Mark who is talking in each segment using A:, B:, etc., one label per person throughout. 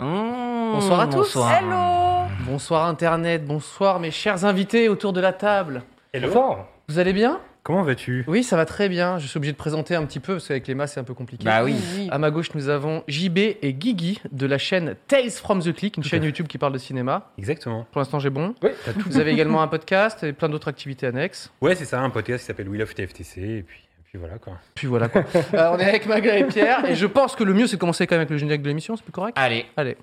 A: Mmh. Bonsoir à tous.
B: Bonsoir.
C: Hello
A: Bonsoir Internet, bonsoir mes chers invités autour de la table.
B: Hello.
A: Vous allez bien
B: Comment vas-tu
A: Oui, ça va très bien. Je suis obligé de présenter un petit peu parce qu'avec les masses c'est un peu compliqué.
B: Bah oui.
A: À ma gauche, nous avons JB et Guigui de la chaîne Tales from the Click, une chaîne YouTube qui parle de cinéma.
B: Exactement.
A: Pour l'instant, j'ai bon.
B: Oui, t'as tout.
A: Vous avez également un podcast et plein d'autres activités annexes.
B: Ouais, c'est ça, un podcast qui s'appelle We Love TFTC, et puis, et puis voilà quoi.
A: Puis voilà quoi. Euh, on est avec Magla et Pierre et je pense que le mieux c'est de commencer quand même avec le générique de l'émission, c'est plus correct
D: Allez.
A: Allez.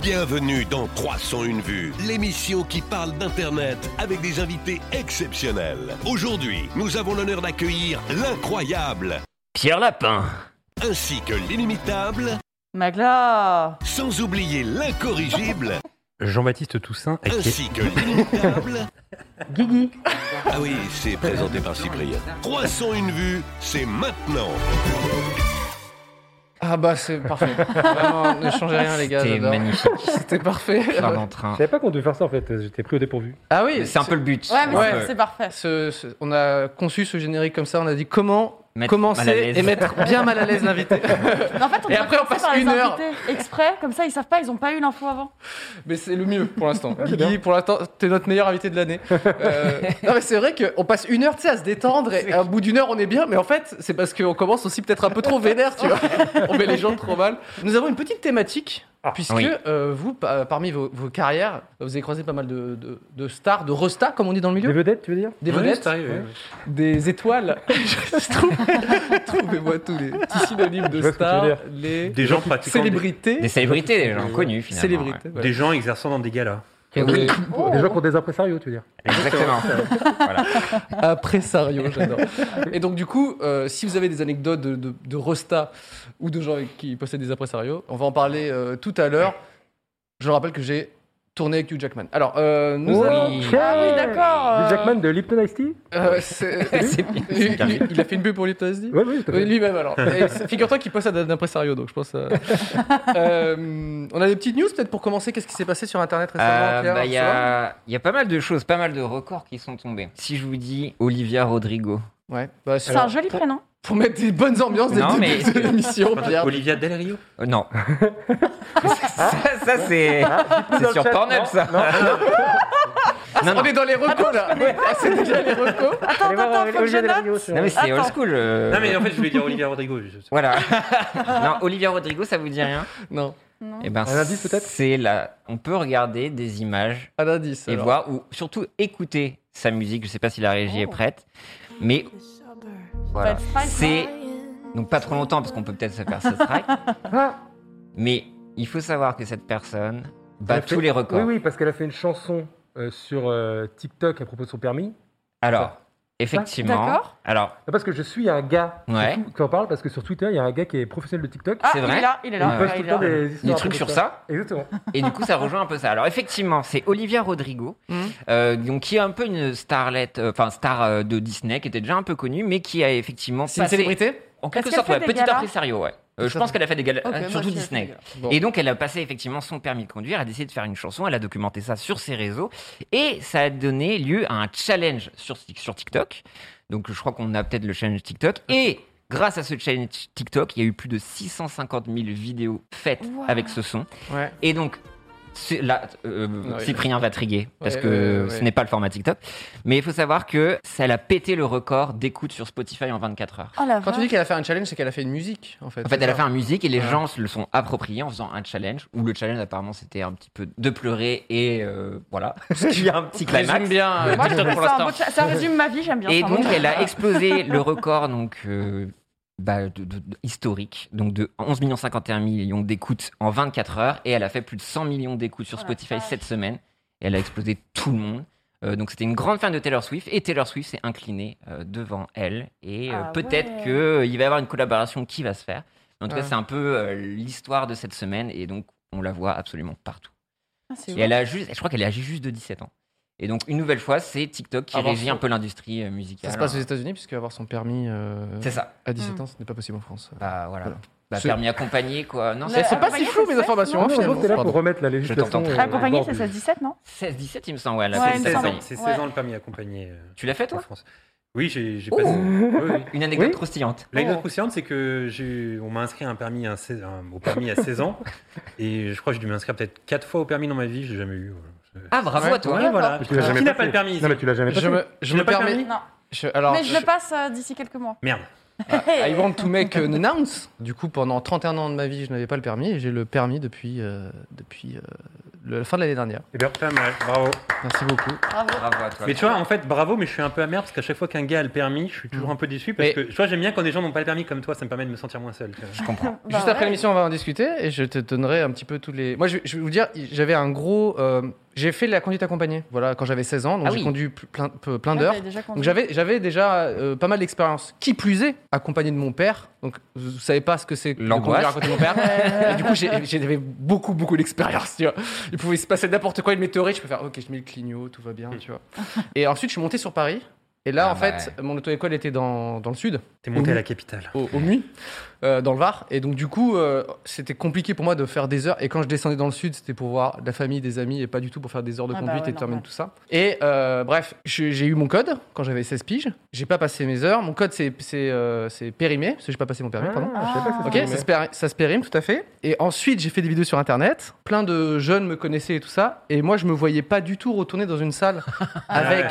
E: Bienvenue dans 301 vues, l'émission qui parle d'Internet avec des invités exceptionnels. Aujourd'hui, nous avons l'honneur d'accueillir l'incroyable
D: Pierre Lapin.
E: ainsi que l'inimitable,
C: Magla
E: sans oublier l'incorrigible
B: Jean-Baptiste Toussaint, et
E: ainsi que l'inimitable. Ah oui, c'est présenté par Cyprien. 301 vues, c'est maintenant.
A: Ah bah c'est parfait. Vraiment, ne changez rien les gars.
D: C'était
A: j'adore.
D: magnifique.
A: C'était parfait.
D: Pierre d'entrain.
B: Je savais pas qu'on devait faire ça en fait, j'étais pris au dépourvu.
A: Ah oui,
D: C'est un peu le but.
C: Ouais, mais
A: Ouais.
C: c'est- c'est parfait.
A: Ce- ce- on a conçu ce générique comme ça, on a dit comment
D: Mettre mal à
A: commencer
D: l'aise.
A: et mettre bien mal à l'aise l'invité.
C: Mais en fait, on
A: Et
C: devrait
A: après, on
C: commencer
A: passe
C: par les
A: une heure.
C: invités exprès, comme ça ils savent pas, ils ont pas eu l'info avant.
A: mais c'est le mieux pour l'instant.
B: Ah, c'est
A: Guigui,
B: bien.
A: pour l'instant, t'es notre meilleur invité de l'année. Euh, non, mais c'est vrai qu'on passe une heure, tu sais, à se détendre et au bout d'une heure, on est bien, mais en fait, c'est parce qu'on commence aussi peut-être un peu trop vénère, tu vois. on met les gens trop mal. Nous avons une petite thématique.
B: Ah,
A: Puisque
D: Oui.
A: euh, vous, pa- parmi vos, vos carrières, vous avez croisé pas mal de, de- de stars, de restas, comme on dit dans le milieu.
B: Des vedettes, tu veux dire
A: Des vedettes des étoiles. Je trouve- Trouvez-moi tous les petits synonymes de
B: Je vois ce que tu veux
A: stars,
B: dire.
A: les
B: Des gens pratiquant.
A: célébrités.
D: Des célébrités, des gens connus finalement.
A: Célébrités.
B: Des,
A: voilà.
B: des gens exerçant dans des galas.
D: ouais. Et oui,
C: Oh.
B: Des gens qui ont des impresarios, tu veux dire
D: Exactement.
A: Après Sario, j'adore. Et donc, du coup, euh, si vous avez des anecdotes de, de, de Rosta ou de gens avec qui possèdent des impresarios, on va en parler euh, tout à l'heure. Je rappelle que j'ai tourné avec Hugh Jackman. Alors, euh, nous allons-
D: Oui.
C: Ah oui, d'accord.
B: Hugh
C: euh,
B: Jackman de Lipton Ice Tea
A: Euh, c'est- il, il- il a fait une pub pour l'hypnose
B: Ouais, oui, tout à
A: Oui,
B: fait.
A: Lui-même alors. Et c'est- Figure-toi qu'il possède un impresario, donc je pense. euh, euh, on a des petites news peut-être pour commencer. Qu'est-ce qui s'est passé sur Internet récemment
D: Euh,
A: Pierre,
D: bah, Il y,
A: ça va
D: a, il y a pas mal de choses, pas mal de records qui sont tombés. Si je vous dis Olivia Rodrigo.
A: Ouais. Bah, c'est
C: C'est un joli prénom.
A: Pour mettre des bonnes ambiances dès
D: Non,
A: le
D: mais-
A: début de l'émission,
B: Attends,
A: Pierre. Ah,
B: Olivia Del Rio
D: Euh, non. ça, ça, c'est c'est sur Pornhub ça. Non, non.
A: On est Ah, dans les recos là. Ah, c'est déjà les recos.
C: Attends, attends, attends, faut que je note.
D: Non, mais c'est old
C: Attends.
D: school. euh,
B: Non, mais en fait, je voulais dire Olivia Rodrigo. je- je-
D: Voilà. non, Olivia Rodrigo, ça vous dit rien
A: Non,
D: Eh ben,
B: Un indice, peut-être
D: c'est là. On peut regarder des images
A: un indice.
D: et
A: alors.
D: voir, ou surtout écouter sa musique. Je sais pas si la régie est prête, mais voilà.
C: Bad Strike,
D: C'est donc pas trop longtemps parce qu'on peut peut-être se faire ce strike. mais il faut savoir que cette personne bat
F: Elle a
D: tous
F: fait-
D: les records.
F: Oui, oui, parce qu'elle a fait une chanson euh, sur euh, TikTok à propos de son permis.
D: Alors, effectivement.
C: D'accord.
D: Alors,
F: Ah, Parce que je suis un gars
D: Ouais.
F: qui, qui en parle, parce que sur Twitter, il y a un gars qui est professionnel de TikTok.
C: Ah,
D: C'est vrai
C: il est là, il est
F: il
C: là.
F: poste
C: ouais,
F: tout
C: il
F: le
C: est
F: temps
C: là.
F: des
D: des
F: histoires.
D: trucs
F: comme
D: sur ça.
F: Exactement.
D: Et du coup, ça rejoint un peu ça. Alors, effectivement, c'est Olivia Rodrigo,
C: Mmh.
A: Mhm.
D: euh, donc, qui est un peu une starlette, euh, enfin, star euh, de Disney, qui était déjà un peu connue, mais qui a effectivement
A: C'est une
D: passé-
A: célébrité
D: En quelque
C: Est-ce
D: sorte, ouais,
C: qu'elle fait des
D: petit
C: galas
D: impresario, ouais. Euh, je pense qu'elle a fait des galas,
C: Ok,
D: euh,
C: moi,
D: surtout
C: je sais,
D: Disney.
A: Bon.
D: Et donc, elle a passé effectivement son permis de conduire, elle a décidé de faire une chanson, elle a documenté ça sur ses réseaux, et ça a donné lieu à un challenge sur, sur TikTok. Donc, je crois qu'on a peut-être le challenge TikTok. Et grâce à ce challenge TikTok, il y a eu plus de 650 000 vidéos faites
C: Wow.
D: avec ce son.
A: Ouais.
D: Et donc, c'est- là, euh,
A: Ouais.
D: Cyprien va triguer, parce
A: Ouais,
D: que
A: ouais, ouais, ouais.
D: ce n'est pas le format TikTok. Mais il faut savoir que ça l'a pété le record d'écoute sur Spotify en 24 heures.
C: Oh la
A: Quand tu dis
C: vache.
A: qu'elle a fait un challenge, c'est qu'elle a fait une musique en fait.
D: En fait,
A: c'est
D: elle a
A: ça
D: fait un musique et les
A: Ouais.
D: gens se le sont appropriés en faisant un challenge. Où le challenge, apparemment, c'était un petit peu de pleurer et euh, voilà. Il y a un petit
A: Résume
D: climax.
A: bien. euh,
C: Moi, je
A: TikTok
C: trouve
A: pour
C: ça un
A: l'instant.
C: beau chat. Ça résume ma vie, j'aime bien.
D: Et
C: ça, moi,
D: donc,
C: j'aime
D: elle a
C: bien.
D: explosé le record donc, euh, bah, de- de- de- historique, donc de 11 millions 51 millions d'écoutes en 24 heures. Et elle a fait plus de 100 millions d'écoutes sur
C: Oh la
D: Spotify
C: vache.
D: cette semaine. Et elle a explosé tout le monde. Euh, donc c'était une grande fan de Taylor Swift et Taylor Swift s'est inclinée euh, devant elle et euh,
C: Ah
D: peut-être euh,
C: ouais.
D: que qu'il va y avoir une collaboration qui va se faire En tout
A: Ouais.
D: cas, c'est un peu euh, l'histoire de cette semaine et donc on la voit absolument partout.
C: Ah, c'est
D: Et
C: vrai.
D: elle a juste, je crois qu'elle a juste de 17 ans. Et donc une nouvelle fois, c'est TikTok qui
A: Avoir
D: régit
A: son-
D: un peu l'industrie euh, musicale.
A: Ça se passe aux États-Unis, puisque avoir son permis euh,
D: C'est ça.
A: à 17
C: Mm.
A: ans, ce n'est pas possible en France.
D: Bah voilà.
A: Voilà.
D: Bah,
A: C'est-
D: permis accompagné quoi. Non,
C: Le-
D: c'est
A: C'est pas si
C: accompagné,
A: flou
C: c'est
A: mes informations, hein,
C: sept, non,
F: Non,
A: finalement.
F: t'es là
A: Pardon.
F: pour remettre la législation.
D: t'entends
F: euh,
D: très.
F: au
C: Accompagné,
F: bord
C: c'est
F: du-
C: ça, 17, non
D: 16 17 il me semble ouais, la
C: Ouais,
D: police
C: il me
D: a
C: semble.
D: accompagné.
B: C'est 16
C: Ouais.
B: ans le permis accompagné euh,
D: Tu l'as fait
B: en
D: toi
B: France. Oui, j'ai j'ai
D: Ouh.
B: passé. Oui, oui.
D: Une anecdote
F: Oui. Oh.
D: croustillante.
B: L'anecdote croustillante, c'est que j'ai, on m'a inscrit à un permis à 16 un- au permis à 16 ans, et je crois que j'ai dû m'inscrire peut-être 4 fois au permis dans ma vie, je l'ai jamais eu. voilà.
D: Ah bravo
A: Ouais.
D: à toi.
B: Ouais, voilà.
F: Mais tu l'as jamais
B: Qui n'a
F: passé.
B: pas le permis ici
F: Non, mais tu l'as jamais
A: Je
F: passé.
A: me, je
B: Tu
A: me
B: l'as pas le
A: permets.
B: permis
C: Non.
A: je- alors,
C: Mais je
A: je-
C: le passe euh, d'ici quelques mois.
B: Merde.
A: I want to make an announce. euh, Du coup, pendant 31 ans de ma vie, je n'avais pas le permis et j'ai le permis depuis, euh, depuis euh, le- la fin de l'année dernière.
B: Eh bien, pas mal, bravo.
A: Merci beaucoup.
C: Bravo.
D: Bravo à toi.
B: Mais tu vois, en fait, bravo, mais je suis un peu amer parce qu'à chaque fois qu'un gars a le permis, je suis toujours un peu déçu parce
A: Mm. Mais-
B: que, tu vois, j'aime bien quand des gens n'ont pas le permis comme toi, ça me permet de me sentir moins seul. tu vois.
D: je comprends.
C: Bah
A: Juste
C: ouais.
A: après l'émission, on va en discuter et je te donnerai un petit peu tous les. Moi, je, je vais vous dire, j'avais un gros. euh, j'ai fait de la conduite accompagnée. Voilà, quand j'avais 16 ans, donc
D: Ah
A: j'ai
D: oui.
A: conduit pl- plein, peu- plein
C: Ouais,
A: d'heures.
C: t'avais déjà
A: Donc
C: conduit.
A: j'avais j'avais déjà euh, pas mal d'expérience. Qui plus est, accompagné de mon père. Donc vous vous savez pas ce que c'est que de
D: L'angoisse.
A: conduire à côté de mon père. Et du coup, j'ai- j'ai- j'avais beaucoup beaucoup d'expérience. Tu vois, il pouvait se passer n'importe quoi. Une météorite, je peux faire. Ok, je mets le clignot, tout va bien. Tu vois. Et ensuite, je suis monté sur Paris. Et là,
D: Ah
A: en fait, mon auto-école était dans, dans le sud
B: T'es monté à
A: Oui.
B: la capitale.
A: au, au MUI, euh, dans le Var. Et donc, du coup, euh, c'était compliqué pour moi de faire des heures. Et quand je descendais dans le sud, c'était pour voir la famille, des amis, et pas du tout pour faire des heures de
C: Ah bah
A: conduite
C: ouais,
A: et terminer
C: normal.
A: tout ça. Et euh, bref, je- j'ai eu mon code quand j'avais 16 piges. J'ai pas passé mes heures. Mon code, c'est c'est, euh, c'est périmé, parce que j'ai pas passé mon permis, pardon.
F: Ah, je sais pas si
A: Ok,
F: c'est
A: ça se,
F: vrai.
A: péri- ça se périme, tout à fait. Et ensuite, j'ai fait des vidéos sur Internet. Plein de jeunes me connaissaient et tout ça. Et moi, je me voyais pas du tout retourner dans une salle avec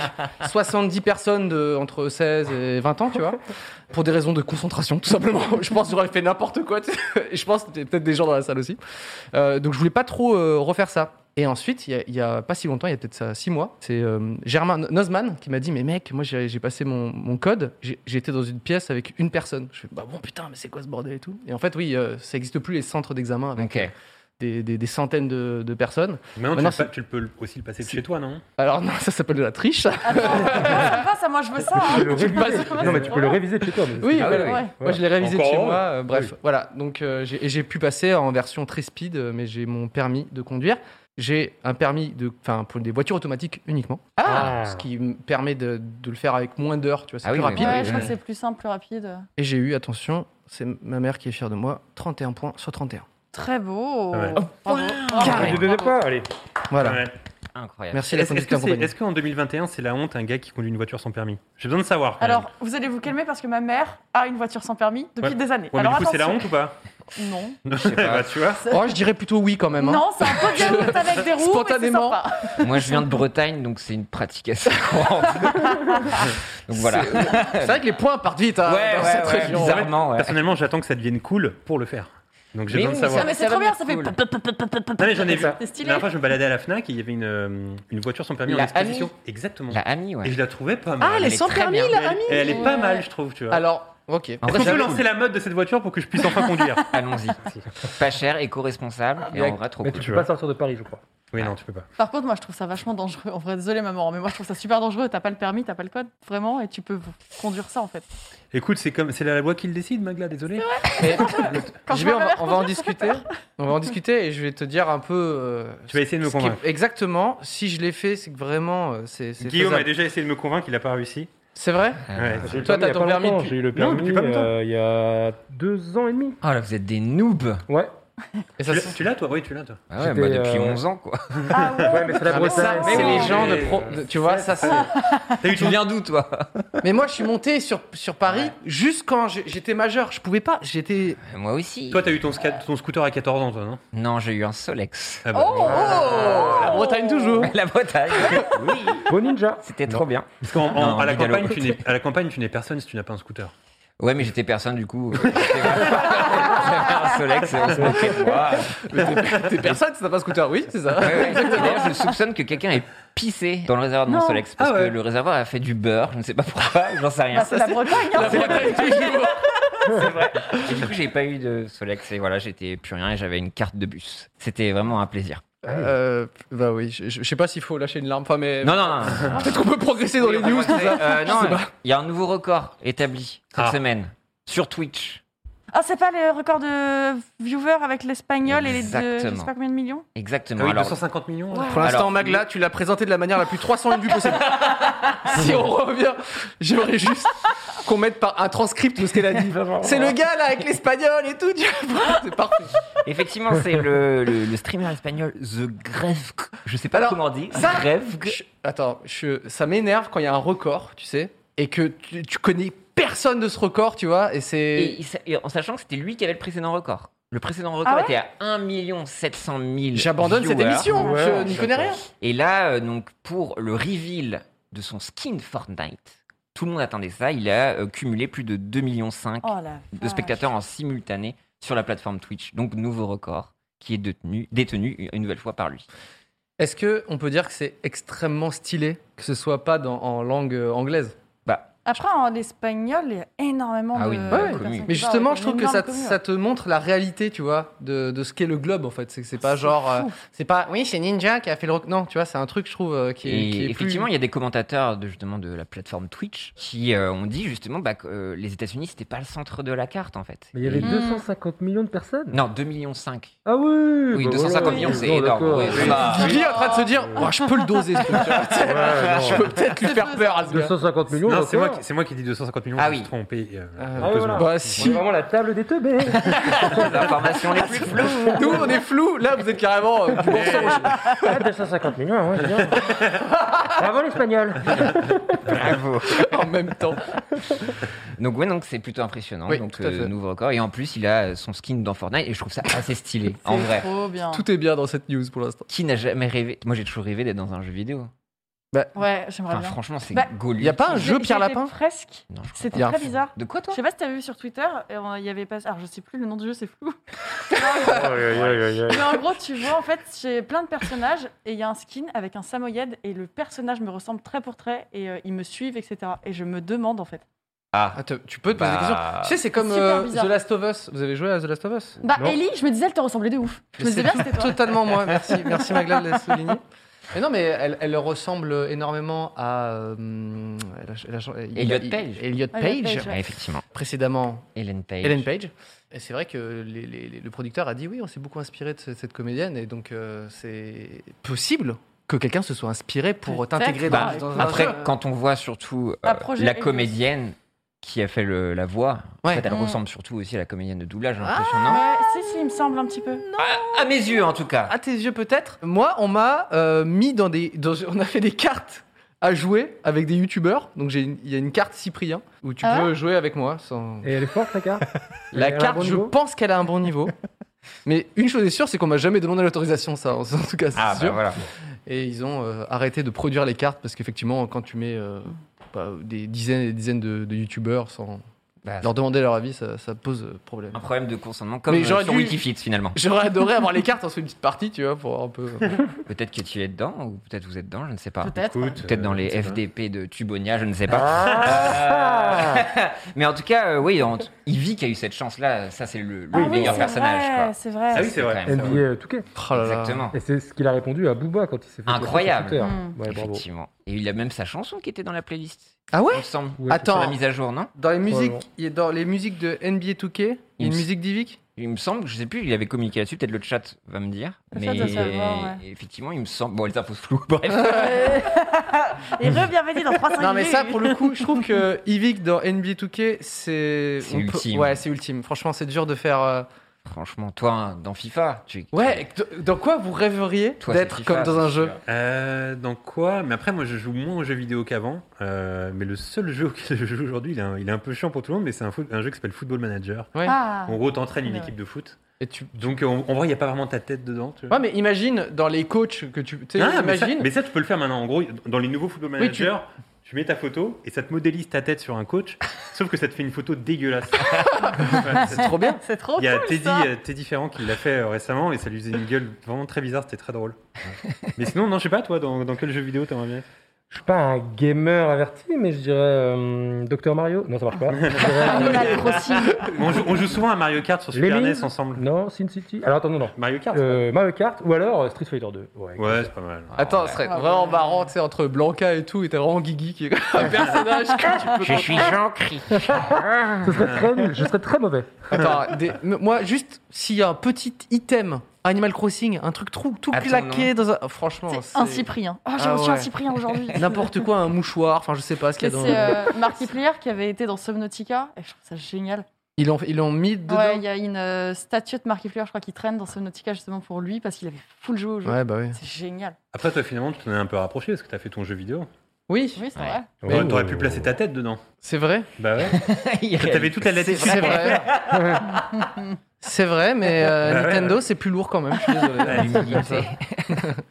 A: 70 personnes de, entre 16 et 20 ans, tu vois. Pour des raisons de concentration, tout simplement. Je pense que j'aurais fait n'importe quoi. tu sais. Et je pense que c'était peut-être des gens dans la salle aussi. Euh, donc, je voulais pas trop euh, refaire ça. Et ensuite, il y a- il y a, pas si longtemps, il y a peut-être ça, six mois, c'est euh, Germain Nozman qui m'a dit Mais mec, moi j'ai j'ai passé mon, mon code, j'ai- j'étais dans une pièce avec une personne. Je fais Bah bon, putain, mais c'est quoi ce bordel et tout Et en fait, oui, euh, ça n'existe plus les centres d'examen avec euh,
D: Ok.
A: des, des- des centaines de, de personnes.
B: Maintenant, tu,
A: Maintenant,
B: le
A: c'est-
B: pa- tu le peux aussi le passer de
A: c'est-
B: chez toi, non
A: Alors, non, ça s'appelle de la triche. ça.
C: Attends, moi, ça me passe, moi je veux ça.
A: Ah,
C: hein.
F: Tu peux le
C: passes-
F: réviser. Non, mais tu peux le réviser de chez toi. mais
A: Oui,
F: c'est pas
A: ouais,
F: grave.
C: ouais.
A: Moi, je l'ai révisé de
B: Encore
A: chez
B: heureux.
A: moi. euh, bref, voilà. Donc, euh, j'ai et j'ai pu passer en version très speed, euh, mais j'ai mon permis de conduire. J'ai un permis de, enfin, pour des voitures automatiques uniquement.
D: Ah.
A: Ce qui me permet de, de le faire avec moins d'heures, tu vois, c'est
D: Ah
A: plus
D: oui, mais
A: rapide.
C: Ouais,
D: oui,
C: je crois
D: oui.
C: que c'est plus simple, plus rapide.
A: Et j'ai eu, attention, c'est ma mère qui est fière de moi, 31 points sur 31.
C: Très beau.
B: Pas mal.
C: Bravo.
F: Ah, mais
C: Bravo.
F: je donnais pas, allez.
A: Voilà.
B: Ouais.
D: Incroyable.
A: Merci la
B: Est-ce est-ce
A: conduite
B: que c'est-
A: accompagnée.
B: est-ce qu'en 2021, c'est la honte un gars qui conduit une voiture sans permis J'ai besoin de savoir. quand même.
C: Alors, vous allez vous calmer parce que ma mère a une voiture sans permis depuis
B: Ouais.
C: des années.
B: Ouais, mais
C: Alors,
B: du coup, c'est la
C: attention.
B: honte ou pas
C: Non.
D: Je sais pas.
B: Bah, tu vois.
A: Oh, je dirais plutôt oui quand même. hein.
C: Non, c'est un peu de la route avec des roues. mais c'est
A: Spontanément.
C: sympa.
D: Moi, je viens de Bretagne, donc c'est une pratique assez courante. donc voilà.
A: C'est c'est vrai que les points partent vite hein, dans cette région.
D: bizarrement, ouais.
B: Personnellement, j'attends que ça devienne cool pour le faire. Donc, j'ai
D: Mais
B: besoin de
D: oui,
B: savoir.
C: Ah, mais
D: Ça
C: c'est
D: va
C: trop bien,
D: être
C: ça fait.
D: cool.
C: pop, pop, pop, pop, pop, pop.
B: Non, mais j'en ai vu.
C: C'est
B: La
C: stylé.
B: dernière fois, je me baladais à la Fnac et il y avait une, euh, une voiture sans permis
D: La
B: en exposition.
D: Ami.
B: Exactement.
D: La amie, ouais.
B: Et je la trouvais pas mal.
A: Ah, elle est
D: Elle est
A: sans
D: très
A: permis,
D: bien.
A: la
B: elle,
A: amie
B: elle est pas
C: Ouais.
B: mal, je trouve. Tu vois.
A: Alors, ok.
D: En
B: Est-ce
D: vrai,
B: qu'on peut
D: j'avoue.
B: lancer la mode de cette voiture pour que je puisse enfin conduire
D: Allons-y. Pas cher, éco-responsable et
A: Mais-
D: en vrai trop
F: Mais
D: cool. Ah.
F: tu
B: tu
F: peux
B: vois.
F: pas sortir de Paris, je crois.
B: Oui, non, tu peux pas.
C: Par contre, moi, je trouve ça vachement dangereux. En vrai, désolé, maman, mais moi, je trouve ça super dangereux. T'as pas le permis, t'as pas le code, vraiment, et tu peux vous conduire ça, en fait.
B: Écoute, c'est comme c'est la loi qui le décide, Magla. Désolé.
A: Mais-
C: Quand
A: JB,
C: je vois ma
A: on va,
C: mère
A: on va en discuter. On va en discuter et je vais te dire un peu. euh,
B: Tu vas essayer de me
A: ce qui est-
B: convaincre.
A: Exactement. Si je l'ai fait, c'est que vraiment, euh, c'est c'est
B: Guillaume a
A: faisable.
B: déjà essayé de me convaincre, il a pas réussi.
A: C'est vrai
B: Ouais.
F: J'ai eu le
A: Toi, t'as
F: permis il y a
A: ton
F: pas
A: permis
F: longtemps,
A: depuis-
F: J'ai eu le
B: Non,
F: permis
B: depuis pas longtemps.
F: euh, il y a deux ans et demi.
D: Oh là, vous êtes des noobs.
F: Ouais.
A: Et ça,
B: Tu l'as-
A: c'est-
B: tu l'as, toi Oui, tu l'as, toi.
D: Ah ouais,
F: J'étais,
D: bah, depuis
F: euh,
D: 11 ans, quoi.
C: Ah
F: Ouais, mais c'est la
A: Ah, mais ça,
F: Bretagne.
A: c'est
C: bon.
A: les gens de
B: Mais-
A: pro. de- tu vois, ça c'est.
B: T'as eu
D: Tu
B: ton
D: viens d'où, toi
A: Mais moi, je suis monté sur, sur Paris juste quand j'ai- j'étais majeur. Je pouvais pas. J'étais.
D: Euh, Moi aussi.
B: Toi, t'as eu ton, sca- ton scooter à 14 ans, toi, non
D: Non, j'ai eu un Solex.
B: Ah bah.
C: Oh, oh
A: Ah, La Bretagne toujours.
D: La Bretagne. oui.
F: Bon ninja.
D: C'était trop bien.
B: Parce qu'en en-
D: Non,
B: à, la
D: Bigalow.
B: campagne, tu n'es- à la campagne, tu n'es personne si tu n'as pas un scooter.
D: Ouais, mais j'étais personne, du coup. J'avais un Ah, Solex, on se moquait de moi.
A: Mais t'es- T'es personne, t'as pas un scooter. Oui, c'est ça.
D: Ouais, ouais. D'ailleurs, je soupçonne que quelqu'un ait pissé dans le réservoir de mon
C: Non.
D: Solex parce
B: Ah ouais.
D: que le réservoir a fait du beurre, je ne sais pas pourquoi, j'en sais rien.
C: Bah, c'est la Bretagne, hein.
D: Et du coup, j'ai pas eu de Solex et voilà, j'étais plus rien et j'avais une carte de bus. C'était vraiment un plaisir.
A: Euh, bah oui, je, je- je sais pas s'il faut lâcher une larme. Enfin, mais.
D: Non, non, non.
A: Euh, Peut-être qu'on peut progresser dans les news, tout ça.
D: Euh,
A: Je
D: non,
A: sais pas.
D: il y a un nouveau record établi cette
B: Ah.
D: semaine sur Twitch.
C: Ah, c'est pas le record de viewers avec l'espagnol et les deux. Je sais
D: Exactement.
C: pas combien de millions
D: Exactement.
B: Ah oui,
D: Alors,
B: 250 millions. là.
A: Pour l'instant,
D: Alors,
A: Magla, tu l'as présenté de la manière la plus 301 du possible. si on revient, j'aimerais juste qu'on mette par un transcript de ce qu'elle a dit. C'est le gars là avec l'espagnol et tout. tu vois. C'est parfait.
D: effectivement, c'est le, le- le streamer espagnol The Grefg. Je sais pas
A: Alors,
D: comment on dit.
A: ça-
D: Grefg.
A: Je- attends, je- ça m'énerve quand il y a un record, tu sais, et que tu, tu connais personne de ce record, tu vois, et
D: Et,
A: c'est.
D: il sa- et en sachant que c'était lui qui avait le précédent record. Le précédent record
C: Ah ouais
D: était à 1 700 000.
A: J'abandonne cette
D: viewers.
A: émission,
F: Ouais,
A: je n'y connais rien.
D: Et là, euh, donc, pour le reveal de son skin Fortnite, tout le monde attendait ça. Il a euh, cumulé plus de 2,5 millions
C: Oh la
D: de spectateurs en simultané sur la plateforme Twitch. Donc, nouveau record qui est détenu, détenu une nouvelle fois par lui.
A: Est-ce que on peut dire que c'est extrêmement stylé que ce soit pas dans- en langue euh, anglaise
D: Bah,
C: Après, en espagnol, il y a énormément
D: Ah
C: de.
D: oui,
C: de
D: ouais,
C: personnes
D: commune.
C: qui
A: Mais
C: parlent,
A: justement,
C: Euh, une
A: je trouve que
C: énorme
A: ça,
C: commune.
A: ça te montre la réalité, tu vois, de, de ce qu'est le globe en fait. C'est que c'est pas genre, euh, c'est pas, oui, c'est Ninja qui a fait le rock. Non, tu vois, c'est un truc, je trouve, euh, qui est,
D: Et
A: qui est
D: effectivement, il
A: plus.
D: y a des commentateurs de, justement de la plateforme Twitch qui euh, ont dit justement bah, que euh, les États-Unis, c'était pas le centre de la carte en fait.
F: Mais il y avait
D: Et-
C: Mm.
F: 250 millions de personnes
D: Mmh. Non, 2,5 millions. Oui,
F: Ah
A: Mmh.
F: oui bah
D: 250
F: voilà,
D: millions, c'est
F: bon,
D: énorme.
F: d'accord.
D: Ouais, bah,
A: Guigui est en train de se dire,
F: Ouais.
A: Oh, je peux le doser, ce truc, tu vois.
F: Ouais,
A: je
F: non.
A: peux peut-être lui faire peur à ce gars.
F: 250 millions
B: Non,
F: d'accord.
B: c'est moi, qui- c'est moi qui dis 250 millions.
D: Ah
B: je me
D: oui.
B: suis trompé. euh,
A: Ah,
F: oui, voilà.
A: Bah
F: On est
A: si,
F: vraiment la table des teubés
D: les informations les plus floues.
A: nous on est flou, là vous êtes carrément euh, du mensonge.
F: Ah, 250 millions, ouais, c'est bien. Bravo l'espagnol
D: Bravo.
A: en même temps.
D: Donc ouais, donc c'est plutôt impressionnant.
A: Oui,
D: donc
A: tout à
D: euh,
A: fait.
D: nouveau record. Et en plus, il a euh, son skin dans Fortnite et je trouve ça assez stylé. en vrai,
C: Trop bien.
A: Tout est bien dans cette news pour l'instant.
D: qui n'a jamais rêvé Moi, j'ai toujours rêvé d'être dans un jeu vidéo.
A: Bah,
C: Ouais, j'aimerais
D: Enfin,
C: bien.
D: franchement, c'est
C: Bah,
D: gaulé.
A: Il y a pas un
C: J'ai-
A: jeu Pierre
C: j'y étais
A: Lapin
C: Presque.
D: Non, je crois
C: C'était
A: Il y a un
C: très
A: fou.
C: bizarre.
D: pas. De quoi toi
C: Je sais pas si t'as vu sur Twitter, et on- il y avait pas. Alors je sais plus le nom du jeu, c'est flou. Mais en gros, tu vois, en fait, j'ai plein de personnages et il y a un skin avec un samoyed et le personnage me ressemble trait pour trait et euh, ils me suivent, etc. Et je me demande en fait.
D: Ah.
A: Ah, te- tu peux te poser des questions.
D: Bah,
A: Tu sais, c'est comme
C: super
A: euh, The
C: bizarre.
A: Last of Us. Vous avez joué à The Last of Us
C: Bah,
F: Non.
C: Ellie, je me disais, elle te ressemblait de ouf. Je me disais bien, c'était toi.
A: Totalement moi, merci. Merci Magla de la souligner. Mais non, mais elle, elle ressemble énormément à. euh, elle a- elle a- il-
D: Elliot
A: il-
D: Page.
A: Bah, Elliot
C: Elliot
A: Page,
C: Page, ouais.
D: ah, effectivement.
A: précédemment
D: Hélène Page.
A: Ellen Page. Et c'est vrai que les- les- les- le producteur a dit oui, on s'est beaucoup inspiré de ce- cette comédienne, et donc euh, c'est possible que quelqu'un se soit inspiré pour
C: Peut-être,
A: t'intégrer
C: bah,
A: dans, dans un
D: Après,
A: jeu.
D: quand on voit surtout euh,
C: Un projet
D: la
C: Elios.
D: comédienne qui a fait le- la voix, en
A: Ouais.
D: fait, elle
C: Mm. Ah.
D: ressemble surtout aussi à la comédienne de doublage, j'ai l'impression, non
C: Ouais, si, si, il me semble un petit peu.
D: À mes yeux, en tout cas.
A: à tes yeux peut-être. Moi, on m'a euh, mis dans des, dans- on a fait des cartes à jouer avec des youtubeurs. Donc j'ai une- il y a une carte Cyprien où tu
C: Ah
A: peux jouer avec moi. Sans...
F: Et elle est forte la carte
A: La
F: elle a un
A: carte,
F: bon
A: je
F: niveau
A: pense qu'elle a un bon niveau. Mais une chose est sûre, c'est qu'on m'a jamais demandé l'autorisation, ça, en en tout cas, c'est
D: Ah, bah
A: sûr.
D: voilà.
A: Et ils ont euh, arrêté de produire les cartes parce qu'effectivement, quand tu mets euh, bah, des dizaines et des dizaines de, de youtubeurs sans
D: Bah,
A: leur demander leur avis, ça, ça pose euh, problème.
D: un problème de consentement comme
A: Mais
D: euh,
A: j'aurais
D: sur
A: dû-
D: Wikifits finalement.
A: J'aurais adoré avoir les cartes, on se fait une petite partie, tu vois, pour un peu.
D: Peut-être que tu es dedans ou peut-être vous êtes dedans, je ne sais pas.
C: Peut-être.
D: Peut-être
B: euh,
D: dans les FDP de Tubonia, je ne sais pas. Mais en tout cas, euh, oui, en- Ivy qui a eu cette chance-là, ça c'est le, le
C: Ah oui,
D: meilleur
C: c'est
D: personnage.
C: vrai,
D: quoi.
C: C'est vrai.
B: Ah oui, c'est vrai.
D: quand même cool.
F: NBA 2K.
A: Oh là là.
D: Exactement.
F: Et c'est ce qu'il a répondu à Booba quand il s'est fait défoncer
D: Incroyable.
F: sur Twitter.
C: Mm.
F: Ouais, bravo.
D: Effectivement. Et il a même sa chanson qui était dans la playlist,
A: Ah ouais
D: il me semble.
F: Ouais,
D: Sur la
A: Attends,
D: mise à jour, non
A: Dans les musiques,
F: Probablement.
A: il y a dans les musiques de NBA 2K, il y a une
D: Yes.
A: musique d'Ivic
D: Il me semble, je sais plus, il avait communiqué là-dessus, peut-être le chat va me dire.
C: Le
D: mais
C: chat doit savoir, ouais.
D: effectivement, il me semble. Bon, les infos floues, bref.
C: Et re-bienvenue dans 300
A: Non mais ça pour le coup, je trouve que Ivic dans NBA 2K, c'est
D: C'est
A: on peut-
D: ultime.
A: Ouais, c'est ultime. Franchement, c'est dur de faire euh,
D: Franchement, toi, hein, dans FIFA, tu.
A: Ouais, d- dans quoi vous rêveriez
D: Toi, c'est
A: d'être
D: FIFA,
A: comme dans un
D: c'est
A: jeu
D: sûr.
B: Euh, dans quoi Mais après, moi, je joue moins aux jeux vidéo qu'avant. euh, mais le seul jeu auquel je joue aujourd'hui, il, est un- il est un peu chiant pour tout le monde, mais c'est un, foot- un jeu qui s'appelle Football Manager.
A: Ouais.
C: Ah.
B: En gros, t'entraînes une
C: Ouais.
B: équipe de foot.
A: Et tu
B: Donc, en, en vrai, il n'y a pas vraiment ta tête dedans. Tu vois.
A: Ouais, mais imagine dans les coachs que tu tu sais,
B: Ah, mais, ça,
A: imagine
B: mais ça, tu peux le faire maintenant. En gros, dans les nouveaux Football
A: Oui, tu-
B: Manager, tu... mets ta photo et ça te modélise ta tête sur un coach, sauf que ça te fait une photo dégueulasse. Ouais, c'est-
A: trop bien.
C: C'est trop
B: Il y a
C: cool,
B: Teddy,
C: ça.
B: euh, Teddy Ferrand qui l'a fait euh, récemment et ça lui faisait une gueule vraiment très bizarre, c'était très drôle. Ouais. Mais sinon, non, je sais pas, toi, dans, dans quel jeu vidéo t'aimerais bien être
F: Je suis pas un gamer averti, mais je dirais euh, Dr Mario. Non, ça marche pas. Je
G: Ah,
F: dirais, euh,
C: Animal Crossing.
B: On joue, on joue souvent à Mario Kart sur Super
F: Lémi
B: NES ensemble.
F: non, Sin City. Alors attends, non, non.
B: Mario Kart
F: Euh, Mario Kart ou alors euh, Street Fighter 2. Ouais.
B: Ouais, c'est pas mal.
A: Attends, ce serait vraiment marrant, tu sais, entre Blanca et tout, et t'as vraiment Guigui qui est un personnage que tu peux
D: Je suis Jean-Cri.
F: Ce serait très nul. Je serais très mauvais.
A: Attends, des- m- moi, juste, s'il y a un petit item Animal Crossing, un truc trou- tout
D: Attends,
A: claqué dans un. oh, Franchement,
C: C'est un Cyprien. Oh, j'ai
A: Ah
C: reçu un
A: ouais.
C: Cyprien aujourd'hui.
A: N'importe quoi, un mouchoir, enfin, je sais pas ce qu'il
C: Mais
A: y a dans.
C: C'est euh, Markiplier qui avait été dans Somnotica. Et je trouve ça génial.
A: Ils l'ont ils l'ont mis dedans
C: Ouais, il y a une euh, statue de Markiplier, je crois, qui traîne dans Somnotica justement pour lui parce qu'il avait full joué au jeu.
A: Ouais, bah oui.
C: C'est génial.
B: Après, toi, finalement, tu t'en es un peu rapproché parce que t'as fait ton jeu vidéo.
A: Oui,
C: Oui, c'est
D: Ouais.
C: vrai.
F: Ouais,
B: T'aurais t'aurais
F: ouais,
B: pu
F: ouais,
B: placer ta tête dedans.
A: c'est vrai.
B: Bah ouais. T'avais toute la latitude.
A: C'est vrai. C'est vrai, mais euh,
B: Bah ouais.
A: Nintendo, c'est plus lourd quand même, je suis
B: Ouais, hein.
A: désolé.
B: il-
A: C'est comme ça.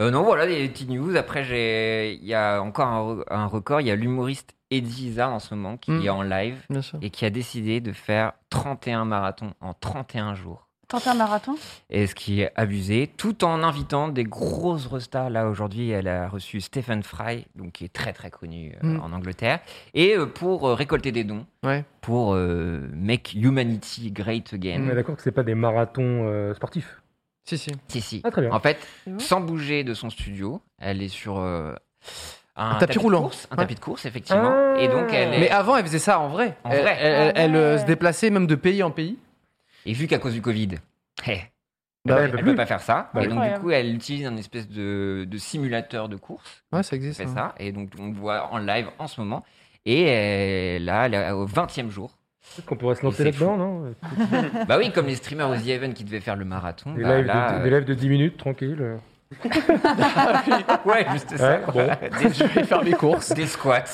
D: Euh, non, voilà, les petites news. Après, j'ai- il y a encore un, re- un record. Il y a l'humoriste Eddie Izzard en ce moment qui
A: Mm.
D: est en live
A: Bien sûr.
D: et qui a décidé de faire 31 marathons en 31 jours.
C: Tenter un marathon
D: Et ce qui est abusé, tout en invitant des grosses restas. Là, aujourd'hui, elle a reçu Stephen Fry, donc qui est très très connu euh,
A: Mm.
D: en Angleterre, et euh, pour euh, récolter des dons
A: Ouais.
D: pour euh, Make Humanity Great Again.
F: On est d'accord que c'est pas des marathons euh, sportifs.
A: Si, si.
D: Si, si.
F: Ah, très bien.
D: En fait,
C: C'est ouf.
D: sans bouger de son studio, elle est sur euh, un,
A: tapis roulant.
D: De course, un
A: Ouais.
D: tapis de course, effectivement.
F: Ah.
D: Et donc, elle est-
A: Mais avant, elle faisait ça en vrai.
D: En
A: elle
D: vrai.
A: elle- elle-
C: Ah ouais.
A: elle, euh, se déplaçait même de pays en pays.
D: Et vu qu'à cause du Covid, hé,
F: Bah,
D: elle
F: elle peut
D: peut
F: plus.
D: pas faire ça.
F: Bah
D: et donc, du
C: Incroyable.
D: coup, elle utilise un espèce de, de simulateur de course.
A: Ouais, ça
D: Elle
A: existe.
D: fait
A: ouais.
D: ça. Et donc, on le voit en live en ce moment. Et euh, là, elle est au 20e jour.
F: Peut-être qu'on pourrait se
D: Et
F: lancer
D: c'est
F: là-dedans, non
D: bah oui, comme les streamers aux The Haven qui devaient faire le marathon.
F: Des
D: bah
F: lives,
D: là,
F: de,
D: euh,
F: des lives de 10 minutes, tranquille. euh.
D: ouais, juste ça.
F: Ouais,
D: quoi.
F: bon.
D: Des,
A: Je vais faire mes courses.
D: des squats.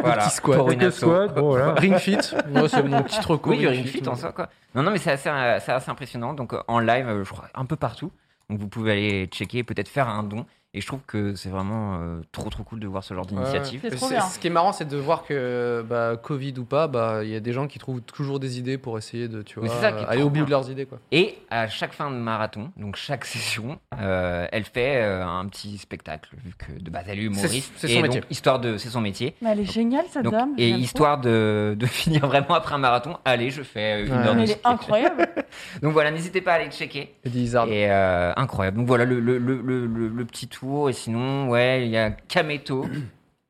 D: voilà.
A: petits squats.
D: Pour une
F: Quelques
D: asso.
F: squats, bon, voilà.
A: Ring Fit, moi c'est mon petit recours.
D: Oui, du Ring Fit en soi, quoi. Non, non, mais c'est assez, euh, c'est assez impressionnant. Donc, euh, en live, euh, je crois, un peu partout. Donc, vous pouvez aller checker, peut-être faire un don. Et je trouve que c'est vraiment euh, trop, trop cool de voir ce genre d'initiative.
C: C'est
A: Mais
C: trop
A: c'est-
C: bien.
A: Ce qui est marrant, c'est de voir que bah, Covid ou pas, bah, il y a des gens qui trouvent toujours des idées pour essayer de, tu
D: Mais
A: vois,
D: c'est ça qui est
A: aller
D: trop
A: au bout
D: bien.
A: de leurs idées. Quoi.
D: Et à chaque fin de marathon, donc chaque session, euh, elle fait euh, un petit spectacle, vu que de base elle est humoriste.
A: C'est- c'est
D: Et
A: son
D: donc,
A: métier.
D: histoire de, c'est son métier.
C: Mais elle est géniale cette
D: Donc,
C: dame.
D: et
C: j'aime
D: histoire de, de finir vraiment après un marathon, allez, je fais euh, une
A: Ouais.
D: heure
C: trop.
D: de
C: Mais elle est
D: skate.
C: incroyable.
D: Donc voilà, n'hésitez pas à aller checker.
A: Et dit Izzard.
D: Et euh, incroyable. Donc voilà le, le- le- le- le- le petit tour. Et sinon, ouais, il y a Kameto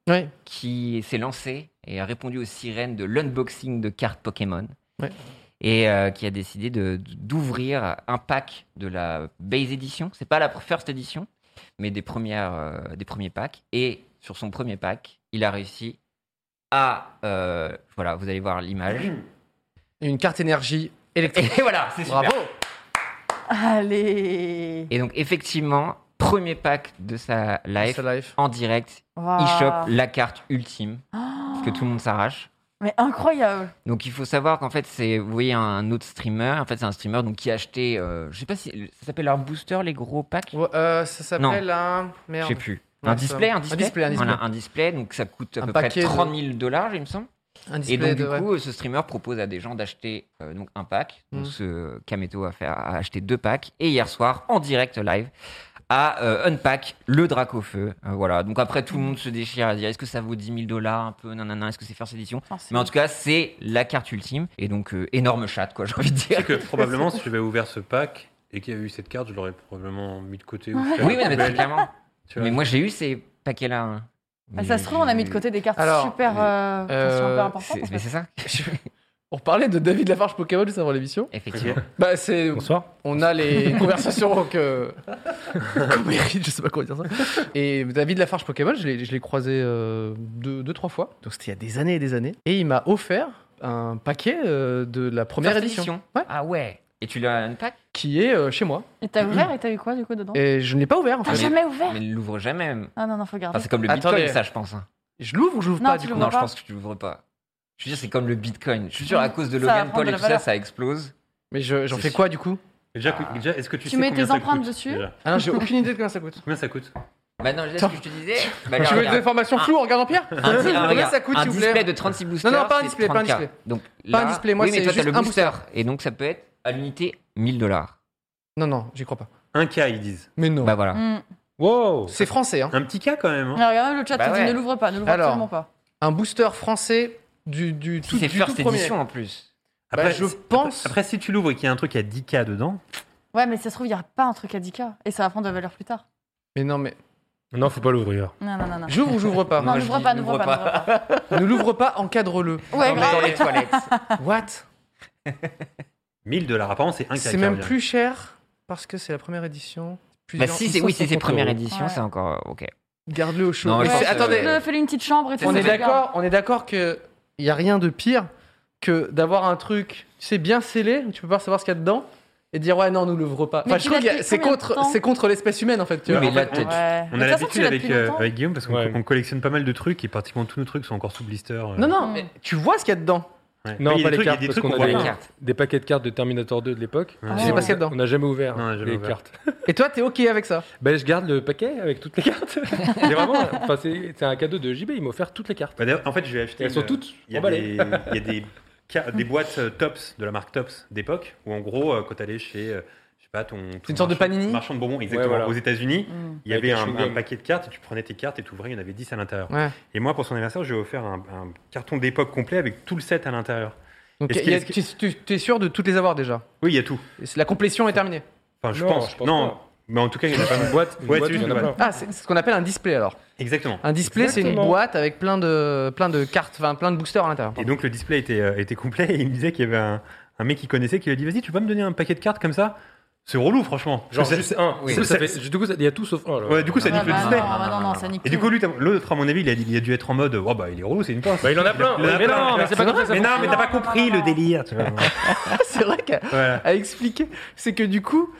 A: Ouais.
D: qui s'est lancé et a répondu aux sirènes de l'unboxing de cartes Pokémon.
A: Ouais.
D: Et euh, qui a décidé de- d'ouvrir un pack de la base edition. C'est pas la first edition, mais des, premières, euh, des premiers packs. Et sur son premier pack, il a réussi à. euh, voilà, vous allez voir l'image.
A: Et une carte énergie
D: Et
A: électrique.
D: voilà, c'est super.
A: Bravo
C: Allez.
D: Et donc, effectivement, premier pack de sa life
A: Insta Life.
D: en direct.
C: Waouh.
D: Il chope la carte ultime que tout le monde s'arrache.
C: Mais incroyable.
D: Donc il faut savoir qu'en fait c'est vous voyez un autre streamer en fait c'est un streamer donc qui a acheté euh, je sais pas si ça s'appelle leur booster les gros packs
A: Ouais, euh, ça s'appelle un.
D: je
A: Merde.
D: sais plus
A: Ouais,
D: un
A: ça-
D: display,
A: un
D: un display
A: display, un display.
D: Voilà, un display donc ça coûte à
A: Un
D: peu près
A: paquet de-
D: 30 000 dollars il me semble
A: Un
D: et
A: display
D: donc du
A: de. ouais.
D: coup, ce streamer propose à des gens d'acheter euh, donc un pack. Donc
A: Mm.
D: ce Kameto a, fait, a acheté deux packs et hier soir en direct live a euh, unpack le drac au feu. Euh, voilà. Donc après tout le monde se déchire à dire est-ce que ça vaut 10 000 dollars un peu nanana est-ce que c'est first edition.
C: Enfin, c'est-
D: Mais en tout cas c'est la carte ultime et donc euh, énorme chatte quoi j'ai envie de dire.
B: C'est que probablement, si j'avais ouvert ce pack et qu'il y avait eu cette carte, je l'aurais probablement mis de côté. ou fait à la
D: Oui mais, mais
B: poubelle,
D: très clairement.
B: tu vois.
D: Mais moi j'ai eu ces hein. paquets là.
C: Ah, ça se trouve, on a mis de côté des cartes
A: Alors,
C: super, euh, qui sont
A: euh,
C: super importantes. en
D: Mais
C: fait.
D: c'est ça
A: On parlait de David Lafarge Pokémon juste avant l'émission.
D: effectivement.
A: Bah, c'est.
F: Bonsoir.
A: On a les conversations que. qu'on mérite, je sais pas comment dire ça. Et David Lafarge Pokémon, je l'ai je l'ai croisé euh, deux, deux, trois fois. Donc c'était il y a des années et des années. Et il m'a offert un paquet euh, de la première
D: First
A: édition, Ouais.
D: Ah ouais. Et tu l'as unpack
A: qui est euh, chez moi.
C: Et t'as ouvert et t'as eu quoi du coup dedans
A: Et je ne l'ai pas ouvert en
C: T'as
A: fait.
C: jamais ouvert
D: Mais il l'ouvre jamais même.
C: Ah non, non, faut garder.
D: Enfin, c'est comme le
A: Attendez.
D: Bitcoin, ça, je pense. hein.
A: Je l'ouvre ou je l'ouvre
C: Non,
A: pas
C: tu
A: du coup
C: l'ouvres
D: Non, je
C: pas.
D: pense que tu l'ouvres pas. Je veux dire, c'est comme le Bitcoin. Je suis sûr, à
C: Mmh.
D: cause de
C: Ça va
D: Logan
C: prendre
D: Paul et tout
C: de la
D: ça,
C: valeur.
D: ça explose.
A: Mais je- j'en
D: C'est
A: fais
D: sûr.
A: quoi du coup
B: Déjà, cou- déjà, est-ce que tu,
C: Tu
B: sais
C: mets
B: combien
C: tes
B: ça
C: empreintes
B: coûte,
C: dessus
B: déjà
A: Ah non, j'ai aucune idée de combien ça coûte.
B: Combien ça coûte
D: Bah non, là, ce que je te disais. Bah,
A: Tu veux
D: regarde.
A: des informations
D: Ah.
A: floues en regardant Pierre
D: Un, un-
A: Combien
D: regarde,
A: ça coûte,
D: un
A: s'il vous plaît
D: display de 36 boosters.
A: Non, non, pas un
D: c'est
A: display, pas un
D: 30K.
A: display.
D: Donc,
A: Pas
D: là-
A: un display, moi,
D: oui, mais
A: c'est
D: toi, t'as
A: juste
D: le
A: un
D: booster. Et donc, ça peut être à l'unité 1000 dollars.
A: Non, non, j'y crois pas.
B: Un k ils disent.
A: Mais non. Mmh.
D: Bah voilà.
C: Hmm.
B: Wow
A: C'est français. Hein.
B: Un petit cas quand même. hein.
C: Alors, regarde, le chat
D: Bah
C: te dit
D: ouais.
C: ne l'ouvre pas, ne l'ouvre
A: Alors.
C: absolument pas.
A: Un booster français du, du tout,
D: Si c'est
A: du tout
D: first
A: premier.
D: édition en plus.
A: Bah, je
B: si-
A: pense-
B: Après, si tu l'ouvres et qu'il y a un truc à 10K dedans,
C: Ouais, mais si ça se trouve, il n'y a pas un truc à 10K et ça va prendre de la valeur plus tard.
A: Mais non, mais
F: Non, faut pas l'ouvrir.
C: Non, non, non, non.
A: j'ouvre ou j'ouvre pas
C: Non,
D: Moi, je
C: n'ouvre
D: dis
C: pas,
D: n'ouvre
C: n'ouvre pas,
D: pas.
C: n'ouvre pas.
A: Ne l'ouvre pas, encadre-le.
C: Ouais,
D: Non, mais dans
C: grave.
D: les toilettes.
A: What
B: 1000 dollars. Apparemment, c'est un cas
A: C'est
B: qui
A: même
B: revient.
A: plus cher parce que c'est la première édition.
D: Bah,
A: Plusieurs-
D: si c'est oui, si c'est
A: 150
D: première
A: euros.
D: édition,
C: Ouais.
D: c'est encore ok.
A: Garde-le au chaud.
D: Non,
A: Mais
D: je pense
A: c'est-
D: que-
A: Attendez,
C: Fais-le- Fais-lui une petite chambre et tout.
A: on
C: c'est
A: est
C: bien.
A: d'accord, on est d'accord que il y a rien de pire que d'avoir un truc, tu sais, bien scellé, où tu peux pas savoir ce qu'il y a dedans, et dire ouais non, nous l'ouvre pas.
C: Mais
A: Enfin, je
C: tu
A: trouve
C: l'as
A: que
C: pris
A: c'est
C: combien de
A: contre,
C: temps
A: c'est contre l'espèce humaine en fait. Tu
D: Oui,
A: vois.
D: mais là,
B: on-
C: Ouais.
B: On
C: Mais
B: a
C: de toute façon, tu
B: l'habitude
C: l'as
B: avec,
C: depuis
B: euh,
C: longtemps.
B: avec Guillaume parce qu'on
F: Ouais.
B: on collectionne pas mal de trucs et pratiquement tous nos trucs sont encore sous blister. euh.
A: Non non,
C: Hmm.
A: mais tu vois ce qu'il y a dedans.
B: Ouais.
F: Non,
B: Mais il y a
F: pas
B: des
F: les
B: trucs- il y a
F: cartes,
B: des
F: parce
B: trucs
F: qu'on
B: qu'on
F: a
B: voit
F: des,
B: pas.
D: cartes.
F: des paquets de cartes de Terminator 2 de l'époque.
B: Ouais.
C: Ah
A: Je
C: ouais.
A: sais pas ce qu'il y a dedans.
F: On n'a jamais ouvert
B: Non, on n'a jamais
F: les
B: ouvert.
F: cartes.
A: Et toi, t'es ok avec ça
F: Ben, je garde le paquet avec toutes les cartes. J'ai vraiment, enfin, c'est c'est un cadeau de JB, il m'a offert toutes les cartes.
B: Bah, d'ailleurs, en fait, je vais acheter.
F: Elles sont
B: une-
F: toutes
B: Il y a
F: emballées.
B: des, il y a des, ca- des boîtes euh, Tops de la marque Tops d'époque où, en gros, euh, quand t'allais chez. euh, Je sais pas, ton. ton
A: C'est une sorte de
B: marchand-
A: panini
B: Marchand de bonbons, exactement.
F: voilà.
B: Aux États-Unis,
C: Mm.
B: il y avait
F: Avec un
B: un,
F: chewing-gum.
B: un paquet de cartes et tu prenais tes cartes et tu ouvrais, il y en avait 10 à l'intérieur.
A: Ouais.
B: Et moi, pour son anniversaire, je lui ai offert un, un carton d'époque complet avec tout le set à l'intérieur.
A: Donc,
B: Est-ce
A: il y a-
B: que-
A: tu, tu- tu es sûr de toutes les avoir déjà
B: Oui, il y a tout.
A: Et c'est- La complétion est terminée.
B: Enfin, je
F: Non,
B: pense.
F: je pense
B: non,
F: pas.
B: mais en tout cas, il y en a pas
F: Une
B: mal.
F: boîte, une
B: Ouais,
F: boîte,
B: tu-
F: il y en a
B: tu-
F: plein.
A: Ah, c'est c'est ce qu'on appelle un display alors.
B: Exactement.
A: Un display, c'est une
F: Exactement.
A: boîte avec plein de, plein de cartes, enfin plein de boosters à l'intérieur.
B: Et donc, le display était, euh, était complet et il me disait qu'il y avait un, un mec qui connaissait qui lui a dit Vas-y, tu peux me donner un paquet de cartes comme ça C'est relou, franchement.
F: Genre
B: Parce que
F: juste
B: c'est-
F: un.
B: oui.
F: Ça, ça fait- du coup, ça- il y a tout sauf un. là.
B: Ouais, du coup, ça
C: Ah
B: nique le
C: bah
B: display.
C: non, ah bah non, non, ça nique
B: Et du
C: tout.
B: coup, lui, t'as- l'autre, à mon avis, il a, il a dû être en mode Oh, bah, il est relou, c'est une pince.
F: Bah, il en a plein.
B: Il en a
F: Mais
B: plein.
F: non, mais c'est pas comme ça que ça
B: Mais non, mais
F: fonctionne.
B: t'as pas
C: Non, non,
B: compris
C: non,
B: le
C: non.
B: délire. tu vois.
A: c'est vrai qu'à
B: Voilà.
A: à expliquer, c'est que du coup,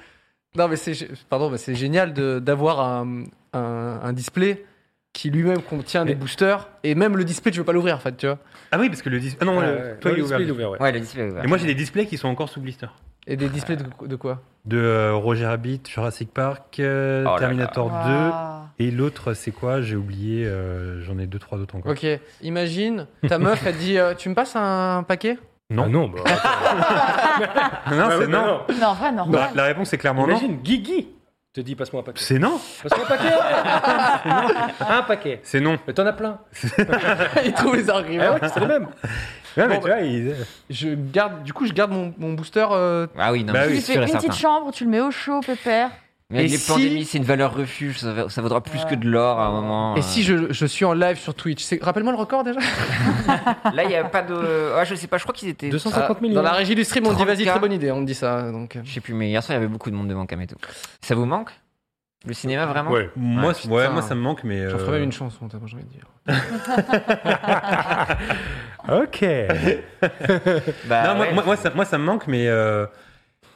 A: non mais c'est, gé- pardon, mais c'est génial de- d'avoir un, un- un display qui lui-même contient des
F: Mais-
A: boosters et même le display, tu veux pas l'ouvrir en fait, tu vois.
B: Ah oui, parce que le display. Ah non,
F: Ouais,
B: le-
F: ouais,
B: toi,
F: ouais,
B: il
F: le
B: est ouvert.
F: display, il est ouvert, ouais.
D: Ouais, le display est ouvert.
B: Et moi, j'ai des displays qui sont encore sous blister.
A: Et des displays de, de quoi
B: De euh, Roger Rabbit, Jurassic Park, euh,
D: Oh là là.
B: Terminator 2.
C: Waouh.
B: Et l'autre, c'est quoi J'ai oublié, euh, j'en ai deux, trois autres encore.
A: Ok, imagine, ta meuf elle dit, euh, tu me passes un paquet
B: Non.
F: Ah non, bah.
B: Ah Non,
A: Ah
F: bah
B: c'est
F: oui, bah
B: non.
C: Non, en vrai,
B: Bah,
C: normal.
B: la réponse, c'est clairement non.
F: Imagine, Guigui te dit passe-moi un paquet.
B: C'est non.
F: Passe-moi un paquet Un paquet.
B: C'est non.
F: Mais t'en as plein.
A: bah, Il trouve les
F: Ah
A: arguments.
F: ouais, c'est les mêmes.
B: Ouais, mais
A: Bon,
B: tu
A: bah-
B: vois, il-
A: Je garde, du coup, je garde mon, mon booster. euh,
D: Ah oui, non,
B: Bah
D: mais
C: Tu
D: c'est
C: lui
B: oui,
C: fais
D: sûr
C: une
D: et certain.
C: petite chambre, tu le mets au chaud, pépère.
D: Mais
A: Et
D: les
A: si-
D: pandémies, c'est une valeur refuge, ça, va- ça vaudra plus que de l'or à un moment.
A: Et
D: euh.
A: si je, je suis en live sur Twitch, c'est- rappelle-moi le record déjà.
D: Là, il n'y a pas de. Ah, je sais pas, je crois qu'ils étaient.
F: 250
A: Ah,
F: 000
A: Dans la régie du stream, on dit vas-y,
D: 30K.
A: très bonne idée, on me dit ça. Donc, euh,
D: Je sais plus, mais hier soir, il y avait beaucoup de monde devant Cam et tout. Ça vous manque Le cinéma, vraiment
F: Ouais.
B: moi,
D: putain.
B: ouais, moi, ça me manque, mais.
A: j'en
B: euh,
A: ferai même une chanson, t'as pas envie de dire.
F: Ok.
D: Bah,
B: Non, moi,
D: ouais.
B: moi- moi, ça, moi, ça me manque, mais. euh,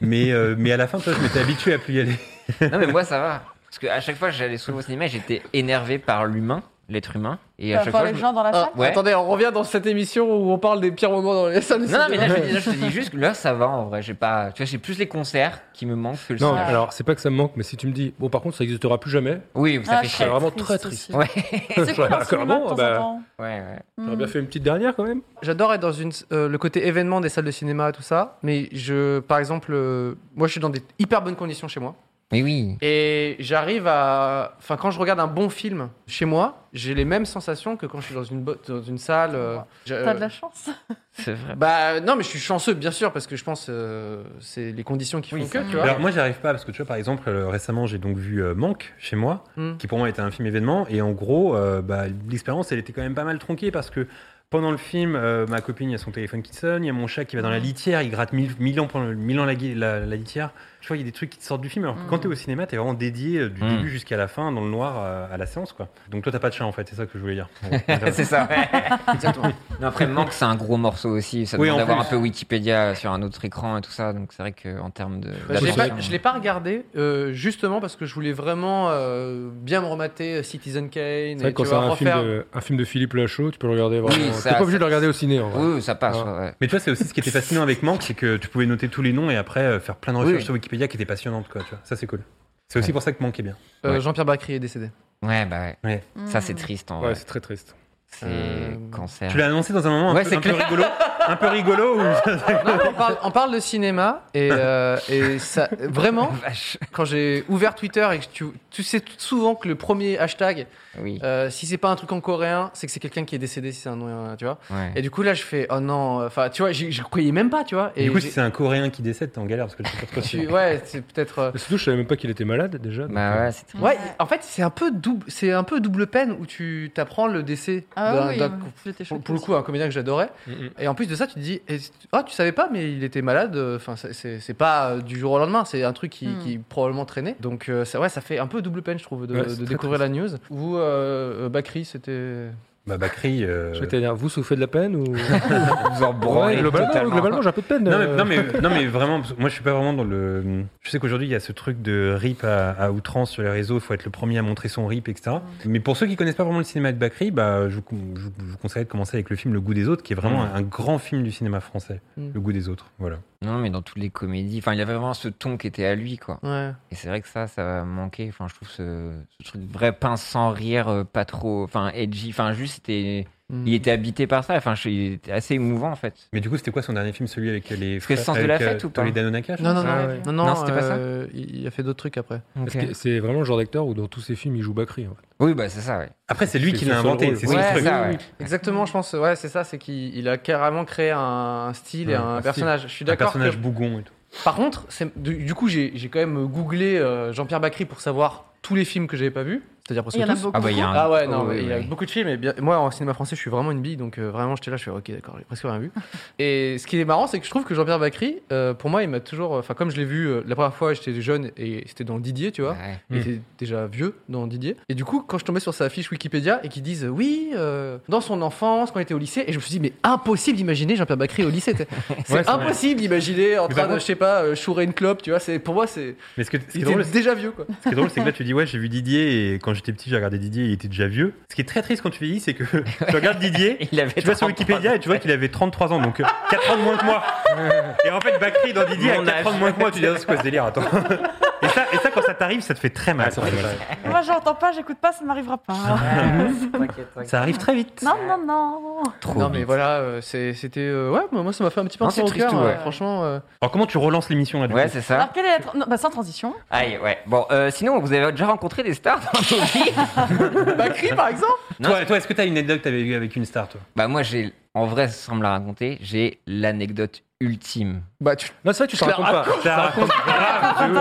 B: Mais, euh, mais à la fin, toi, je m'étais habitué à plus y aller.
D: Non, mais moi, ça va. Parce qu'à chaque fois, j'allais souvent au cinéma et j'étais énervé par l'humain, l'être humain. Et à
C: Enfin,
D: chaque fois.
C: les
D: je me-
C: gens dans la salle.
A: Ah,
D: Ouais.
A: Attendez, on revient dans cette émission où on parle des pires moments dans les salles de
D: Non, non, mais là, je,
A: cinéma.
D: te dis- là, je te dis juste que là, ça va en vrai. J'ai pas. Tu vois, j'ai plus les concerts qui me manquent que le
F: Non,
D: cinéma.
F: alors c'est pas que ça me manque, mais si tu me dis, bon, par contre, ça n'existera plus jamais,
D: Oui, ça
C: Ah,
D: fait
C: je
D: chier.
F: serais- vraiment
C: triste
F: très triste.
C: aussi.
D: Ouais,
C: C'est cool,
F: D'accord,
C: un cinéma de
F: bon,
C: temps en
F: bah,
C: temps.
D: ouais, ouais.
A: Hmm.
F: j'aurais
C: Mm.
F: bien fait une petite dernière quand même.
A: J'adore être dans une, euh, le côté événement des salles de cinéma et tout ça, mais je, par exemple, euh, moi je suis dans des hyper bonnes conditions chez moi.
D: Mais oui.
A: Et j'arrive à. Enfin, quand je regarde un bon film chez moi, j'ai les mêmes sensations que quand je suis dans une, bo- dans une salle. euh, j'ai-
C: T'as de la chance.
D: C'est vrai.
A: Bah non, mais je suis chanceux, bien sûr, parce que je pense euh, c'est les conditions qui
D: Oui,
A: font que,
D: ça-
A: tu vois.
B: Alors, moi, j'y arrive pas, parce que tu vois, par exemple, euh, récemment, j'ai donc vu euh, Manque chez moi.
A: Hmm.
B: qui pour moi était un film événement. Et en gros, euh, bah, l'expérience, elle était quand même pas mal tronquée parce que pendant le film, euh, ma copine, il y a son téléphone qui sonne, il y a mon chat qui va dans
A: Hmm.
B: la litière, il gratte mille, mille ans, pendant- mille ans la, gui- la- la litière. Tu vois, il y a des trucs qui te sortent du film. Alors que quand
A: Hmm.
C: Mm.
B: t'es au cinéma, t'es vraiment dédié euh, du
D: Mm.
B: début jusqu'à la fin, dans le noir, euh, à la séance. quoi. Donc toi, t'as pas de chat en fait, c'est ça que je voulais dire. En gros.
D: C'est ça, ouais. Non, après, Manque, c'est un gros morceau aussi. Ça
B: Oui,
D: demande
B: en
D: d'avoir un
B: plus.
D: peu Wikipédia sur un autre écran et tout ça. Donc, c'est vrai qu'en termes de.
A: Bah, je l'ai
D: d'adaptation-
A: pas- je l'ai pas regardé euh, justement parce que je voulais vraiment euh, bien me remater Citizen Kane.
F: C'est vrai
A: et
F: que quand
A: tu
F: c'est
A: vois,
F: un, film
A: refaire.
F: de- un film de Philippe Lachaud, tu peux le regarder vraiment.
D: Oui, ça-
F: T'es pas obligé
D: ça-
F: de le regarder au ciné en vrai.
D: Oui, oui, ça passe.
F: Ah.
D: ouais, ouais.
B: Mais tu vois, c'est aussi ce qui était fascinant avec Manque, c'est que tu pouvais noter tous les noms et après euh, faire plein de
D: Oui.
B: recherches sur Wikipédia qui étaient passionnantes. Quoi, tu vois. Ça, c'est cool. C'est aussi
D: Ouais.
B: pour ça que Manque est bien.
A: Euh,
D: Ouais.
A: Jean-Pierre Bacry est décédé.
D: Ouais, bah ouais. Ça, c'est
C: Mm.
D: triste en
F: Ouais,
D: vrai.
F: c'est très triste.
D: C'est
A: Euh,
D: cancer.
B: Tu l'as annoncé dans un moment un
D: Ouais,
B: peu,
D: c'est
B: un peu
D: clair.
B: rigolo. un peu rigolo. ou-
A: Non, mais on, parle, on parle de cinéma et, euh, et ça, vraiment,
D: Vache.
A: quand j'ai ouvert Twitter et que tu, tu sais tout- souvent que le premier hashtag,
D: Oui.
A: euh, si c'est pas un truc en coréen, c'est que c'est quelqu'un qui est décédé, si c'est un nom, euh, tu vois.
D: ouais.
A: Et du coup, là, je fais, oh non, enfin, tu vois, j'y- je croyais même pas, tu vois. Et
B: du coup,
A: j'ai-
B: si c'est un Coréen qui décède, t'es en galère parce que tu sais pas trop
A: tu-
B: si-
A: ouais, c'est peut-être. euh,
F: Mais Surtout, je savais même pas qu'il était malade déjà. donc,
D: Bah
F: euh,
D: ouais, c'est triste.
A: Ouais, en fait, c'est un peu double, c'est un peu double peine où tu t'apprends le décès
C: Ah
A: d'un-
C: oui,
A: d'un-
C: j'étais
A: pour,
C: choquée.
A: pour le coup un comédien que j'adorais.
F: mm, mm.
A: Et en plus de ça, tu te dis, et- ah, tu savais pas, mais il était malade. euh, Enfin, c'est- c'est c'est pas euh, du jour au lendemain, c'est un truc qui,
C: Hmm.
A: qui probablement traînait. Donc, euh, ça, ouais, ça fait un peu double peine, je trouve, de,
F: Ouais,
A: de
F: c'est très
A: découvrir la news. Vous, euh, euh, Bakri, c'était.
B: Bah, Bakri. euh,
F: Je vais te dire, vous souffrez de la peine ou
D: Vous en branlez
F: Ouais, globalement,
D: totalement.
F: globalement, j'ai un peu de peine.
B: Non mais,
F: euh.
B: non, mais, non, mais vraiment, parce que moi je suis pas vraiment dans le. Je sais qu'aujourd'hui il y a ce truc de rip à, à outrance sur les réseaux, il faut être le premier à montrer son rip, etc. Mais pour ceux qui connaissent pas vraiment le cinéma de Bakri, bah, je, vous con- je vous- je vous conseille de commencer avec le film Le goût des autres, qui est vraiment
D: Mm.
B: un, un grand film du cinéma français.
A: Mm.
B: Le goût des autres, voilà.
D: Non, mais dans toutes les comédies, enfin, il y avait vraiment ce ton qui était à lui, quoi.
A: Ouais.
D: Et c'est vrai que ça, ça va manquer. Enfin, je trouve ce, ce truc vrai pince sans rire, euh, pas trop, enfin, edgy. Enfin, juste, c'était-
A: Hmm.
D: il était habité par ça. Enfin, je- il était assez émouvant, en fait.
B: Mais du coup, c'était quoi son dernier film, celui avec les.
D: Parce que
B: frères-
D: Sens de
B: avec,
D: la
B: euh,
D: fête ou pas
B: Toledano Nakache
A: Non, non, non,
C: Ah ouais.
A: non, non,
D: Non, c'était pas ça
A: euh, il il a fait d'autres trucs après.
F: Parce que C'est vraiment le genre d'acteur où dans tous ses films il joue Bakri. en fait.
D: Oui, bah, c'est ça, ouais.
B: Après, c'est lui
F: C'est
B: qui
F: son
B: l'a
F: seul
B: inventé,
F: rôle.
B: c'est
F: Oui,
B: son
D: Ouais,
B: truc.
D: ça, ouais.
A: Exactement, je pense, ouais, c'est ça, c'est qu'il il a carrément créé un style et
B: Ouais,
A: un,
B: un
A: personnage. Je suis
B: Un
A: d'accord. que-
B: personnage bougon et tout.
A: Par contre, c'est- du, du coup, j'ai j'ai quand même googlé euh, Jean-Pierre Bacry pour savoir tous les films que j'avais pas vus, c'est-à-dire presque
C: Il y en a
A: tous.
C: beaucoup.
D: Ah, bah, il y a un.
A: Ah ouais,
D: Oh,
A: non, mais
D: oui,
A: il y a
D: oui.
A: beaucoup de films. Et bien, moi, en cinéma français, je suis vraiment une bille, donc euh, vraiment, j'étais là, je suis ok, d'accord, j'ai presque rien vu. et ce qui est marrant, c'est que je trouve que Jean-Pierre Bacry, euh, pour moi, il m'a toujours. Enfin, comme je l'ai vu euh, la première fois, j'étais jeune et c'était dans le Didier, tu vois.
D: Ouais.
A: Il était déjà vieux dans Didier. Et du coup, quand je tombais sur sa fiche Wikipédia et qu'ils disent euh, oui, euh, dans son enfance, quand il était au lycée, et je me suis dit, mais impossible d'imaginer Jean-Pierre Bacry au lycée. t'sais. C'est
B: vrai.
A: impossible d'imaginer en
B: Mais
A: train
B: par
A: de,
B: contre-
A: je sais pas, euh, chourer une clope, tu vois. c'est- Pour moi, c'est.
B: Mais ce, que, ce qui est
A: Il était
B: drôle, c'est-
A: déjà vieux, quoi.
B: ce qui est drôle, c'est que là, tu dis, ouais, j'ai vu Didier, et quand j'étais petit, j'ai regardé Didier, il était déjà vieux. Ce qui est très triste quand tu vieillis, c'est que tu regardes Didier,
D: Il avait
B: Tu vas
D: 33
B: sur Wikipédia et tu vois qu'il avait 33 ans, donc 4 ans de moins que moi. Et en fait, Bakri dans Didier a
D: Mon
B: 4 ans de
D: âge.
B: moins que moi, tu dis, Ah, c'est quoi ce délire, attends. Et ça, et ça quand ça t'arrive, ça te fait très mal.
C: Moi, j'entends pas, j'écoute pas, ça m'arrivera pas.
B: ça arrive très vite.
C: non, non, non.
D: Trop
A: Non, mais
D: vite.
A: voilà, euh, c'est- c'était. euh, ouais, moi, ça m'a fait un petit
D: Non,
A: pincement
D: c'est
A: au
D: triste,
A: cœur,
D: ouais.
A: euh, franchement. euh,
B: Alors, comment tu relances l'émission là du
D: Ouais,
B: coup
D: c'est ça.
C: Alors, quelle est la. tra- non, bah, sans transition.
D: Aïe, ouais. Bon, euh, sinon, vous avez déjà rencontré des stars dans vos vies
A: Bakri, par exemple
D: Non,
B: Toi, toi, est-ce que t'as une anecdote que t'avais eue avec une star, toi
D: Bah, moi, j'ai, en vrai, sans me la raconter, j'ai l'anecdote ultime.
A: Bah, tu.
F: Non, c'est vrai, tu te
A: la
F: racontes pas.
B: Ça raconte-
C: Attends,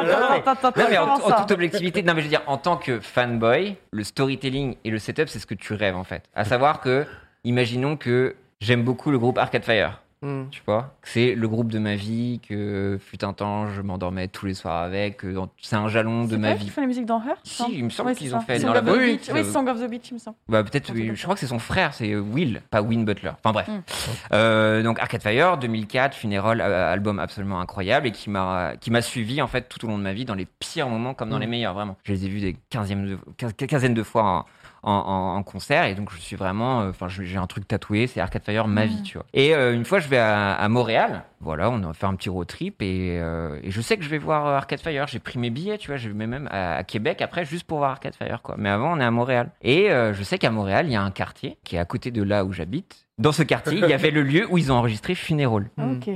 C: attends, attends,
D: Non, mais en,
C: comment
D: en
C: ça
D: toute objectivité, non, mais je veux dire, en tant que fanboy, le storytelling et le setup, c'est ce que tu rêves en fait. À savoir que, imaginons que j'aime beaucoup le groupe Arcade Fire,
A: Hmm.
D: tu vois, que c'est le groupe de ma vie, que fut un temps, je m'endormais tous les soirs avec, que dans- c'est un jalon de
C: C'est
D: ma
C: eux qui
D: vie.
C: font la musique dans Her
D: Si, il me semble
C: Oui,
D: qu'ils
C: c'est
D: ont
C: ça.
D: fait
C: Song
D: dans la
C: of the
D: bonne-
C: Beach. Oui,
D: Euh,
C: Song of the Beach, il me semble.
D: Bah peut-être,
C: Un truc comme
D: je crois que c'est son frère, c'est Will, pas Win Butler. Enfin bref.
C: Mm.
D: Euh, donc Arcade Fire, 2004, Funeral, euh, album absolument incroyable et qui m'a qui m'a suivi en fait tout au long de ma vie dans les pires moments comme dans
C: Mm.
D: les meilleurs vraiment. Je les ai vus des quinzièmes de, quinze- quinzaines de fois en, en- en- en concert et donc je suis vraiment, euh, enfin je- j'ai un truc tatoué, c'est Arcade Fire, ma vie tu vois. Et euh, une fois je vais à, à Montréal, voilà, on a fait un petit road trip et, euh, et je sais que je vais voir Arcade Fire. J'ai pris mes billets, tu vois, je vais même à, à Québec après juste pour voir Arcade Fire, quoi. Mais avant, on est à Montréal. Et euh, je sais qu'à Montréal, il y a un quartier qui est à côté de là où j'habite. Dans ce quartier, il y avait le lieu où ils ont enregistré Funeral,
A: Hmm.
C: Ok.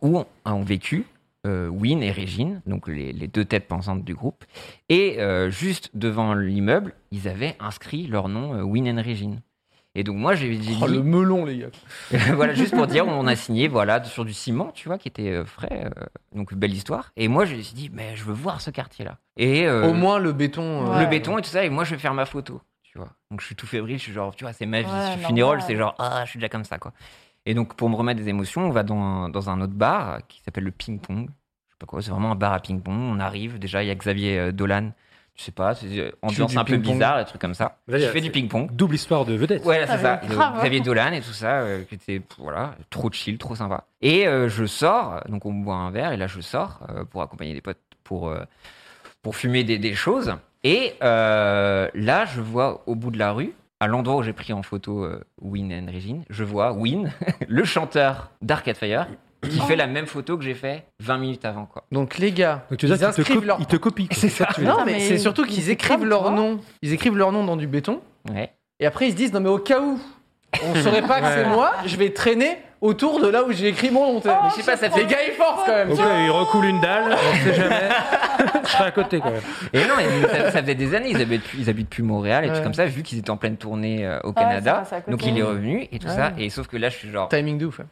D: où ont, ont vécu euh, Win et Régine, donc les, les deux têtes pensantes du groupe. Et euh, juste devant l'immeuble, ils avaient inscrit leur nom euh, Win and Régine. Et donc moi, j'ai j'ai dit...
A: Oh, le melon, les gars.
D: voilà, juste pour dire, on a signé voilà, sur du ciment, tu vois, qui était euh, frais. euh, donc, belle histoire. Et moi, je me suis dit, mais je veux voir ce quartier-là. Et euh,
A: Au moins, le béton.
C: Ouais.
D: le béton et tout ça, et moi, je vais faire ma photo, tu vois. Donc, je suis tout fébrile, je suis genre, tu vois, c'est ma vie.
C: Ouais,
D: ce funéral,
C: normal.
D: c'est genre, ah, je suis déjà comme ça, quoi. Et donc, pour me remettre des émotions, on va dans un, dans un autre bar qui s'appelle le Ping Pong. Je sais pas quoi, c'est vraiment un bar à ping-pong. On arrive, déjà, il y a Xavier euh, Dolan. Je sais pas, c'est euh, ambiance
A: du
D: un peu
A: ping-pong.
D: bizarre, des trucs comme ça.
F: Là, il y
D: je
F: a-
D: fais du ping-pong.
F: Double histoire de vedette.
D: Ouais,
C: Ah,
D: c'est ça.
C: mais
D: de
C: grave.
D: Xavier Dolan et tout ça, euh, qui était voilà, trop chill, trop sympa. Et euh, je sors, donc on boit un verre, et là je sors euh, pour accompagner des potes pour, euh, pour fumer des, des choses. Et euh, là, je vois au bout de la rue, à l'endroit où j'ai pris en photo euh, Win and Regine, je vois Win, le chanteur d'Arcade Fire, qui
C: Oh.
D: fait la même photo que j'ai fait 20 minutes avant. Quoi.
A: Donc, les gars,
F: Donc tu veux
A: ils
F: dire qu'ils te,
A: inscrivent
F: copient-
A: leur.
F: ils te copient. quoi.
D: C'est ça.
F: tu veux dire.
A: Non,
C: Putain,
A: mais
C: mais
A: c'est surtout
C: ils-
A: qu'ils
C: ils
A: écrivent
C: comme
A: leur
C: toi.
A: nom. Ils écrivent leur nom dans du béton.
D: Ouais.
A: Et après, ils se disent, non, mais au cas où, on saurait pas que c'est moi, je vais traîner autour de là où j'ai écrit mon nom. tu sais.
C: Oh,
A: Mais je sais pas, ça fait gars, il force quand même.
F: Ok, il recoule une dalle, on sait jamais. Je serai à côté quand même.
D: Et non, mais ça, ça faisait des années, ils habitent plus, ils habitent plus Montréal et tout
A: Ouais.
D: comme ça, vu qu'ils étaient en pleine tournée euh, au
C: c'est
D: Canada.
C: passé à côté.
D: donc il est revenu et tout
A: Ouais.
D: ça. Et sauf que là, je suis genre,
A: Timing de ouf. ouais.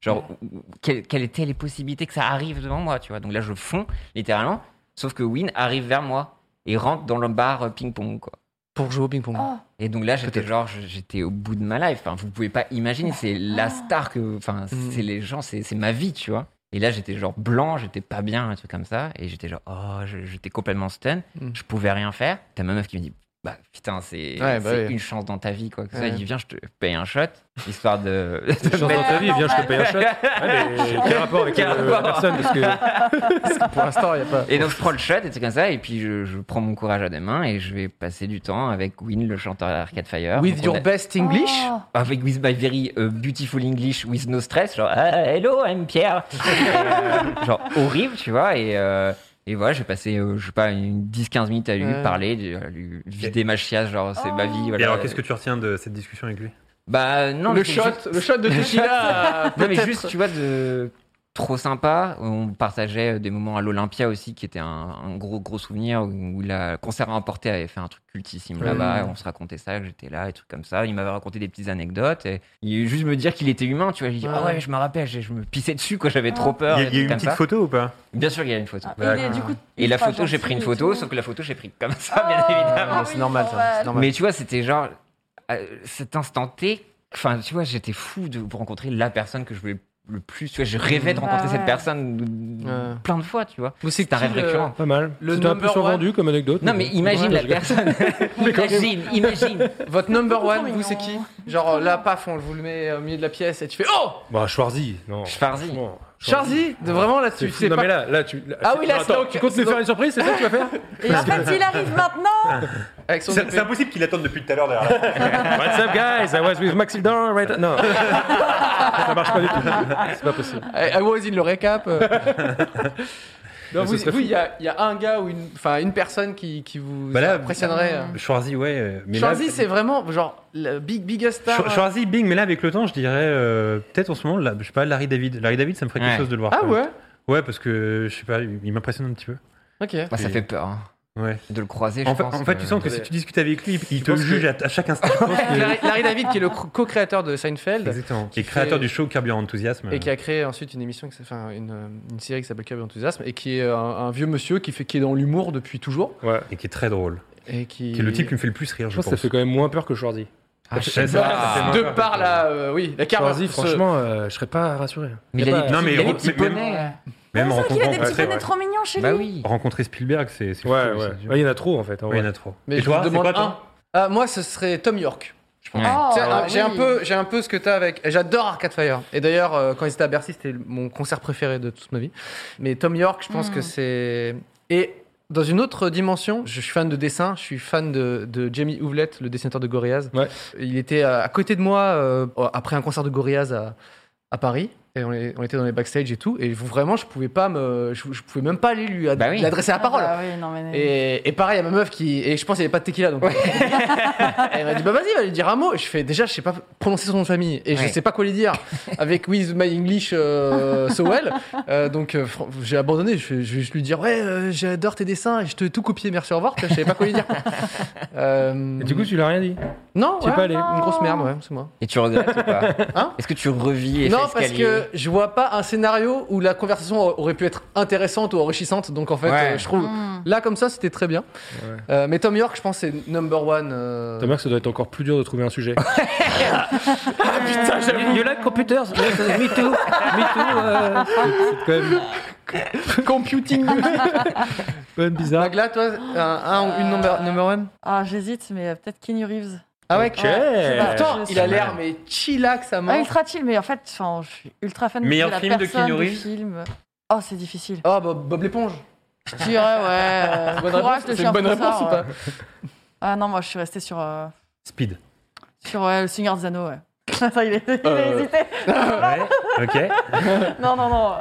D: genre ou- ou- quelle- quelles étaient les possibilités que ça arrive devant moi, tu vois. Donc là, je fonds littéralement. Sauf que Win arrive vers moi et rentre dans le bar euh, ping-pong, quoi.
A: Pour jouer au ping-pong.
C: Oh.
D: Et donc là, j'étais
A: Peut-être.
D: genre, je- j'étais au bout de ma life. Enfin, vous pouvez pas imaginer, c'est la star que, enfin,
F: Ah.
A: Mm.
D: c'est les gens, c'est c'est ma vie, tu vois. Et là, j'étais genre blanc, j'étais pas bien, un truc comme ça. Et j'étais genre, oh, je- j'étais complètement stun.
A: Mm.
D: Je pouvais rien faire. T'as ma meuf qui me dit, bah putain, c'est
A: Ouais, bah
D: c'est
A: oui.
D: une chance dans ta vie, quoi. Que ça,
A: Ouais.
D: il dit, viens, je te paye un shot, histoire de.
F: Une chance dans ta vie, viens, je te paye un shot. Ouais, mais quel rapport avec
D: Quel
F: euh, la
D: rapport
F: personne Parce que
A: Pour l'instant, il a pas.
D: Et donc je prends le shot et tout comme ça, et puis je, je prends mon courage à deux mains et je vais passer du temps avec Win, le chanteur d'Arcade Fire.
A: With
D: Donc, on
A: your
D: a-
A: best English
C: Oh.
D: avec With My Very euh, Beautiful English with No Stress, genre Ah, Hello, I'm Pierre. Et, euh, genre horrible, tu vois. Et, euh, et voilà, j'ai passé, euh, je sais pas, une 10-15 minutes à lui
A: Ouais.
D: parler, à lui vider ma chiasse, genre c'est
C: Oh.
D: ma vie. Voilà.
B: Et alors, qu'est-ce que tu retiens de cette discussion avec lui
D: Bah non,
A: le
D: mais c'est
A: shot,
D: juste-
A: le shot de
D: Le
A: Tushila.
D: Non, mais juste, tu vois, de trop sympa. On partageait euh, des moments à l'Olympia aussi, qui était un, un gros, gros souvenir où la concert à emporter avait fait un truc cultissime
A: Ouais.
D: là-bas. On se racontait ça, que j'étais là, et trucs comme ça. Il m'avait raconté des petites anecdotes. Et il juste me dire qu'il était humain, tu vois. J'ai dit,
A: Ouais.
D: ah ouais, je me rappelle, j'ai- je me pissais dessus, quoi, j'avais trop peur.
B: Il y
D: et
B: a, il y a
D: trucs
B: une
D: comme
B: petite
D: ça.
B: photo ou pas
D: Bien sûr, il y a une photo.
C: Et Ah. il est, du coup,
D: Et la
C: ultra
D: photo, j'ai
C: gentil
D: pris une
C: et
D: photo,
C: tout.
D: sauf que la photo, j'ai pris comme ça, bien évidemment.
C: Ah
A: c'est
C: oui,
A: normal, ça.
C: normal.
A: C'est normal.
D: Mais tu vois, c'était genre euh, cet instant T. Enfin, tu vois, j'étais fou de rencontrer la personne que je voulais le plus. Tu vois, je rêvais de
C: Bah
D: rencontrer cette
C: ouais.
D: personne
A: Ouais.
D: plein de fois, tu vois.
A: Mais
D: C'est un
A: qui
D: rêve
A: le-
D: récurrent.
F: pas mal.
A: euh, Le
F: C'était un
A: number
F: peu
A: one.
F: survendu comme anecdote.
D: Non, mais imagine
F: Ouais,
D: la
F: je rigole.
D: personne. imagine, imagine.
A: Votre number
C: Trop
A: one, vous, c'est qui
C: mignon.
A: Genre euh, là, paf, on vous le met au milieu de la pièce et tu fais Oh
F: Bah, Schwarzy, non.
D: Schwarzy.
F: franchement,
A: Charzy De vraiment là-dessus. C'est
F: C'est fou. Non,
A: pas-
F: mais là, là, tu. là,
A: Ah
F: c'est-
A: oui, là,
F: non,
A: c'est
F: attends,
A: ok,
F: Tu comptes
A: c'est
F: nous faire
A: ok.
F: une surprise, c'est ça que tu vas faire
C: Et en fait, il arrive maintenant
A: Avec son
B: C'est
A: épée.
B: c'est impossible qu'il attende depuis tout à l'heure derrière.
F: What's up, guys? I was with Maxildan, right? Non. ça marche pas du tout. C'est pas possible.
A: I I was in le récap. euh. Non,
F: Mais ce
A: vous,
F: serait
A: vous, il y, a- il y a un gars ou une, enfin, une personne qui, qui vous
B: Bah là,
A: impressionnerait. euh.
B: Schwarzy, ouais. euh, Mais là-
A: Charzy, c'est vraiment genre le big, biggest star.
B: Schwa- Schwarzy, Bing, mais là avec le temps, je dirais euh, peut-être en ce moment, là, je sais pas, Larry David. Larry David, ça me ferait
D: Ouais.
B: quelque chose de le voir.
A: Ah
B: quand même.
A: ouais
B: Ouais, parce que je sais pas, il il m'impressionne un petit peu.
A: Ok.
D: Bah, ça fait peur hein,
B: Ouais.
D: de le croiser, je
B: En fait,
D: pense.
B: en fait,
D: que-
B: tu sens que si tu discutes avec lui, il te
F: penses
B: juge
F: que-
B: à, à chaque instant.
A: Larry, Larry David, qui est le cr- co-créateur de Seinfeld
B: Exactement.
A: Qui
B: Et créateur
A: fait-
B: du show Carburant Enthousiasme.
A: et qui a créé ensuite une émission, qui s- enfin une, euh, une série qui s'appelle Curb Your Enthusiasm et qui est un, un vieux monsieur qui fait qui est dans l'humour depuis toujours
F: Ouais.
B: Et qui est très drôle.
A: et qui,
B: Qui est le type qui me fait le plus rire,
F: Je
B: je
F: pense
B: pense.
F: que ça fait quand même moins peur que Schwarzy.
D: Ah, je sais
B: Ça,
D: pas.
B: ça fait moins
A: Bah, de par
B: peur, parce que-
A: la euh, oui la carte.
F: Schwarzy, franchement, euh, je serais pas rassuré.
D: Mais
F: Y
D: il
F: a
D: a
F: pas-
D: des
B: Non,
D: petits-
B: mais
D: il a des
B: re-
D: petits
B: mais- mais-
D: poneys. hein.
B: Même
C: C'est vrai qu'il a des
B: rencontrant-
C: petits
B: après,
C: poneys trop mignons chez lui.
D: Bah oui.
B: Rencontrer Spielberg, c'est c'est fou,
F: Ouais,
B: c'est-
F: ouais.
B: c'est-
F: Ouais, Il y en a trop en fait. en
B: Ouais, il y en
F: vrai.
B: a trop.
A: Mais
B: et
A: je vous
B: toi, c'est
A: demande
B: quoi
A: un.
B: toi
A: Ah, moi, ce serait Tom York. Je pense.
D: Ouais.
C: Oh,
A: Tu sais, un-
C: oui.
A: J'ai un peu, j'ai un peu ce que t'as avec. J'adore Arcade Fire. Et d'ailleurs, euh, quand ils étaient à Bercy, c'était le- mon concert préféré de toute ma vie. Mais Tom York, je pense
C: Mm.
A: que c'est. Et dans une autre dimension, je suis fan de dessin. Je suis fan de, de Jamie Houblett, le dessinateur de Gorillaz.
F: Ouais.
A: Il était à, à côté de moi euh, après un concert de Gorillaz à, à Paris. Et on, est- on était dans les backstage et tout. Et vraiment, je pouvais pas me, je, je pouvais même pas aller lui ad-
D: Bah oui.
A: lui adresser la
C: Ah
A: parole.
C: bah oui, non, mais-
A: Et, et pareil, à ma meuf qui. Et je pense qu'il n'y avait pas de tequila donc. elle m'a dit, bah vas-y, va lui dire un mot. Je fais, déjà, je sais pas prononcer son nom de famille et je
D: Ouais.
A: sais pas quoi lui dire avec With My English euh, so well. Euh, donc euh, fran- j'ai abandonné. Je, fais- je vais juste lui dire, ouais, euh, j'adore tes dessins et je te tout copier, merci, au revoir. Tu vois, Je savais pas quoi lui dire. Euh,
F: Et du coup, tu l'as rien dit.
A: non,
F: t'y es
A: ouais,
F: pas allé.
A: une grosse merde, ouais, c'est moi.
D: Et tu regrettes ou pas
A: Hein
D: Est-ce que tu revis et
A: Non,
D: fais
A: parce
D: escalier
A: que je vois pas un scénario où la conversation aurait pu être intéressante ou enrichissante. Donc en fait,
D: Ouais.
A: euh, je trouve.
C: Hmm.
A: Là, comme ça, c'était très bien.
F: Ouais.
A: Euh, mais Tom York, je pense, c'est number one. euh,
F: Ta mère, ça doit être encore plus dur de trouver un sujet. Ah,
A: Putain, j'avoue.
F: like computers? uh, me too. Me too. C'est quand même
A: Computing music.
F: même bizarre.
A: Donc là, toi, un, un ou une number, number one
C: Ah, j'hésite, mais euh, peut-être Kenny Reeves.
A: Ah ouais
F: Ok.
A: Pourtant,
C: Je sais
A: il a
C: pas.
A: l'air, mais chillax à
C: Ah,
A: mort.
C: ultra chill, mais en fait, enfin, je suis ultra fan
B: Meilleur
C: de la
B: film de
C: personne,
B: Keanu
C: du
B: Reeves
C: film. Oh, c'est difficile.
A: Ah, Bob, Bob l'éponge.
C: Je dirais, ouais. euh, courage de
A: C'est
C: chien
A: une bonne
C: Frossard,
A: réponse ou
C: ouais.
A: pas
C: Ah non, moi, je suis restée sur, euh,
B: Speed.
C: sur ouais, le Seigneur des Anneaux, ouais. Attends, il a, il a
A: Euh.
C: hésité.
B: Ouais, ok.
C: Non, non, non.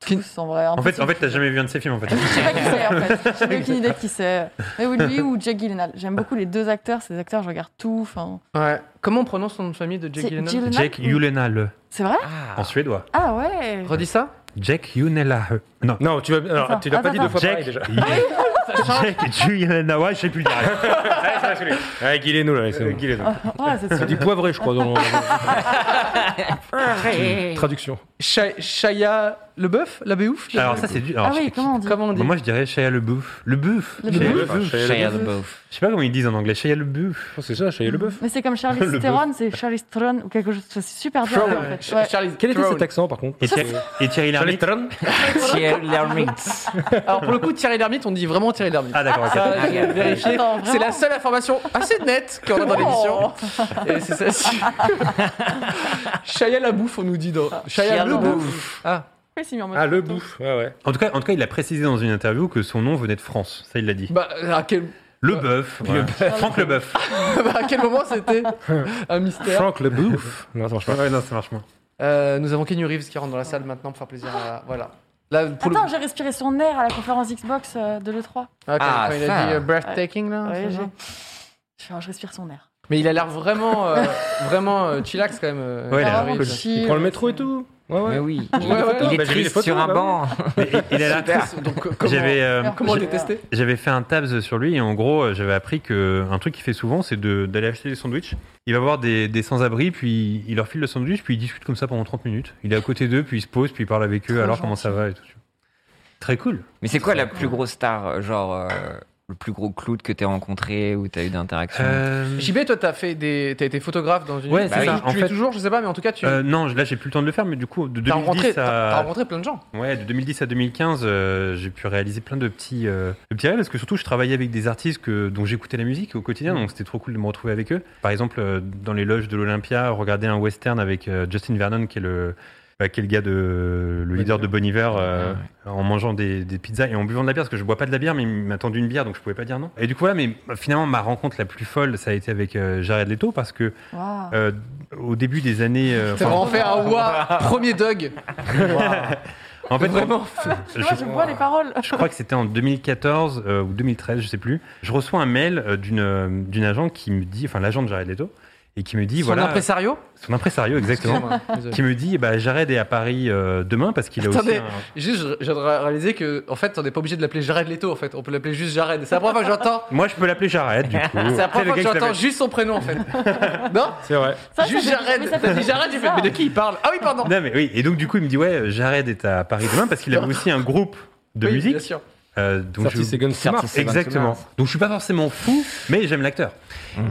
C: tous en vrai.
B: En fait, en
C: Impossible.
B: fait, t'as jamais vu un de ces films en fait.
C: Je sais pas qui c'est en fait. J'ai aucune idée de qui c'est. Mais oui, lui ou Jake Gyllenhaal. J'aime beaucoup les deux acteurs. Ces acteurs, je regarde tout. Enfin,
A: Ouais. Comment on prononce son nom de famille de Jake
C: C'est
A: Gyllenhaal
C: Gyllenhaal.
B: Jake Gyllenhaal
C: c'est vrai
D: Ah.
B: en suédois.
C: Ah ouais.
A: Redis ça
B: Jake Gyllenhaal. Non.
F: Non, tu vas- alors,
C: Attends,
F: tu l'as pas dit
C: attends, Ah
F: deux fois pareil
B: Jake.
F: déjà.
B: Jake Gyllenhaal. Ouais, je sais plus le dire.
F: Allez, ça va saouler. Allez, Guilé-nous là, c'est bon.
C: Ouais, Ah, Oh, c'est
F: Ça dit poivré, je crois, dans la traduction.
A: Cha- Chaya Leboeuf La Béouf La-
B: Alors ça c'est du. alors,
C: Ah oui,
B: je-
C: comment on dit
A: Comment on dit
B: Moi je dirais Shia LeBouf. LeBouf.
C: Le
B: Shia
C: Boeuf.
B: LeBouf.
D: Shia
C: LaBeouf.
D: LaBeouf.
B: Je sais pas comment ils disent en anglais. Shia LeBouf.
F: Oh, C'est ça, Chaya le bœuf.
C: Mais c'est comme Charlie
B: Le
C: Theron, c'est Charlie Theron ou quelque chose. C'est super dur
A: Throne.
C: en fait.
A: Ch-
C: Ouais.
A: Charlie
F: Quel était
A: Throne.
F: cet accent par contre
B: Et Thierry- et Thierry Lhermitte.
F: Tron
D: Thierry Lhermitte.
A: Alors pour le coup, Thierry Lhermitte, on dit vraiment Thierry Lhermitte.
B: Ah d'accord. ok.
A: Ça, j'ai vérifié.
C: Attends, vraiment Oh.
A: C'est la seule information assez nette qu'on a dans l'émission. Et c'est ça. Chaya la bouffe, on nous dit dans. Chaya
D: Chaya
A: le
D: la
A: bouffe. Ah,
C: Pourquoi il s'est mis en mode
F: Ah, le bouffe. Ouais, ouais.
B: En tout cas, en tout cas, il a précisé dans une interview que son nom venait de France. Ça il l'a dit.
A: bah à quel,
B: Le bœuf. voilà. Franck le bœuf.
A: bah, à quel moment c'était un mystère
F: Franck le bouffe. Non, ça marche pas.
B: Ouais, non, ça marche moins.
A: Euh, Nous avons Kenny Reeves qui rentre dans la salle maintenant pour faire plaisir à. Voilà. Là, pour le-
C: Attends, j'ai respiré son air à la conférence Xbox euh, de l'E3.
A: Ah, quand-
D: Ah,
A: quand il a
D: ça.
A: dit euh, breathtaking là.
C: Ouais,
A: c'est
C: j'ai-
A: ça
C: Enfin, je respire son air.
A: Mais il a l'air vraiment, euh, vraiment euh, chillax quand même. euh,
B: Ouais,
A: Kenny
B: il a l'air
C: vraiment
A: Reeves.
C: chill.
F: Il prend le métro et tout. Ouais,
D: Ah, euh, Mais
F: ouais.
D: oui.
A: Ouais, ouais,
D: Il
F: ouais,
D: est
F: bah, j'ai vu les
D: triste
F: photos,
D: sur un
F: bah
D: banc.
F: oui.
B: Et- et- Il a l'air
D: Super.
A: Donc, euh,
B: J'avais
A: comment,
B: euh,
A: comment le
C: J'ai-
A: détester
B: J'avais fait un tabs sur lui et en gros, euh, j'avais appris que un truc qu'il fait souvent, c'est de- d'aller acheter des sandwichs. Il va voir des, des sans-abri, puis il leur file le sandwich, puis il discute comme ça pendant 30 minutes. Il est à côté d'eux, puis il se pose, puis il parle avec eux.
C: Trop
B: alors comment ça va et tout. Très cool.
D: Mais c'est quoi la plus grosse star euh, Genre euh, le plus gros cloud que t'aies rencontré ou t'as eu d'interaction
B: Euh,
A: JB, toi, t'as fait des, t'as été photographe dans une.
B: Ouais,
A: Bah
D: c'est
A: oui.
D: ça.
A: Tu
B: En
A: l'es
B: fait-
A: toujours, je sais pas, mais en tout cas, tu.
B: euh, non, je- là j'ai plus le temps de le faire, mais du coup de 2010
A: T'as rencontré,
B: à
A: t'as- t'as rencontré plein de gens.
B: ouais de 2010 à 2015, euh, j'ai pu réaliser plein de petits euh, de petits rêves parce que surtout je travaillais avec des artistes que dont j'écoutais la musique au quotidien, donc c'était trop cool de me retrouver avec eux. Par exemple, euh, dans les loges de l'Olympia, regarder un western avec euh, Justin Vernon qui est le bah, qui est le gars de le leader de Bon Iver euh, en mangeant des, des pizzas et en buvant de la bière parce que je bois pas de la bière mais il m'a tendu une bière donc je pouvais pas dire non. Et du coup voilà, mais euh, finalement ma rencontre la plus folle ça a été avec euh, Jared Leto parce que
C: Waouh.
B: euh, au début des années euh,
A: T'as vraiment fait un ouah, premier Doug.
B: en fait
A: Vraiment.
C: Tu vois, je vois les paroles.
B: Je crois que c'était en 2014 euh, ou 2013, je sais plus. Je reçois un mail euh, d'une euh, d'une agent qui me dit, enfin l'agent de Jared Leto, et qui me dit
A: Son
B: voilà
A: impresario
B: son impresario exactement,
A: Excusez-moi, désolé.
B: qui me dit bah Jared est à Paris euh, demain parce qu'il a
A: Attendez.
B: aussi un-
A: Juste, je- j'ai réalisé que, en fait, on n'est pas obligé de l'appeler Jared Leto, en fait. On peut l'appeler juste Jared. C'est la première fois que j'entends.
B: Moi je peux l'appeler Jared du coup.
A: C'est la première fois que j'entends
B: j'entends.
A: juste son prénom, en fait. Non
F: C'est vrai.
C: Ça, ça
A: Juste
C: fait- mais
A: Jared.
C: ça fait
A: T'as dit Jared, j'ai fait.
C: bizarre.
A: Mais de qui il parle Ah oui, pardon.
B: Non mais oui et donc du coup il me dit ouais Jared est à Paris demain parce qu'il a aussi un groupe de
A: Oui,
B: musique.
A: Bien sûr.
B: Euh, donc
F: Sorti Second Smart.
D: Sorti-
B: Exactement. Donc je suis pas forcément fou, mais j'aime l'acteur.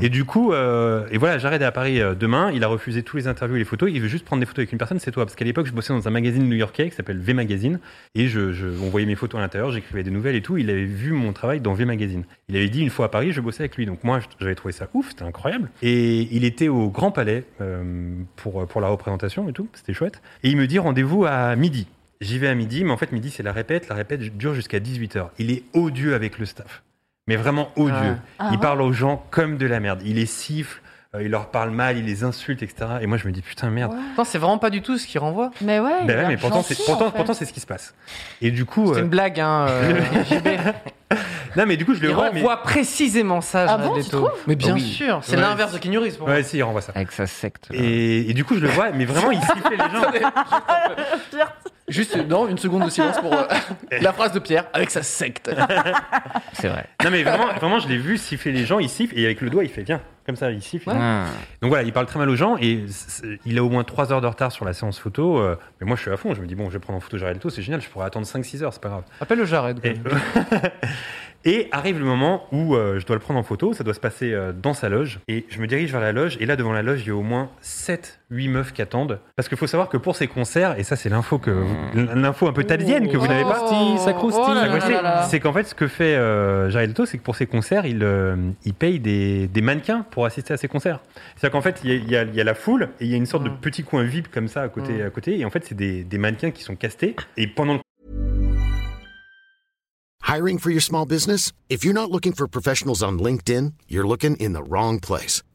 B: Et du coup, euh, et voilà, Jared est à Paris euh, demain. Il a refusé tous les interviews et les photos. Il veut juste prendre des photos avec une personne, c'est toi. Parce qu'à l'époque, je bossais dans un magazine new-yorkais qui s'appelle V Magazine. Et je, je- on voyait mes photos à l'intérieur, j'écrivais des nouvelles et tout. Il avait vu mon travail dans V Magazine. Il avait dit une fois à Paris, je bossais avec lui. Donc moi, je- j'avais trouvé ça ouf, c'était incroyable. Et il était au Grand Palais euh, pour, pour la représentation et tout. C'était chouette. Et il me dit rendez-vous à midi. J'y vais à midi, mais en fait, midi, c'est la répète. La répète dure jusqu'à 18h. Il est odieux avec le staff. Mais vraiment odieux.
C: Ah
B: il
C: ouais
B: parle aux gens comme de la merde. Il les siffle, euh, il leur parle mal, il les insulte, etc. Et moi, je me dis, putain, merde.
C: Ouais.
A: Non, c'est vraiment pas du tout ce qu'il renvoie.
C: Mais ouais. il
B: Ben
C: a
B: ouais, mais
C: l'air
B: pourtant, c'est
C: gentil,
B: pourtant,
C: en fait.
B: pourtant, c'est ce qui se passe. Et du coup.
A: C'est
B: euh,
A: une blague, hein. euh,
B: non, mais du coup, je le
A: Il
B: vois. mais-
A: renvoie précisément ça,
C: Ah
A: Jared
C: bon, tu
A: Leto.
C: trouves
A: Mais bien
B: Oui.
A: sûr, c'est
B: Ouais.
A: l'inverse de Keanu Reeves, pour moi.
B: Ouais, si, il renvoie ça.
D: Avec sa secte. là.
B: Et, et du coup, je le vois, mais vraiment, il siffle les gens.
A: Juste, non, une seconde de silence pour euh, la phrase de Pierre avec sa secte.
D: C'est vrai.
B: Non, mais vraiment, vraiment je l'ai vu siffler les gens, il siffle, et avec le doigt, il fait, viens. Comme ça, il siffle.
D: Ah.
B: Donc voilà, il parle très mal aux gens et c'est- il a au moins 3 heures de retard sur la séance photo. euh, mais moi, je suis à fond. Je me dis, bon, je vais prendre en photo Jared Leto, c'est génial, je pourrais attendre 5-6 heures, c'est pas grave.
A: Appelle le Jared.
B: Et, et arrive le moment où euh, je dois le prendre en photo, ça doit se passer euh, dans sa loge. Et je me dirige vers la loge, et là, devant la loge, il y a au moins 7-8 meufs qui attendent. Parce qu'il faut savoir que pour ces concerts, et ça, c'est l'info que l'info un peu italienne que vous n'avez pas.
F: Sacrosti, sacrosti.
A: Oh là
B: La
A: là
B: question,
A: là là.
B: C'est qu'en fait, ce que fait euh, Jared Leto, c'est que pour ses concerts, il, euh, il paye des, des mannequins pour assister à ses concerts. C'est-à-dire qu'en fait, il y, a- il y a- il y a la foule et il y a une sorte de
A: Mm.
B: petit coin VIP comme ça à côté.
A: Mm.
B: À côté et en fait, c'est des, des mannequins qui sont castés. Et pendant le
H: Hiring for your small business? If you're not looking for professionals on LinkedIn, you're looking in the wrong place.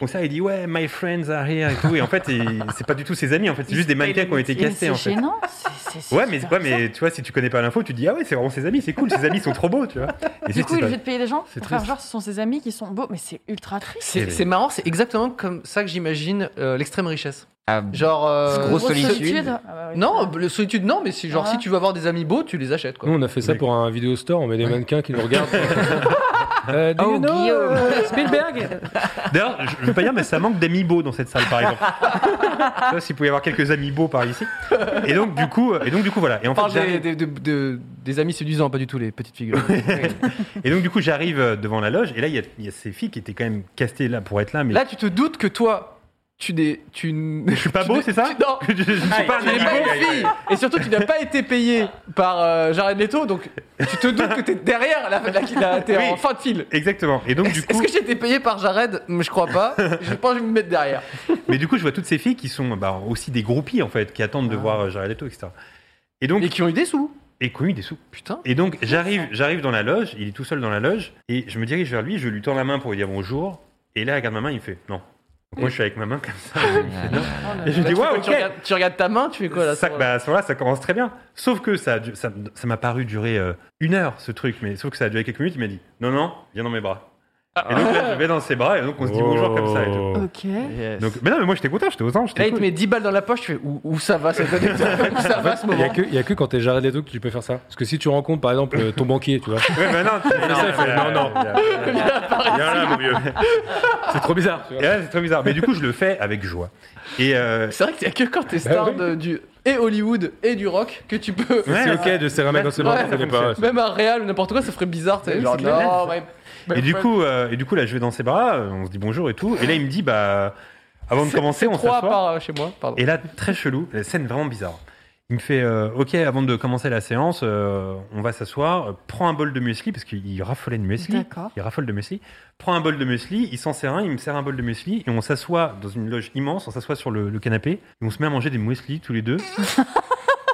B: Comme ça, il dit ouais, my friends are here et tout. Et en fait, il- c'est pas du tout ses amis. En fait, c'est juste des mannequins qui ont été
C: Mais
B: cassés.
C: C'est
B: En fait.
C: gênant. c'est- c'est
B: Ouais, mais
C: super
B: ouais,
C: bizarre.
B: mais tu vois, si tu connais pas l'info, tu dis ah ouais, c'est vraiment ses amis, c'est cool, ses amis sont trop beaux, tu vois.
C: Du
B: Et c'est ce qui
C: coup,
B: se
C: il
B: passe.
C: veut payer les gens
B: C'est
C: pour faire
B: triste.
C: genre ce sont ses amis qui sont beaux, mais c'est ultra triste.
A: C'est c'est marrant, c'est exactement comme ça que j'imagine euh, l'extrême richesse.
D: Ah,
A: Genre. euh,
D: Grosse solitude.
C: Ah bah oui.
A: Non, euh, le solitude, non, mais c'est genre
C: Ah.
A: si tu veux avoir des amis beaux, tu les achètes
F: Nous,
A: quoi.
F: on a fait ça pour un vidéo store, on met des mannequins qui nous regardent.
B: Ah,
F: Euh, do you
D: Oh,
F: know,
D: Guillaume.
F: euh, Spielberg
B: D'ailleurs, je, je veux pas dire, mais ça manque d'amis beaux dans cette salle, par exemple. Tu vois, S'il pouvait y avoir quelques amis beaux par ici. Et donc, du coup, et donc, du coup voilà. Et en
A: On parle
B: fait,
A: des,
B: j'arrive-
A: des, de- de- des amis séduisants, pas du tout les petites figures.
B: et donc, du coup, j'arrive euh, devant la loge, et là, il y, a- il y a ces filles qui étaient quand même castées là pour être là, mais
A: Là, tu te doutes que toi, tu n'es. Tu... n-
B: je suis pas
A: tu
B: beau,
A: n'es-
B: c'est ça
A: tu- Non,
B: Je je- je suis pas un
A: tu n'es
B: ami
A: pas
B: beau.
A: une fille Et surtout, tu n'as pas été payé par euh, Jared Leto, donc tu te doutes que tu es derrière, la, la, la- t'es en
B: Oui.
A: fin de file.
B: Exactement. Et donc,
A: Est-ce
B: du coup,
A: est-ce que j'ai été payé par Jared Mais Je crois pas. Je pense que je vais me mettre derrière.
B: mais du coup, je vois toutes ces filles qui sont bah, aussi des groupies en fait, qui attendent de voir euh, Jared Leto, etc. Et donc,
A: Ah. Et qui ont eu des sous.
B: et qui ont eu des sous.
A: Putain.
B: Et donc j'arrive, j'arrive dans la loge, il est tout seul dans la loge, et je me dirige vers lui, je lui tends la main pour lui dire bonjour, et là il regarde ma main, il me fait non. Donc moi je suis avec ma main comme ça.
A: Oh Là, Bah,
B: et je lui dis
A: tu fais
B: ouais
A: quoi
B: ok.
A: tu, regardes, tu regardes ta main, tu fais quoi là
B: ça,
A: sur-
B: bah, à ce moment-là, ça commence très bien. Sauf que ça, a du- ça, ça m'a paru durer euh, une heure ce truc, mais sauf que ça a duré quelques minutes. Il m'a dit non non, viens dans mes bras.
A: Ah.
B: Et donc
F: Ah.
B: là je vais dans ses bras et donc on se dit bonjour comme ça. Et
F: Oh.
B: euh, tout.
C: Ok.
A: Yes.
B: Donc mais non mais moi j'étais content, j'étais aux anges.
A: Là,
B: j'étais
A: il te
B: cool.
A: met 10 balles dans la poche, tu fais où, où ça va cette connexion Où ça va ce
F: Il y a
A: moment
F: que, il y a que quand t'es Jared Leto que tu peux faire ça. Parce que si tu rencontres par exemple euh, ton banquier, tu vois,
B: Ouais, bah non, tu-
F: il fait, non, non. Ah,
B: Viens là, mon vieux.
F: c'est trop bizarre. Tu
B: Et
F: vois.
B: là, c'est trop bizarre. Mais du coup, je le fais avec joie. Et, euh,
A: C'est vrai que c'est que quand t'es star
F: Bah oui.
A: de- du et Hollywood et du rock que tu peux.
B: Ouais,
F: c'est
B: ouais,
F: ok de serrer la main dans ce
A: Ouais,
F: bras, ça n'est pas.
A: Même un réal ou n'importe quoi, ça ferait bizarre. t'sais,
B: Oui,
A: genre,
B: c'est clair.
A: non, ouais.
B: Et du coup, euh, et du coup, là, je vais dans ses bras, euh, on se dit bonjour et tout. Et là, il me dit, bah, avant de
A: C'est-
B: commencer,
A: c'est
B: on
A: trois
B: s'assoit.
A: par euh, chez moi, pardon.
B: Et là, très chelou, la scène vraiment bizarre. Il me fait, euh, ok, avant de commencer la séance, euh, on va s'asseoir, euh, prends un bol de muesli, parce qu'il raffolait de muesli.
C: D'accord.
B: Il raffole de muesli. Prends un bol de muesli, il s'en sert un, il me sert un bol de muesli, et on s'assoit dans une loge immense, on s'assoit sur le, le canapé, et on se met à manger des muesli tous les deux.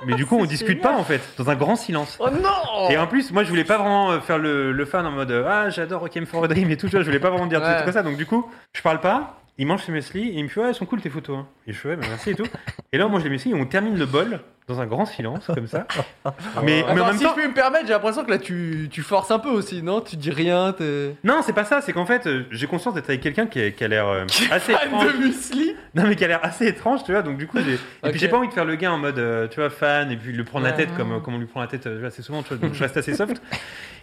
B: Mais du coup, on
C: C'est
B: discute
C: génial.
B: pas, en fait, dans un grand silence.
A: Oh non
B: Et en plus, moi, je voulais pas vraiment euh, faire le, le fan en mode euh, ah j'adore Rock'em for a Dream et tout. tu vois, Je voulais pas vraiment dire tout
A: Ouais.
B: comme ça. Donc du coup, je parle pas. Il mange ses muesli et il me fait ouais, elles sont cool tes photos. hein. Et je fais ouais, bah, merci et tout. Et là, on mange les muesli et on termine le bol dans un grand silence comme ça. mais, mais en
A: Attends,
B: même
A: Ah, si
B: temps,
A: je puis me permettre, j'ai l'impression que là tu, tu forces un peu aussi, non Tu dis rien, t'es.
B: non, c'est pas ça. C'est qu'en fait, euh, j'ai conscience d'être avec quelqu'un qui, a- qui a l'air euh, assez
A: Fan de
B: étrange.
F: Oh.
A: muesli
B: Non, mais qui a l'air assez étrange, tu vois. Donc du coup, j'ai... et
A: Ok.
B: puis j'ai pas envie de faire le gars en mode euh, tu vois fan et puis le prendre la
A: Ouais.
B: tête comme euh, comme on lui prend la tête euh, tu vois, assez souvent. Tu vois, donc je reste assez soft.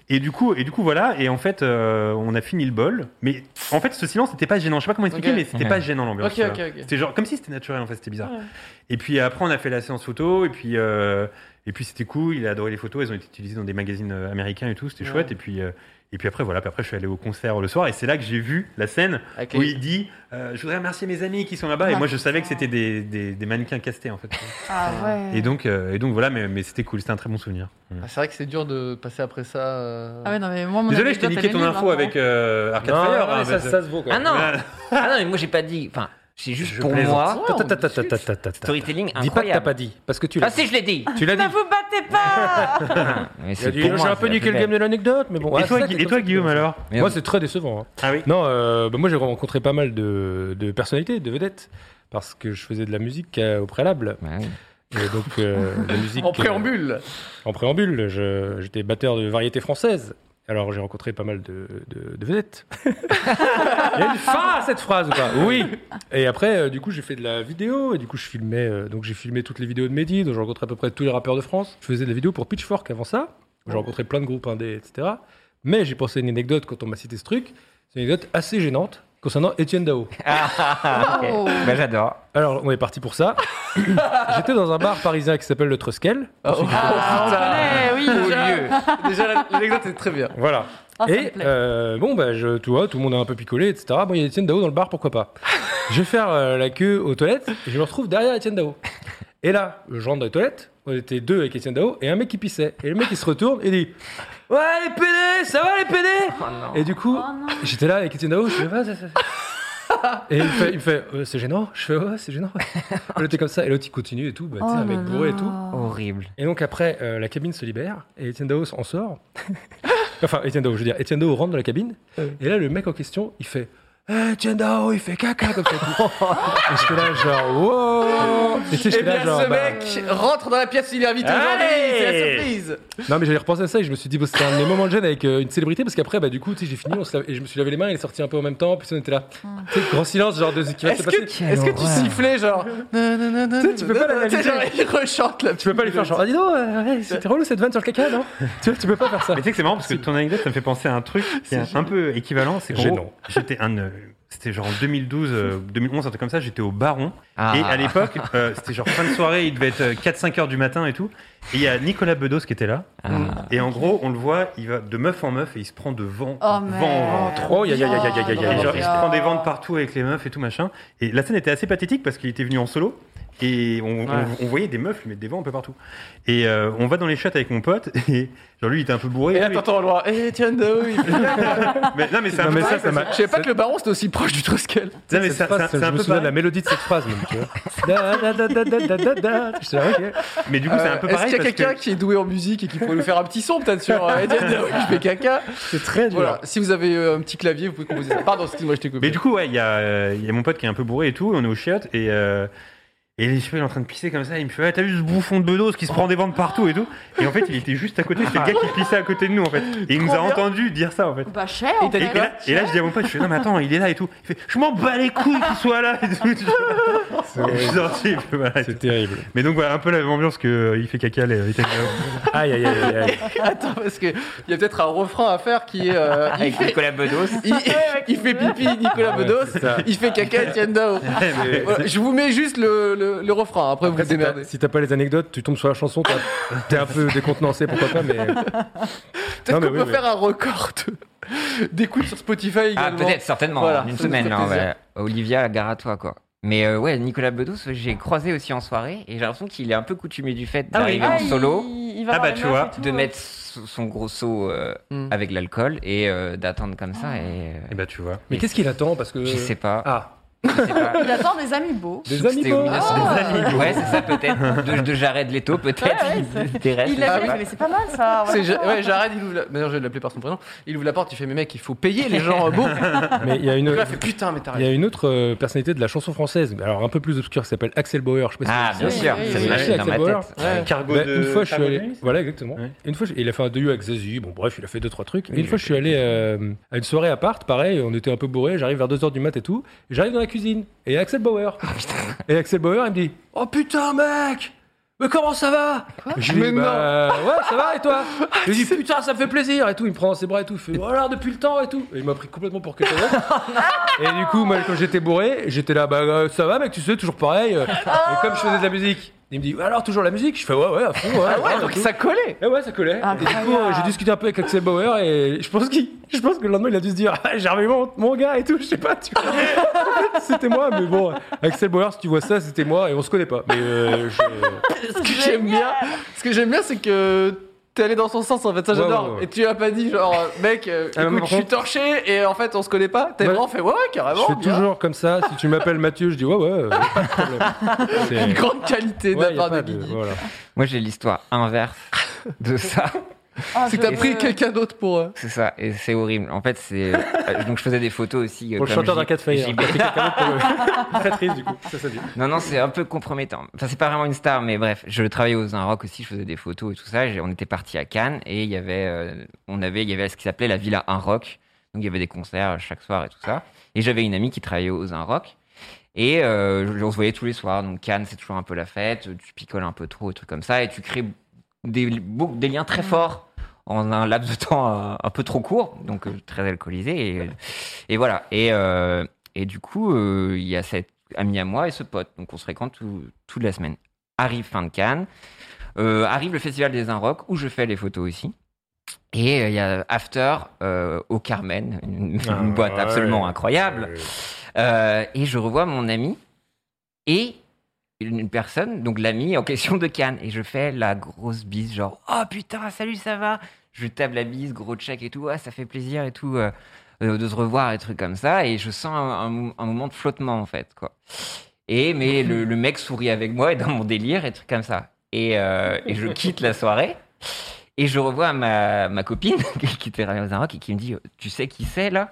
B: Et du coup, et du coup, voilà. Et en fait, euh, on a fini le bol. Mais en fait, ce silence n'était pas gênant. Je sais pas comment expliquer,
A: Ok.
B: mais c'était
D: Ouais.
B: pas gênant l'ambiance.
A: Ok,
B: tu vois.
A: ok, ok.
B: C'était genre comme si c'était naturel. En fait, c'était bizarre. Et puis après, on a fait la séance photo. Et puis euh, et puis c'était cool. Il a adoré les photos. Elles ont été utilisées dans des magazines euh, américains et tout. C'était
A: Ouais.
B: chouette. Et puis euh, et puis après, voilà. Puis après, je suis allé au concert le soir. Et c'est là que j'ai vu la scène
A: Avec
B: où
A: les-
B: il dit euh, Je voudrais remercier mes amis qui sont là-bas. et
C: Ah,
B: moi, je savais que
C: putain.
B: c'était des, des- des mannequins castés, en fait.
C: Ah ouais.
B: et, donc, euh, et donc, voilà, mais, mais c'était cool. C'était un très bon souvenir.
F: Hmm.
A: Ah, c'est vrai que c'est dur de passer après ça. euh.
C: Ah ouais, non, mais moi, mon
B: Désolé, je t'ai
C: anecdote,
B: niqué
C: elle est
B: ton
C: nulle,
B: info
C: hein.
B: avec euh, Arcade
F: Non,
B: Fire.
F: non,
B: hein,
F: mais ça,
B: mais-
F: ça se vaut quand
D: Ah
F: même.
D: non
B: Voilà.
D: Ah non, mais moi j'ai pas dit. Enfin, c'est juste
B: Je
D: pour
B: plaisante.
D: moi.
A: Ouais, on
F: Ta, ta, ta,
A: discute.
F: ta, ta, ta, ta.
D: Storytelling
F: Dis pas que t'as
D: incroyable.
F: pas dit, parce que tu l'as
D: Ah si, je l'ai dit.
F: Tu l'as dit.
C: Ne vous battez pas
D: Mais
F: Il a
D: c'est
F: dit,
D: pour
F: J'ai
D: moi,
F: un
D: c'est
F: peu
D: la
F: niqué
D: plus
F: le game
D: belle.
F: de l'anecdote, mais bon.
B: Et
F: voilà,
B: toi,
F: c'est ça
B: Guy-
F: qui est
B: et toi,
F: comme ça.
B: Guillaume, alors
F: Moi, c'est très décevant. hein.
B: Ah oui.
F: Non, euh, bah, moi j'ai rencontré pas mal de, de personnalités, de vedettes, parce que je faisais de la musique euh, au préalable.
D: Ouais, oui.
F: Et donc, euh, la musique.
A: En
F: euh,
A: préambule
F: En préambule, je- j'étais batteur de variété française. Alors j'ai rencontré pas mal de, de- de vedettes. Il y a une fin à cette phrase ou pas Oui. Et après, euh, du coup, j'ai fait de la vidéo et du coup, je filmais. euh, donc j'ai filmé toutes les vidéos de Mehdi, donc j'ai rencontré à peu près tous les rappeurs de France. Je faisais de la vidéo pour Pitchfork avant ça. J'ai rencontré plein de groupes indés, etc. Mais j'ai pensé à une anecdote quand on m'a cité ce truc. C'est une anecdote assez gênante concernant Étienne Dao.
D: Ah, ok.
C: Oh.
D: Bah, j'adore.
F: Alors on est parti pour ça. J'étais dans un bar parisien qui s'appelle le Truskel.
A: Oh,
C: Ah, on connaît, oui.
A: putain.
C: déjà.
A: Déjà, déjà, l'anecdote est très bien.
F: Voilà.
C: Ah, ça me
F: et
C: plaît.
F: euh, bon, bah, je, tu vois, tout le monde est un peu picolé, etc. Bon, il y a Étienne Dao dans le bar, pourquoi pas. je vais faire euh, la queue aux toilettes et je me retrouve derrière Étienne Dao. Et là, je rentre dans les toilettes, On était deux avec Étienne Dao et un mec qui pissait. Et le mec, il se retourne et dit Ouais, les PD, ça va les PD
A: Oh
F: Et du
C: Oh
F: coup, j'étais là avec Étienne Dao, je fais Ouais, ça, ça, ça. Et il me fait, il me fait Euh, C'est gênant Je fais Ouais, c'est gênant. On était comme ça. Et l'autre, il continue et tout, bah, tu sais,
C: Oh
F: un mec
C: là
F: bourré et
C: là.
F: tout.
D: Horrible.
F: Et donc après, euh, la cabine se libère et Etienne Dao en sort. enfin, Etienne Dao, je veux dire, Etienne Dao rentre dans la cabine. Et là, le mec en question, il fait Eh, Etienne Dao, il fait caca comme ça. et tout. et j'étais là, genre, wow Et, tu sais,
A: Eh
F: j'étais là,
A: bien,
F: genre,
A: ce
F: bah,
A: mec rentre dans la pièce, il est invité
F: Allez
A: aujourd'hui, c'est la surprise
F: Non, mais j'avais repensé à ça et je me suis dit, bah, c'était un de mes moments de gêne avec euh, une célébrité parce qu'après, bah, du coup, tu sais, j'ai fini on se lave- et je me suis lavé les mains, il est sorti un peu en même temps, puis on était là. Tu sais, grand silence, genre, de ce qui va se
A: Est-ce
F: passer.
A: que, tu- est-ce que tu sifflais genre
F: Tu sais, tu peux pas la
A: Tu sais,
F: réaliser.
A: genre, il rechante la
F: Tu peux pas lui faire genre, ah, dis donc, euh, ouais, c'était relou cette vanne sur le caca, non tu, vois, tu peux pas faire ça.
B: Mais tu sais que c'est marrant parce que ton anecdote, ça me fait penser à un truc qui est un peu équivalent. C'est qu'en
F: Gênant.
B: gros, J'étais un. euh, C'était genre en 2012, euh, 2011, un truc comme ça, j'étais au Baron.
D: Ah.
B: Et à l'époque, euh, c'était genre fin de soirée, il devait être euh, 4-5 heures du matin et tout. Et il y a Nicolas Bedos qui était là.
D: Ah.
B: Et en gros, on le voit, il va de meuf en meuf et il se prend de vent,
C: Oh,
B: vent
C: mais.
B: en vent.
F: trop. Oh, ya, ya, ya, ya, ya, ya, ya,
B: Et
F: ya.
B: genre, il se prend des ventes partout avec les meufs et tout machin. Et la scène était assez pathétique parce qu'il était venu en solo. Et on, on-
D: Ouais.
B: on voyait des meufs lui mettre des vents un peu partout. Et euh, on va dans les chats avec mon pote. Et genre, lui, il était un peu bourré.
A: Et
B: et
A: là,
B: tout,
A: t'entends au loin. Eh, tiens, Dao, il fait
B: il- mais, non, mais c'est un
F: Non,
B: peu
F: mais
B: pareil,
F: ça, ça
B: parce
F: m'a.
A: Je savais pas que le baron c'était aussi proche du Troskel.
B: que- non, mais
F: Cette
B: ça-
F: phrase,
B: ça- c'est
F: je
B: un
F: me
B: peu
F: souviens de la
B: pareil.
F: mélodie de cette phrase même. Tu vois. Da, da, da, da, da, da, da, da. J'étais là, ok.
B: Mais du coup, c'est un peu
A: Euh, Est-ce
B: pareil.
A: qu'il y a
B: parce que-
A: quelqu'un qui est doué en musique et qui pourrait nous faire un petit son peut-être sur euh, Eh, tiens, Dao, il fait caca
F: C'est très dur.
A: Voilà, si vous avez euh, un petit clavier, vous pouvez composer ça. Pardon, excuse-moi, je t'ai coupé.
B: Mais du coup, ouais, il y, a, euh, il y a mon pote qui est un peu bourré et tout, on est au chiottes et. euh, et je sais pas, il est en train de pisser comme ça, il me fait, Ouais, t'as vu ce bouffon de bedos qui se prend des ventes partout et tout. Et en fait, il était juste à côté, c'était le gars qui pissait à côté de nous en fait. Et il nous a
C: Trop bien.
B: entendu dire ça en fait.
C: Bah, cher,
A: Et
C: en
A: t'as
B: Et,
A: dit
C: fait.
B: et là, et là, je dis à mon pote, je fais, non mais attends, il est là et tout. Il fait, je m'en bats les couilles qu'il soit là et tout. Je suis sorti, et puis voilà, et tout.
F: C'est terrible.
B: Mais donc voilà, un peu la même ambiance que euh, il fait caca les les Italiens.
F: Aïe, aïe, aïe, aïe.
A: Attends, parce qu'il y a peut-être un refrain à faire qui est. euh, il,
D: Avec
A: fait,
D: Nicolas Bedos.
A: il- il fait pipi, Nicolas
F: Ouais,
A: Bedos.
F: c'est ça.
A: il fait caca, Etienne Dao. Voilà, je vous mets juste le, le- le refrain, après, vous vous
F: si t'as-
A: démerdez.
F: si t'as pas les anecdotes, tu tombes sur la chanson, t'as- t'es un peu décontenancé, pourquoi pas, mais.
A: Peut-être
F: Non, mais
A: qu'on
F: oui,
A: peut
F: oui.
A: faire un record de- d'écoute sur Spotify
D: Ah,
A: également.
D: peut-être, certainement. en
A: Voilà,
D: une
A: ça nous
D: semaine,
A: ferait
D: là, on va-
A: plaisir.
D: Olivia, gare à toi, quoi. Mais euh, ouais, Nicolas Bedos, j'ai croisé aussi en soirée et j'ai l'impression qu'il est un peu coutumier du fait
B: Ah oui.
D: d'arriver en solo,
C: il, il va
B: Ah,
C: voir
B: bah,
C: les
B: tu
C: meufs
B: vois,
C: et tout,
D: de
C: euh.
D: mettre so- son gros seau euh,
A: Hmm.
D: avec l'alcool et euh, d'attendre comme ça. Et, euh,
B: Et bah tu vois.
F: Mais qu'est-ce qu'il attend Parce que.
D: je sais pas.
F: Ah,
D: Je
B: euh,
D: sais pas.
C: Il attend des amis beaux.
F: des Ah.
D: Je trouve que
F: amis
D: c'était obligé,
F: quoi.
D: c'est des amigos. Ouais, c'est ça peut-être. De, de Jared Leto peut-être.
C: Ouais, ouais,
D: Il
C: c'est-
D: intéresse,
C: Il
D: je sais
C: l'a
A: Ah,
C: fait,
D: pas.
C: mais c'est pas mal ça. on va
A: C'est
C: le
A: Ja-
C: faire.
A: ouais, Jared, il ouvre la... D'ailleurs, je vais l'appeler par son prénom. Il ouvre la porte, il fait, mais mec, il faut payer les gens euh, beaux.
F: Mais il y a
A: Donc
F: une.
A: là, il fait, putain, mais t'as
F: Il y
A: raison.
F: a une autre euh, personnalité de la chanson française, mais alors un peu plus obscure, qui s'appelle Axel Bauer. Je sais pas si
D: Ah,
F: vous
D: bien
F: savez.
D: sûr, ça
C: oui, oui,
D: me
F: oui.
D: machine dans ma
F: Axel
D: tête.
A: Ouais.
B: Cargo
F: Bah,
B: de.
F: une fois, je suis
B: cargo de
F: allé.
B: nuit, c'est
F: Voilà, exactement.
B: Ouais.
F: Une fois, je- il a fait un DU avec Zazie. Bon, bref, il a fait deux trois trucs.
D: Oui,
F: Et une
D: je
F: fois, je suis allé euh, à une soirée à part. Pareil, on était un peu bourré. J'arrive vers 2h du mat et tout. Et J'arrive dans la cuisine. Et il y a Axel Bauer.
D: Ah,
F: et Axel Bauer, il me dit Oh putain, mec mais comment ça va Je lui
A: Mais
F: dis bah, ouais ça va et toi
A: Ah,
F: Je lui dis putain ça me fait plaisir et tout il me prend dans ses bras et tout il fait voilà depuis le temps et tout et il m'a pris complètement pour quelqu'un d'autre et du coup, moi, quand j'étais bourré, j'étais là, bah euh, ça va, mec, tu sais, toujours pareil. euh.
A: Ah.
F: et comme je faisais de la musique, il me dit, alors toujours la musique Je fais, ouais, ouais, à fond, ouais.
A: Ah ouais,
F: grave,
A: donc
F: et
A: ça
F: tout.
A: collait.
F: Eh ouais, ça collait.
D: Ah.
F: Et du coup,
C: Incroyable.
F: euh, j'ai discuté un peu avec Axel Bauer et je pense, qu'il- je pense que le lendemain, il a dû se dire, ah, j'ai remis mon, mon gars et tout, je sais pas, tu vois. c'était moi, mais bon, Axel Bauer, si tu vois ça, c'était moi et on se connaît pas. Mais euh, je-
A: Ce que j'aime bien, ce que j'aime bien, c'est que t'es allé dans son sens en fait. Ça
F: Ouais,
A: j'adore.
F: ouais, ouais.
A: Et tu as pas dit genre, euh, mec, euh,
F: Ah, mais
A: écoute,
F: par
A: je suis
F: contre-
A: torché et en fait on se connaît pas. T'as
F: Ouais.
A: vraiment fait ouais, ouais
F: je
A: carrément.
F: fais
A: Ah bien.
F: toujours comme ça. Si tu m'appelles Mathieu, je dis, ouais, ouais, euh, pas de problème. C'est-
A: une grande qualité
F: ouais, y a
A: d'avoir
F: pas
A: de
F: de-
A: Guigui.
F: voilà.
D: Moi j'ai l'histoire inverse de ça.
C: Ah,
A: C'est que
C: je-
A: t'as pris quelqu'un d'autre pour. euh,
D: C'est ça, et c'est horrible. En fait, c'est. euh, Donc, je faisais des photos aussi. euh,
F: Pour le
D: comme
F: chanteur
D: J-
F: d'un cas de faillite.
D: J-
F: hein. Patrick Cacaote pour le- Très triste, du coup. Ça, ça dit.
D: Non, non, c'est un peu compromettant. Enfin, c'est pas vraiment une star, mais bref, je travaillais aux Un Rock aussi, je faisais des photos et tout ça. J'ai- On était parti à Cannes et il y avait, euh, on avait, il y avait ce qui s'appelait la Villa Un Rock. Donc, il y avait des concerts euh, chaque soir et tout ça. Et j'avais une amie qui travaillait aux Un Rock. Et euh, je- on se voyait tous les soirs. Donc, Cannes, c'est toujours un peu la fête. Tu picoles un peu trop, des trucs comme ça. Et tu crées des, beaucoup- des liens
F: Mm.
D: très forts en un laps de temps euh, un peu trop court. Donc, euh, très alcoolisé. Et, et voilà. Et, euh, et du coup, euh, il y a cette amie à moi et ce pote. Donc, on se fréquente tout- toute la semaine. Arrive fin de Cannes. euh, arrive le Festival des Un Rock où je fais les photos aussi. Et euh, il y a After euh, au Carmen, une,
F: Ah,
D: une boîte
F: ouais.
D: absolument incroyable. Euh, et je revois mon ami. Et une, une personne, donc l'ami en question de Cannes. Et je fais la grosse bise, genre Oh putain, salut, ça va Je tape la bise, gros check et tout, ah, ça fait plaisir et tout. euh, euh, de se revoir et trucs comme ça et je sens un, un mou- un moment de flottement en fait quoi et mais le, le mec sourit avec moi et dans mon délire et trucs comme ça et, euh, et je quitte la soirée et je revois ma, ma copine qui- qui était Ryan Rock et qui me dit tu sais qui c'est là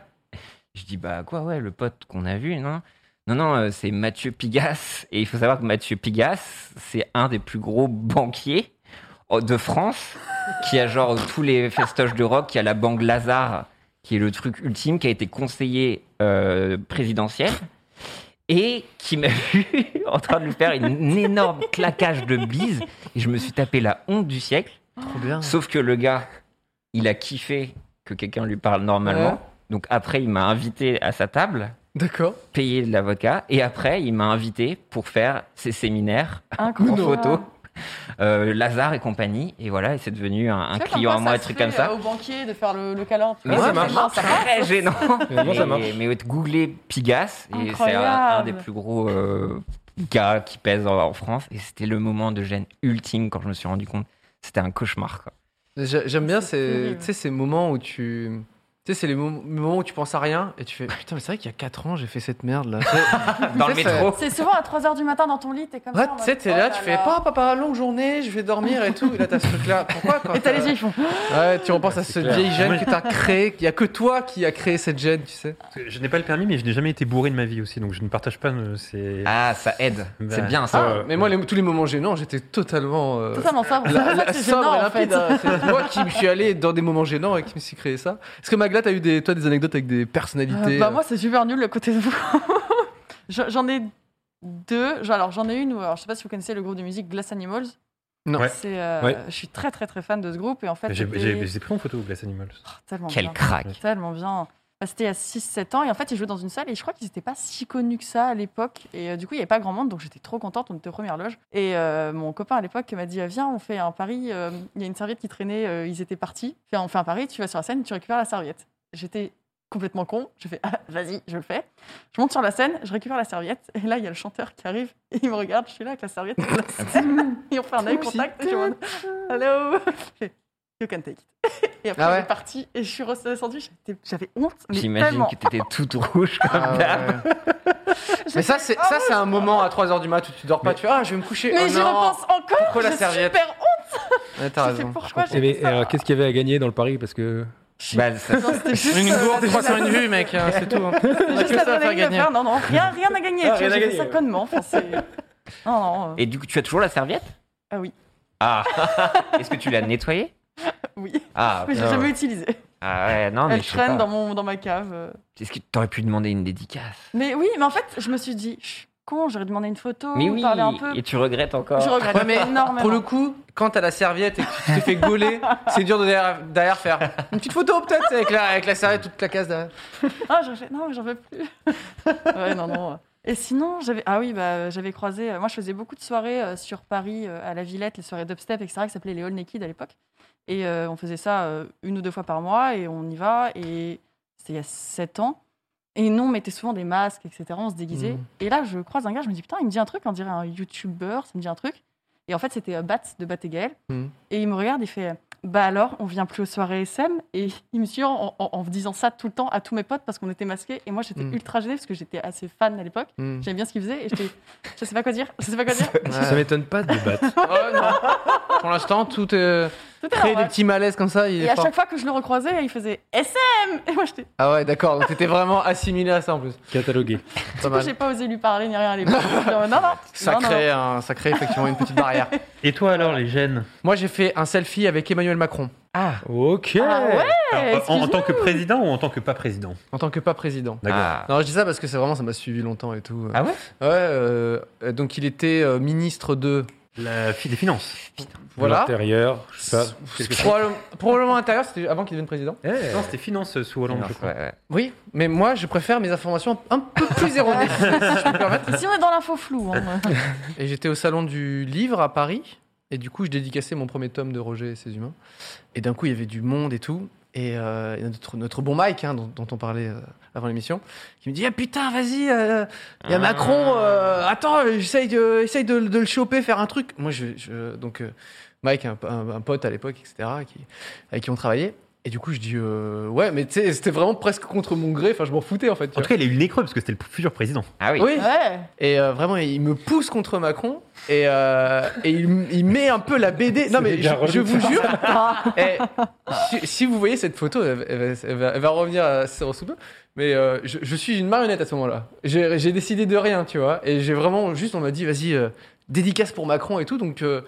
D: je dis bah quoi ouais le pote qu'on a vu non non non euh, c'est Mathieu Pigasse et il faut savoir que Mathieu Pigasse c'est un des plus gros banquiers euh, de France qui a genre tous les festoches de rock qui a la banque Lazare qui est le truc ultime, qui a été conseiller euh, présidentiel et qui m'a vu en train de lui faire une énorme claquage de bise. Et je me suis tapé la honte du siècle.
A: Trop bien.
D: Sauf que le gars, il a kiffé que quelqu'un lui parle normalement.
A: Ouais.
D: Donc après, il m'a invité à sa table,
A: D'accord.
D: payé de la vodka. Et après, il m'a invité pour faire ses séminaires en
C: Incroyable.
D: photo. euh, Lazare et compagnie. Et voilà, et c'est devenu un, un
C: Tu sais, comme
D: client
C: quoi
D: à moi,
C: ça
D: un
C: se
D: truc
C: fait,
D: comme ça.
C: euh, Au banquier de faire le, le câlin.
D: Mais
F: Ouais,
D: ça
F: ça
D: marche.
C: marche.
D: C'est très gênant.
F: Finalement, ça marche.
D: Mais, mais googlez Pigas, et c'est un,
C: Incroyable.
D: un des plus gros euh, gars qui pèse en, en France. Et c'était le moment de gêne ultime quand je me suis rendu compte. C'était un cauchemar. Quoi.
A: J'a- J'aime bien
C: C'est
A: ces,
C: terrible.
A: tu sais, ces moments où tu. Tu sais, c'est les mom- moments où tu penses à rien et tu fais Putain, mais c'est vrai qu'il y a 4 ans, j'ai fait cette merde là.
D: Dans le
A: C'est
D: métro.
C: C'est souvent à 3h du matin dans ton lit, t'es comme
A: Ouais,
C: ça. en
A: tu sais,
C: mode,
A: t'es
C: oh
A: là, tu fais Pas, papa, longue journée, je vais dormir et tout. Et là, t'as ce truc là. Pourquoi quand
C: Et t'as les
A: t'as-
C: yeux, ils font.
A: Ouais, tu repenses à
F: c'est
A: ce
F: clair.
A: vieille gêne que t'as créé. Il y a que toi qui a créé cette gêne, tu sais.
B: Parce que Je n'ai pas le permis, mais je n'ai jamais été bourré de ma vie aussi, donc je ne partage pas euh, ces.
D: Ah, ça aide. C'est
B: Bah.
D: bien ça.
A: Ah, mais moi, les- tous les moments gênants, j'étais totalement. euh,
C: Totalement ça. C'est
A: La,
C: pour ça
A: la
C: que c'est
A: sobre
C: gênant,
A: et
C: en
A: limpide,
C: fait.
A: hein. c'est moi qui me suis allé dans des moments gênants et qui me suis créé ça. Est-ce que Magla, t'as eu des, toi des anecdotes avec des personnalités
C: Euh, bah,
A: euh,
C: moi, c'est super nul le côté de vous. Je- j'en ai deux. Je- Alors, j'en ai une où, alors, je sais pas si vous connaissez le groupe de musique Glass Animals.
A: Non.
B: Ouais.
C: C'est, euh,
F: Ouais.
C: Je suis très, très, très fan de ce groupe. Et en fait,
B: J'ai
C: c'était-
B: j'ai- j'ai pris en photo Glass Animals.
C: Oh, tellement
D: Quel
C: bien.
D: crack.
C: Tellement bien. Bah, c'était il y a 6-7 ans. Et en fait, ils jouaient dans une salle. Et je crois qu'ils n'étaient pas si connus que ça à l'époque. Et euh, du coup, il n'y avait pas grand monde. Donc, j'étais trop contente. On était aux premières loges. Et euh, mon copain à l'époque m'a dit Ah, Viens, on fait un pari. euh, Il y a une serviette qui traînait. euh, ils étaient partis. Fais- on fait un pari. Tu vas sur la scène. Tu récupères la serviette. J'étais complètement con. Je fais Ah, Vas-y, je le fais. Je monte sur la scène. Je récupère la serviette. Et là, il y a le chanteur qui arrive. Et il me regarde. Je suis là avec la serviette. sur la scène. et on fait un eye contact. Et je demande Hello. Je fais, You can take it. Et après,
A: Ah ouais
C: on est parti et je suis redescendue. J'étais- J'avais honte, mais
D: J'imagine
C: tellement.
D: que t'étais toute rouge comme
A: Ah,
D: d'hab.
A: ouais. Mais ça, c'est ça, c'est un moment à 3h du mat où tu dors pas. Tu fais ah, je vais me coucher.
C: Ah, Mais
A: Oh,
C: j'y
A: non.
C: repense encore.
A: Pourquoi la
C: j'ai
A: serviette
C: super honte.
A: Ouais, t'as
C: Je sais
A: raison.
C: pourquoi
F: Eh
C: j'ai
F: mais,
C: fait
F: et
C: ça.
F: alors, qu'est-ce qu'il y avait à gagner dans le pari Parce que.
D: Bah, ça-
C: Non, c'était juste,
A: Une
C: euh,
A: gourde et
C: la-
A: 300 une vue, mec. hein, c'est tout. hein.
C: c'était
A: On a
C: juste
A: que
C: la
A: ça à faire
C: adrénaline de
A: gagner.
C: faire. Non, non, rien, rien à gagner.
F: Ah,
C: tu vois,
F: rien
C: j'ai
F: à
C: fait
F: gagner,
C: ça
F: ouais.
C: connement. Enfin, c'est- non, non, euh,
D: Et du coup, tu as toujours la serviette
C: Ah oui.
D: Ah Est-ce que tu l'as nettoyée
C: oui.
D: Ah,
C: Mais j'ai
D: putain.
C: jamais utilisé.
D: Ah ouais, non, mais
C: Elle
D: je sais pas.
C: traîne dans, mon, dans ma cave. euh.
D: Est-ce que t'aurais pu demander une dédicace
C: Mais oui, mais en fait, je me suis dit, je suis con, j'aurais demandé une photo,
D: Mais oui,
C: parler un peu.
D: et tu regrettes encore.
C: Je regrette
A: Ouais, mais
C: énormément.
A: Pour le coup, quand t'as la serviette et que tu t'es fait gauler, c'est dur de derrière, derrière faire une petite photo peut-être avec la, avec la serviette toute la case derrière.
C: Ah, j'en fais- non, j'en veux plus. ouais, non, non. Et sinon, j'avais ah oui, bah, j'avais croisé. euh, Moi, je faisais beaucoup de soirées euh, sur Paris, euh, à la Villette, les soirées dubstep, etc., qui s'appelaient les All Naked à l'époque. Et euh, on faisait ça euh, une ou deux fois par mois, et on y va. Et c'était il y a sept ans. Et nous, on mettait souvent des masques, etc. On se déguisait.
A: Mhm.
C: Et là, je croise un gars, je me dis putain, il me dit un truc, on dirait un YouTuber, ça me dit un truc. Et en fait, c'était euh, Bat de Bat et Gaël.
F: Hmm.
A: Mhm.
C: Et il me regarde, il fait bah alors, on vient plus aux soirées SM. Et il me suit en, en- en disant ça tout le temps à tous mes potes parce qu'on était masqués. Et moi, j'étais
F: Hmm.
A: Mm.
C: ultra gênée parce que j'étais assez fan à l'époque.
A: Hmm.
C: J'aimais bien ce qu'il faisait et j'étais. Je sais pas quoi dire. Je sais pas quoi dire.
F: Ça m'étonne pas de battre.
A: Ouais, Oh, non. Pour l'instant, tout est.
C: Tout est
A: Créer des
C: normal.
A: petits malaises comme ça, il
C: Et
A: est
C: à
A: fort.
C: chaque fois que je le recroisais, il faisait SM Et moi, j'étais.
A: Ah ouais, d'accord. Donc t'étais vraiment assimilé à ça en plus.
F: Catalogué.
A: Pas
C: Moi,
A: mal.
C: j'ai pas osé lui parler ni rien à l'époque. Je dis, Non, non, non.
A: Ça
C: non, non,
A: crée, un- ça crée effectivement une petite barrière.
B: Et toi alors, les gènes
A: Moi, j'ai fait un selfie avec Emmanuel Macron
F: Ok.
C: Ah ouais
B: Alors, en- en,
C: excuse-moi.
B: tant que président ou en tant que pas président
A: en tant que pas président.
B: D'accord.
D: Ah.
A: Non, je dis ça parce que c'est vraiment, ça m'a suivi longtemps et tout.
D: Ah ouais
A: Ouais, euh, euh, donc il était euh, ministre de.
B: La fi- des finances.
A: Voilà.
F: L'intérieur, je sais pas. quelque chose.
A: Probable- Probablement intérieur, c'était avant qu'il devienne président.
F: Eh.
B: Non, c'était finances euh, sous Hollande,
D: Non,
B: je crois.
D: ouais, ouais.
A: Oui, mais moi, je préfère mes informations un peu plus erronées, si je peux me permettre.
C: Si on est dans l'info floue. hein.
A: Et j'étais au salon du livre à Paris. Et du coup, je dédicaçais mon premier tome de Roger et ses humains. Et d'un coup, il y avait du monde et tout. Et, euh, et notre, notre bon Mike, hein, dont, dont on parlait euh, avant l'émission, qui me dit Ah putain, vas-y, euh, il y a
D: Ah.
A: Macron, euh, attends, j'essaye de, j'essaye de, de le choper, faire un truc. Moi, je. je- donc, euh, Mike, un, un- un pote à l'époque, etc., qui, avec qui on travaillait. Et du coup, je dis euh, Ouais, mais tu sais, c'était vraiment presque contre mon gré, enfin, je m'en foutais en fait. tu
B: En tout cas, il a eu le nez creux parce que c'était le futur président.
D: Ah
A: vois.
D: oui.
A: oui,
C: Ouais.
A: et euh, vraiment, il me pousse contre Macron et, euh, et il, il met un peu la BD. Non,
F: C'est
A: mais je,
F: déjà
A: je vous
F: relou.
A: jure, eh, si, si vous voyez cette photo, elle, va- elle va- elle va, elle va revenir à Céro sous peu. Mais euh, je, je suis une marionnette à ce moment-là. J'ai j'ai décidé de rien, tu vois. Et j'ai vraiment juste, on m'a dit, vas-y, euh, dédicace pour Macron et tout. Donc, euh,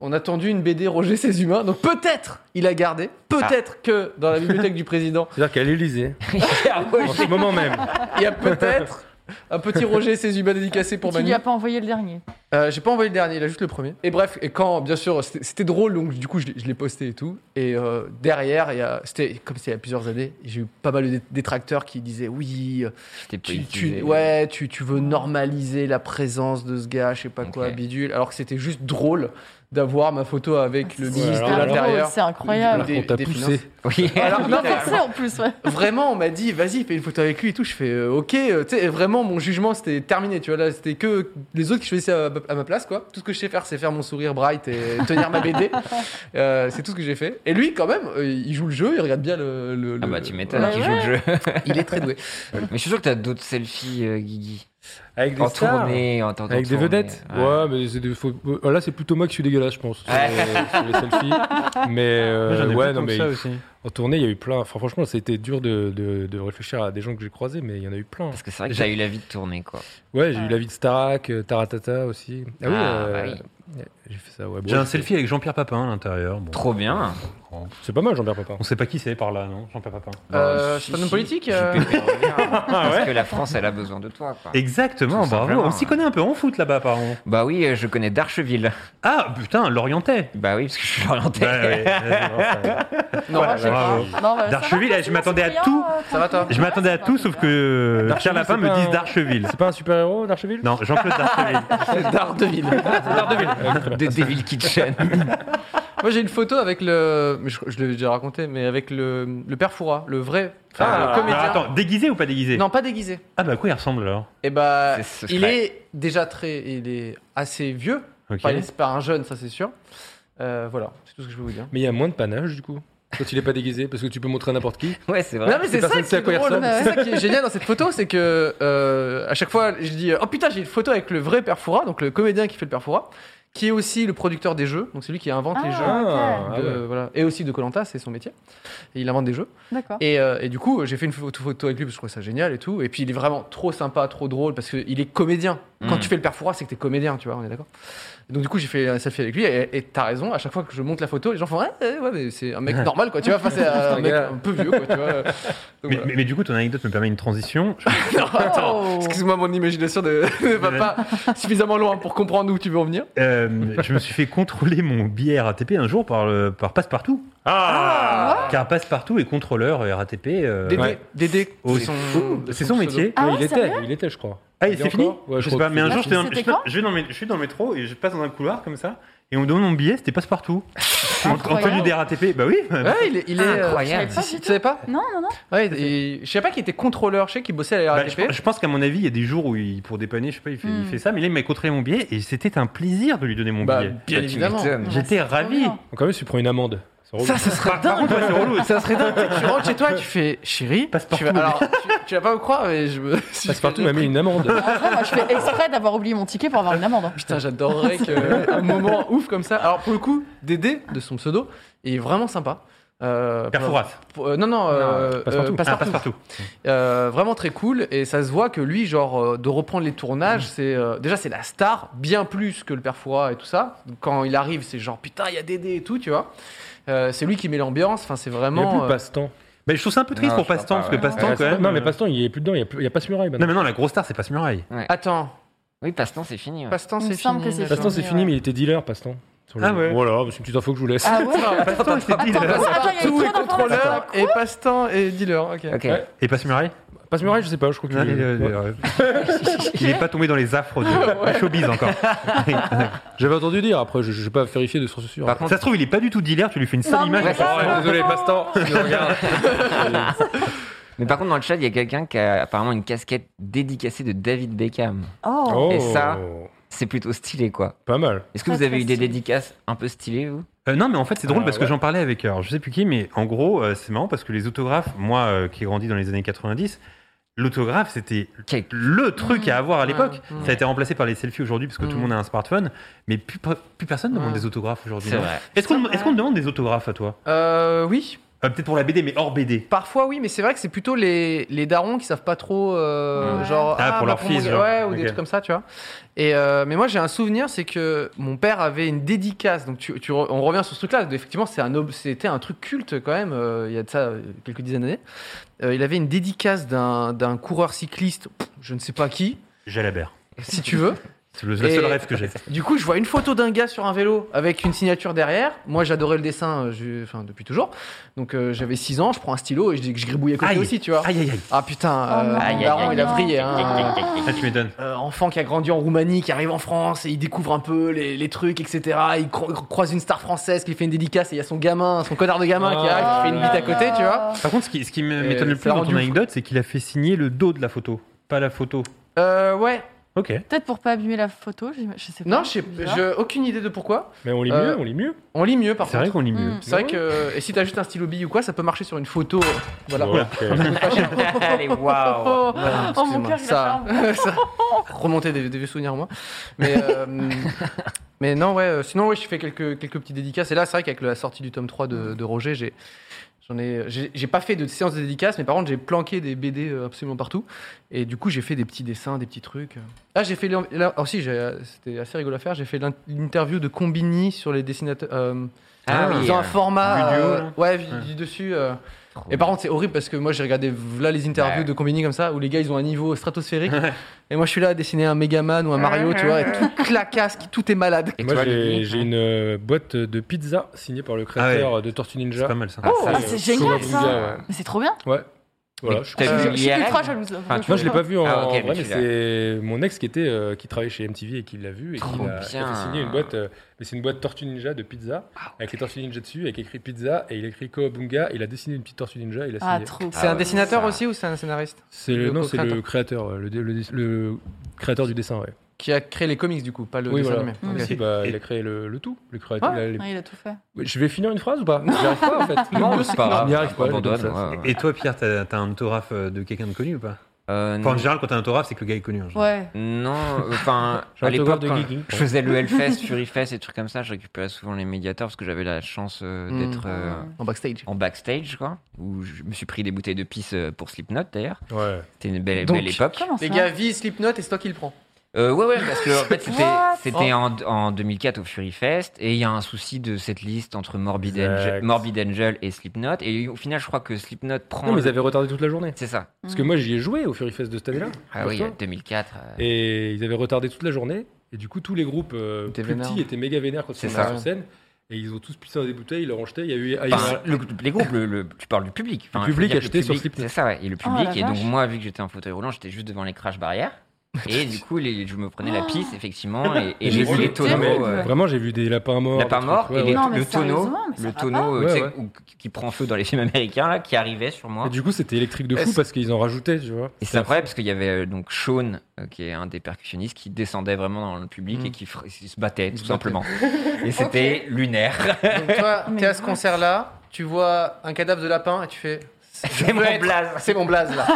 A: on a tendu une BD Roger ses humains. Donc, peut-être il a gardé. Peut-être
F: Ah.
A: que dans la bibliothèque du président,
F: C'est-à-dire qu'à l'Elysée, en ce
D: Roger.
F: moment même,
A: il y a peut-être un petit Roger ses humains dédicacé pour
C: tu lui
A: Manu.
C: as pas envoyé le dernier.
A: Euh, j'ai pas envoyé le dernier, il a juste le premier. Et bref, et quand, bien sûr, c'était c'était drôle, donc du coup, je l'ai- je l'ai posté et tout. Et euh, derrière, il y a- c'était comme c'était il y a plusieurs années, j'ai eu pas mal de dé- détracteurs qui disaient oui, euh,
D: T'es
A: tu,
D: politisé.
A: tu- ouais, tu, tu veux normaliser la présence de ce gars, je sais pas quoi,
D: Ok.
A: bidule. Alors que c'était juste drôle d'avoir ma photo avec le
C: Ah, C'est
A: ministre
F: super
A: de
F: drôle,
A: l'Intérieur.
C: c'est incroyable.
A: Des-
F: on t'a
A: des
F: poussé.
A: finances.
D: Oui.
A: Alors, non, mais-
C: Inversé en plus, ouais.
A: vraiment, on m'a dit, vas-y, fais une photo avec lui et tout. Je fais, euh, ok, euh, tu sais, vraiment, mon jugement, c'était terminé, tu vois. Là, c'était que les autres qui choisissaient à, à ma place, quoi. Tout ce que je sais faire, c'est faire mon sourire bright et tenir ma BD. Euh, c'est tout ce que j'ai fait. Et lui, quand même, euh, il joue le jeu, il regarde bien le. le-
D: Ah
A: le-
D: bah tu m'étonnes,
C: Ouais.
D: qui joue le jeu.
A: Il est très doué.
D: Mais je suis sûr que t'as d'autres selfies, euh, Guigui.
F: avec des
D: En
F: stars,
D: tournée, en en- en
F: avec des
D: tournée.
F: vedettes. Ouais,
D: Ouais.
F: mais c'est des faux- euh, là c'est plutôt moi qui suis dégueulasse, je pense, sur,
D: Ouais.
F: euh, sur les selfies. Mais euh,
B: Moi, j'en ai
F: ouais,
B: plus
F: non
B: tant que
F: mais
B: ça aussi.
F: en tournée, il y a eu plein. Enfin, franchement, c'était dur de, de- de réfléchir à des gens que j'ai croisés, mais il y en a eu plein.
D: Parce que c'est vrai que j'ai eu la vie de tournée, quoi.
F: Ouais, j'ai
C: Ouais.
F: eu la vie de Starak, euh, Taratata aussi. Ah, oui,
D: Ah,
F: euh,
D: bah
F: j'ai fait ça. Ouais, bon,
B: J'ai un
F: c'est-
B: selfie avec Jean-Pierre Papin à l'intérieur. Bon.
D: Trop bien.
F: C'est pas mal, Jean-Pierre Papin.
B: On sait pas qui c'est par là, non Jean-Pierre Papin.
A: Euh,
D: Bah,
A: c'est
D: si,
A: pas un homme
D: si,
A: politique,
D: JP,
A: euh.
D: mais
B: Ah
D: reviens. Parce que la France, elle a besoin de toi, quoi.
B: Exactement,
D: Tout
B: bravo.
D: simplement.
B: On s'y connaît un peu en foot là-bas, apparemment.
D: Bah oui, euh, je connais Darcheville.
B: Ah, putain, l'Orientais.
D: Bah oui, parce que je suis orienté.
B: Bah, ouais, ouais,
A: Non,
B: Voilà,
A: je sais pas.
B: bravo.
C: Non, bah, ça
B: D'Archeville,
C: va,
B: eh, je m'attendais à
C: Cyprien,
B: tout.
C: euh,
A: Ça va, toi
C: tranquille.
B: Je m'attendais à
C: Ouais,
B: tout,
C: ça
B: sauf
C: va.
B: que
F: D'Archeville,
B: Pierre Lapin
F: c'est
B: me
F: pas
B: dise
F: un-
B: d'Archeville.
F: C'est pas un super-héros, Darcheville
B: Non, Jean-Claude d'Archeville.
A: D'Ardeville.
D: De Devil Kitchen.
A: Moi, j'ai une photo avec le. mais Je, je l'avais déjà raconté, mais avec le, le père Foura, le vrai enfin,
B: Ah,
A: le comédien.
B: alors, attends, déguisé ou pas déguisé
A: Non, pas déguisé.
B: Ah bah à quoi il ressemble alors
A: Et bah,
D: C'est secret.
A: il est déjà très. Il est assez vieux.
B: Ok.
A: Pas, les- pas un jeune, ça c'est sûr. Euh, voilà, c'est tout ce que je peux vous dire.
F: Mais il y a moins de panache du coup. Quand il est pas déguisé, parce que tu peux montrer à n'importe qui.
D: Ouais, c'est vrai.
A: Non mais c'est ça,
F: personne
A: qui
F: sait à
A: est
F: quoi il
A: drôle,
F: ressemble.
A: c'est ça qui est génial dans cette photo, c'est que euh, à chaque fois je dis oh putain j'ai une photo avec le vrai Perfora, donc le comédien qui fait le Perfora, qui est aussi le producteur des jeux, donc c'est lui qui invente les jeux,
C: Ah,
F: Ah,
A: de-
F: ah ouais.
A: voilà, et aussi de Colanta, c'est son métier, Et il invente des jeux.
C: D'accord.
A: Et, euh, et du coup, j'ai fait une photo, photo avec lui parce que je trouvais ça génial et tout. Et puis, il est vraiment trop sympa, trop drôle parce qu'il est comédien. Quand
D: Mm.
A: tu fais le perfora, c'est que t'es comédien, tu vois, on est d'accord. Donc, du coup, j'ai fait un selfie avec lui et et t'as raison. À chaque fois que je monte la photo, les gens font Ouais, ouais, ouais, mais c'est un mec normal, quoi, tu vois. Enfin, c'est euh, un mec
F: gars.
A: un peu vieux, quoi, tu vois. Donc,
B: mais,
A: voilà.
B: mais- mais du coup, ton anecdote me permet une transition. Je-
C: Oh.
A: Excuse-moi, mon imagination ne ne va pas suffisamment loin pour comprendre où tu veux en venir.
B: euh, je me suis fait contrôler mon billet RATP un jour par, le- par Passepartout. Ah, Car Passepartout est contrôleur RATP. euh,
A: Dédé,
F: ouais.
A: Dédé,
B: au-
A: c'est son-
B: C'est son métier.
C: Ah
F: Ouais,
C: ouais,
F: il était,
C: sérieux
F: il était, je crois.
B: Ah,
F: Il
B: et
F: est
B: c'est fini
F: encore Ouais,
B: Je
F: je
B: sais
F: crois
B: pas,
F: que
B: mais un
F: c'est-
B: jour, j'étais dans-
C: C'était
B: je,
C: quand
B: je vais dans mes- je suis dans le métro et je passe dans un couloir comme ça. Et on me demande mon billet, c'était Passepartout. Anthony des RATP, bah oui.
A: Ouais, il est. Il est euh,
D: Incroyable.
C: je savais
A: si- si, tu savais pas
C: Non, non, non.
A: Ouais, et je sais pas qu'il était contrôleur, je sais qu'il bossait à la
B: Bah,
A: RATP.
B: je, je pense qu'à mon avis, il y a des jours où, il, pour dépanner, je sais pas, il fait, il
C: Hmm.
B: fait ça, mais là, il m'a contrôlé mon billet et c'était un plaisir de lui donner mon
A: Bah,
B: billet.
A: bien
D: Tu
A: évidemment.
D: m'étonnes.
B: J'étais
C: trop
B: ravi.
C: bien.
F: Donc, quand même, tu prends une amende. C'est relou.
A: Ça, ça serait dingue.
B: Par contre, ouais, c'est relou.
A: Ça serait dingue. tu rentres chez toi, tu fais chérie.
B: Passepartout
A: Tu vas, alors, tu, tu vas pas me croire, mais je me. si je fais
F: Passepartout
A: le
F: m'a mis
A: truc,
F: une amende.
A: Ah,
C: Après, moi, je fais exprès d'avoir oublié mon ticket pour avoir une amende. hein.
A: Putain, j'adorerais qu'un moment ouf comme ça. Alors, pour le coup, Dédé, de son pseudo, est vraiment sympa. Euh,
B: Perforas.
A: pour- euh, non, non, euh,
F: Passepartout.
A: euh,
B: Ah,
A: Passepartout.
B: Passepartout.
A: Euh, vraiment très cool. Et ça se voit que lui, genre, euh, de reprendre les tournages,
F: Mm.
A: c'est euh, déjà c'est la star, bien plus que le père Fouras et tout ça. Quand il arrive, c'est genre putain, il y a Dédé et tout, tu vois. Euh, c'est lui qui met l'ambiance. Enfin, c'est
F: Il n'y a
A: vraiment.
F: plus
A: euh,
F: passe-temps.
B: Mais je trouve ça un peu triste
D: Non, je
B: pour
D: crois
B: Passe-temps,
D: pas,
B: parce que
D: ouais.
B: Passe-temps, quand même.
F: Non, mais
B: euh,
F: passe-temps, il est plus dedans. Il n'y a, pas ce muraille
B: Non,
F: maintenant.
B: mais non, la grosse star, c'est Passe-Muraille.
A: Attends,
D: Oui, Pastan, c'est fini. ouais.
A: passe-temps,
C: Il me
A: c'est
C: semble
A: fini.
D: Mm.
C: que c'est
F: Passe-temps, c'est
C: Ouais.
F: fini, mais il était dealer, passe-temps. Sur le-
B: Ah ouais.
F: Voilà, c'est une petite info que je vous laisse.
C: Ah ouais
B: Passe-temps, il était
C: Attends,
B: dealer.
C: attends, il y a eu
A: Tout
C: trop
A: est
C: d'informations.
A: contrôleur et passe-temps et dealer. ok.
D: Ok.
F: Ouais.
B: Et Passe-Muraille
F: Passe-muraille, je sais pas, je crois que.
B: Non, il, euh,
F: Ouais.
B: euh, il est pas tombé dans les affres du du showbiz encore.
F: J'avais entendu dire, après, je je vais pas vérifier de source sûre.
D: Par contre,
B: Ça se trouve, il est pas du tout dealer, tu lui fais une
C: Non,
B: sale
C: mais-
B: image.
D: Ouais,
B: il
D: ça,
B: fait,
F: Oh,
B: ouais,
F: désolé, passe-temps, tu nous regardes.
D: mais par contre, dans le chat, il y a quelqu'un qui a apparemment une casquette dédicacée de David Beckham.
C: Oh,
D: Et ça C'est plutôt stylé, quoi.
F: Pas mal.
D: Est-ce que
C: Très,
D: vous avez
C: très
D: eu des
C: stylé.
D: dédicaces un peu stylées, vous
B: Euh, non, mais en fait, c'est drôle
F: Ah,
B: parce que
F: ouais.
B: j'en parlais avec, alors, je sais plus qui, mais en gros, euh, c'est marrant parce que les autographes, moi euh, qui ai grandi dans les années 90, l'autographe, c'était
D: Quel-
B: le truc à avoir à l'époque.
A: ouais, ouais.
B: Ça a été remplacé par les selfies aujourd'hui parce que tout le
A: Mm.
B: monde a un smartphone, mais plus, plus personne demande
A: Ouais.
B: des autographes aujourd'hui.
D: C'est
B: non
D: vrai.
B: Est-ce qu'on
C: C'est
B: est-ce qu'on
C: vrai.
B: demande des autographes à toi
A: Euh, oui,
B: Euh, Peut-être pour la BD, mais hors BD.
A: parfois oui, mais c'est vrai que c'est plutôt les, les darons qui savent pas trop, euh,
C: Ouais.
A: genre
B: Ah, pour
A: bah,
B: leur fils,
A: mon-
B: genre.
A: ouais, ou
B: Ok.
A: des trucs comme ça, tu vois. Et euh, mais moi j'ai un souvenir, c'est que mon père avait une dédicace, donc tu, tu re- on revient sur ce truc-là. Effectivement, c'est un ob- c'était un truc culte quand même. euh, il y a de ça euh, quelques dizaines d'années. Euh, il avait une dédicace d'un d'un coureur cycliste, pff, je ne sais pas qui,
B: Jalabert.
A: si tu veux.
B: C'est le, le
A: Et-
B: seul rêve que j'ai.
A: Du coup, je vois une photo d'un gars sur un vélo avec une signature derrière. Moi, j'adorais le dessin euh, je- enfin, depuis toujours. Donc, euh, j'avais 6 ans, je prends un stylo et je, je gribouille à côté
B: Aïe.
A: aussi, tu vois.
B: Aïe, aïe, aïe.
A: Ah putain,
C: Oh
A: euh,
C: non.
A: mon
C: Aïe, aïe, aïe,
A: daron, il a
C: aïe.
A: vrillé. hein.
B: Ah, tu m'étonnes.
A: Euh, enfant qui a grandi en Roumanie, qui arrive en France et il découvre un peu les, les trucs, etc. Il cro- croise une star française qui lui fait une dédicace et il y a son gamin, son connard de gamin
C: Oh
A: qui arrive, qui fait une bite à côté, tu vois.
B: Par contre, ce qui, ce qui
A: Euh,
B: m'étonne le
A: ça
B: plus dans
A: rend
B: ton
A: du fou.
B: anecdote, c'est qu'il a fait signer le dos de la photo, pas la photo.
A: Euh, ouais.
B: Ok.
C: Peut-être pour pas abîmer la photo, j'im- je sais pas.
A: Non, je sais-
C: c'est bizarre.
A: j'ai aucune idée de pourquoi.
F: Mais on lit
A: Euh,
F: mieux, on lit mieux.
A: On lit mieux par
B: C'est vrai
A: contre. Mm.
B: qu'on lit mieux.
C: Hmm.
A: C'est vrai
F: Bah
A: que. Et si t'as juste un stylo bille ou quoi, ça peut marcher sur une photo. Voilà.
F: Ouais, ok.
D: Allez, waouh
C: Oh,
A: Voilà,
C: oh, mon
A: excusez-moi.
C: cœur, il a
A: ça, ça remonter des, des vieux souvenirs en moi. Mais, euh, mais non, ouais. euh, Sinon, ouais, je fais quelques quelques petites dédicaces. Et là, c'est vrai qu'avec la sortie du tome 3 de, de Roger, j'ai j'en ai j'ai j'ai pas fait de séance de dédicaces, mais par contre, j'ai planqué des BD euh, absolument partout. Et du coup, j'ai fait des petits dessins, des petits trucs. Ah, j'ai fait l'en- là aussi, j'ai- euh, c'était assez rigolo à faire. J'ai fait l'in- l'interview de Combini sur les dessinateurs. euh,
D: Ah oui,
A: ils ont un
D: euh,
A: format
B: vidéo,
A: euh,
B: là.
A: ouais, vi-
B: Ouais.
A: du dessus. euh, et par contre, c'est horrible parce que moi, j'ai regardé là les interviews
D: Ouais.
A: de Combini comme ça, où les gars, ils ont un niveau stratosphérique. et moi, je suis là à dessiner un Megaman ou un Mario, tu vois, et tout clacasse, qui- tout est malade.
D: Et
F: Moi,
D: toi,
F: j'ai
D: Denis
F: j'ai une euh, boîte de pizza signée par le créateur de Tortue
B: C'est
F: Ninja.
B: pas mal ça.
D: Ah, ça,
C: Ah,
D: c'est-
C: c'est génial
F: Shogun
C: ça
F: Ninja, ouais.
C: Mais c'est trop bien
F: Ouais. Voilà,
D: Mais
F: je suis
D: t'as
F: content.
D: vu
C: Je
D: le
C: je suis
D: IRL?
C: ultra jalouse. là.
D: Enfin, tu
F: Moi, je l'ai pas vu en,
D: Ah, ok,
F: en
D: mais
F: vrai,
D: tu
F: mais c'est mon ex qui était euh, qui travaillait chez MTV et qui l'a vu et qui
D: Trop
F: l'a qui a
D: bien. Ah,
F: fait signer une boîte. euh, mais c'est une boîte Tortue Ninja de pizza avec les Tortues Ninja dessus, avec écrit pizza et il a écrit Koabunga. Il a dessiné une petite Tortue Ninja. Il a
C: Ah,
F: signé.
C: trop.
A: C'est
D: Ah
A: un
D: ouais,
A: dessinateur
D: ça.
A: aussi ou c'est un scénariste
F: c'est le,
A: le
F: non, c'est le
A: co-créateur.
F: créateur, euh, le, dé- le dé- le créateur du dessin, ouais.
A: qui a créé les comics du coup, pas le
F: Oui,
A: dessin
F: voilà.
A: animé.
C: Mm.
A: Ok.
F: Mais si, bah, il a créé le, le tout, le
B: Ah,
F: créateur.
A: Ouais.
F: il a les-
C: Ouais, il a tout fait.
F: Ouais, Je vais finir une phrase ou pas J'y arrive pas en fait.
D: Non, c'est pas
F: Je n'y arrive
D: grave.
F: pas. je
D: Abandonne,
F: donne ça.
D: ouais, ouais.
B: Et toi, Pierre, t'as t'as un autographe euh, de quelqu'un de connu ou pas
D: Euh,
B: Enfin, en général, quand t'as un autographe, c'est que le gars est connu. en général.
C: Ouais.
D: Non, euh, enfin,
F: J'ai un
D: à
F: autographe
D: l'époque,
F: de
D: quand
F: Guigui.
D: je faisais le Hellfest, Fury Fest et trucs comme ça, je récupérais souvent les médiateurs parce que j'avais la chance euh,
C: Hmm. Ah
A: Mm.
D: d'être euh,
A: En backstage.
D: en backstage, quoi, où je me suis pris des bouteilles de pisse euh, pour Slipknot d'ailleurs.
F: Ouais.
D: C'était une belle,
A: Donc,
D: belle époque.
C: Bah, Comment ça
A: Les gars, vie, Slipknot, et c'est toi qui le prends.
D: Euh, ouais, ouais, parce que en fait, c'était,
C: What Oh.
D: c'était en, en 2004 au Fury Fest, et il y a un souci de cette liste entre Morbid,
F: Exact.
D: Angel, Morbid Angel et Slipknot, et au final, je crois que Slipknot prend.
F: Non, mais ils
D: le-
F: avaient retardé toute la journée.
D: C'est ça.
F: Parce
C: Mm.
F: que moi, j'y ai joué au Fury Fest de cette année-là.
D: Ah oui,
F: Rappelle-toi.
D: 2004. euh,
F: Et ils avaient retardé toute la journée. Et du coup, tous les groupes euh,
A: Étaient
F: plus
A: vénères.
F: petits étaient méga vénères quand ils
D: C'est
F: étaient
D: ça.
F: sur scène. Et ils ont tous pissé dans des bouteilles, ils leur ont jeté. Il y a eu. ah, il y a-
D: Enfin, le, les groupes, le, le- tu parles du public. Enfin,
F: Le public
D: je veux dire que
F: acheté
D: le
F: sur
D: public-
F: Slipknot.
D: C'est ça, ouais. Et le
C: Oh,
D: public.
C: la
D: et donc,
C: vache.
D: moi, vu que j'étais en fauteuil roulant, j'étais juste devant les crash barrières. Et du coup, les, je me prenais la
C: Oh.
D: pisse, effectivement. Et, et j'ai
F: Et j'ai
D: vu
F: vu
D: les
F: le
D: tonneaux.
C: terrible.
D: euh,
F: Vraiment, j'ai vu des lapins morts.
D: la part
F: des
D: mort
F: trucs, ouais,
D: et les-
F: ouais.
C: Non, mais
D: le tonneau,
C: sérieusement, mais ça
D: le
C: va pas.
D: tonneau euh, tu sais,
F: Ouais, ouais.
D: où- qui prend feu dans les films américains là, qui arrivait sur moi.
F: Et du coup, c'était électrique de fou
A: Est-ce-
F: parce qu'ils en rajoutaient, tu vois.
D: Et c'est incroyable parce qu'il y avait euh, donc Sean, euh, qui est un des percussionnistes, qui descendait vraiment dans le public
A: Mm.
D: et qui fr- il se battait
A: Il
D: tout
A: se battait.
D: simplement. et c'était lunaire.
A: Donc toi,
C: Mais
A: t'es à ce concert-là, tu vois un cadavre de lapin et tu fais.
D: C'est mon blaze.
A: C'est mon blaze là.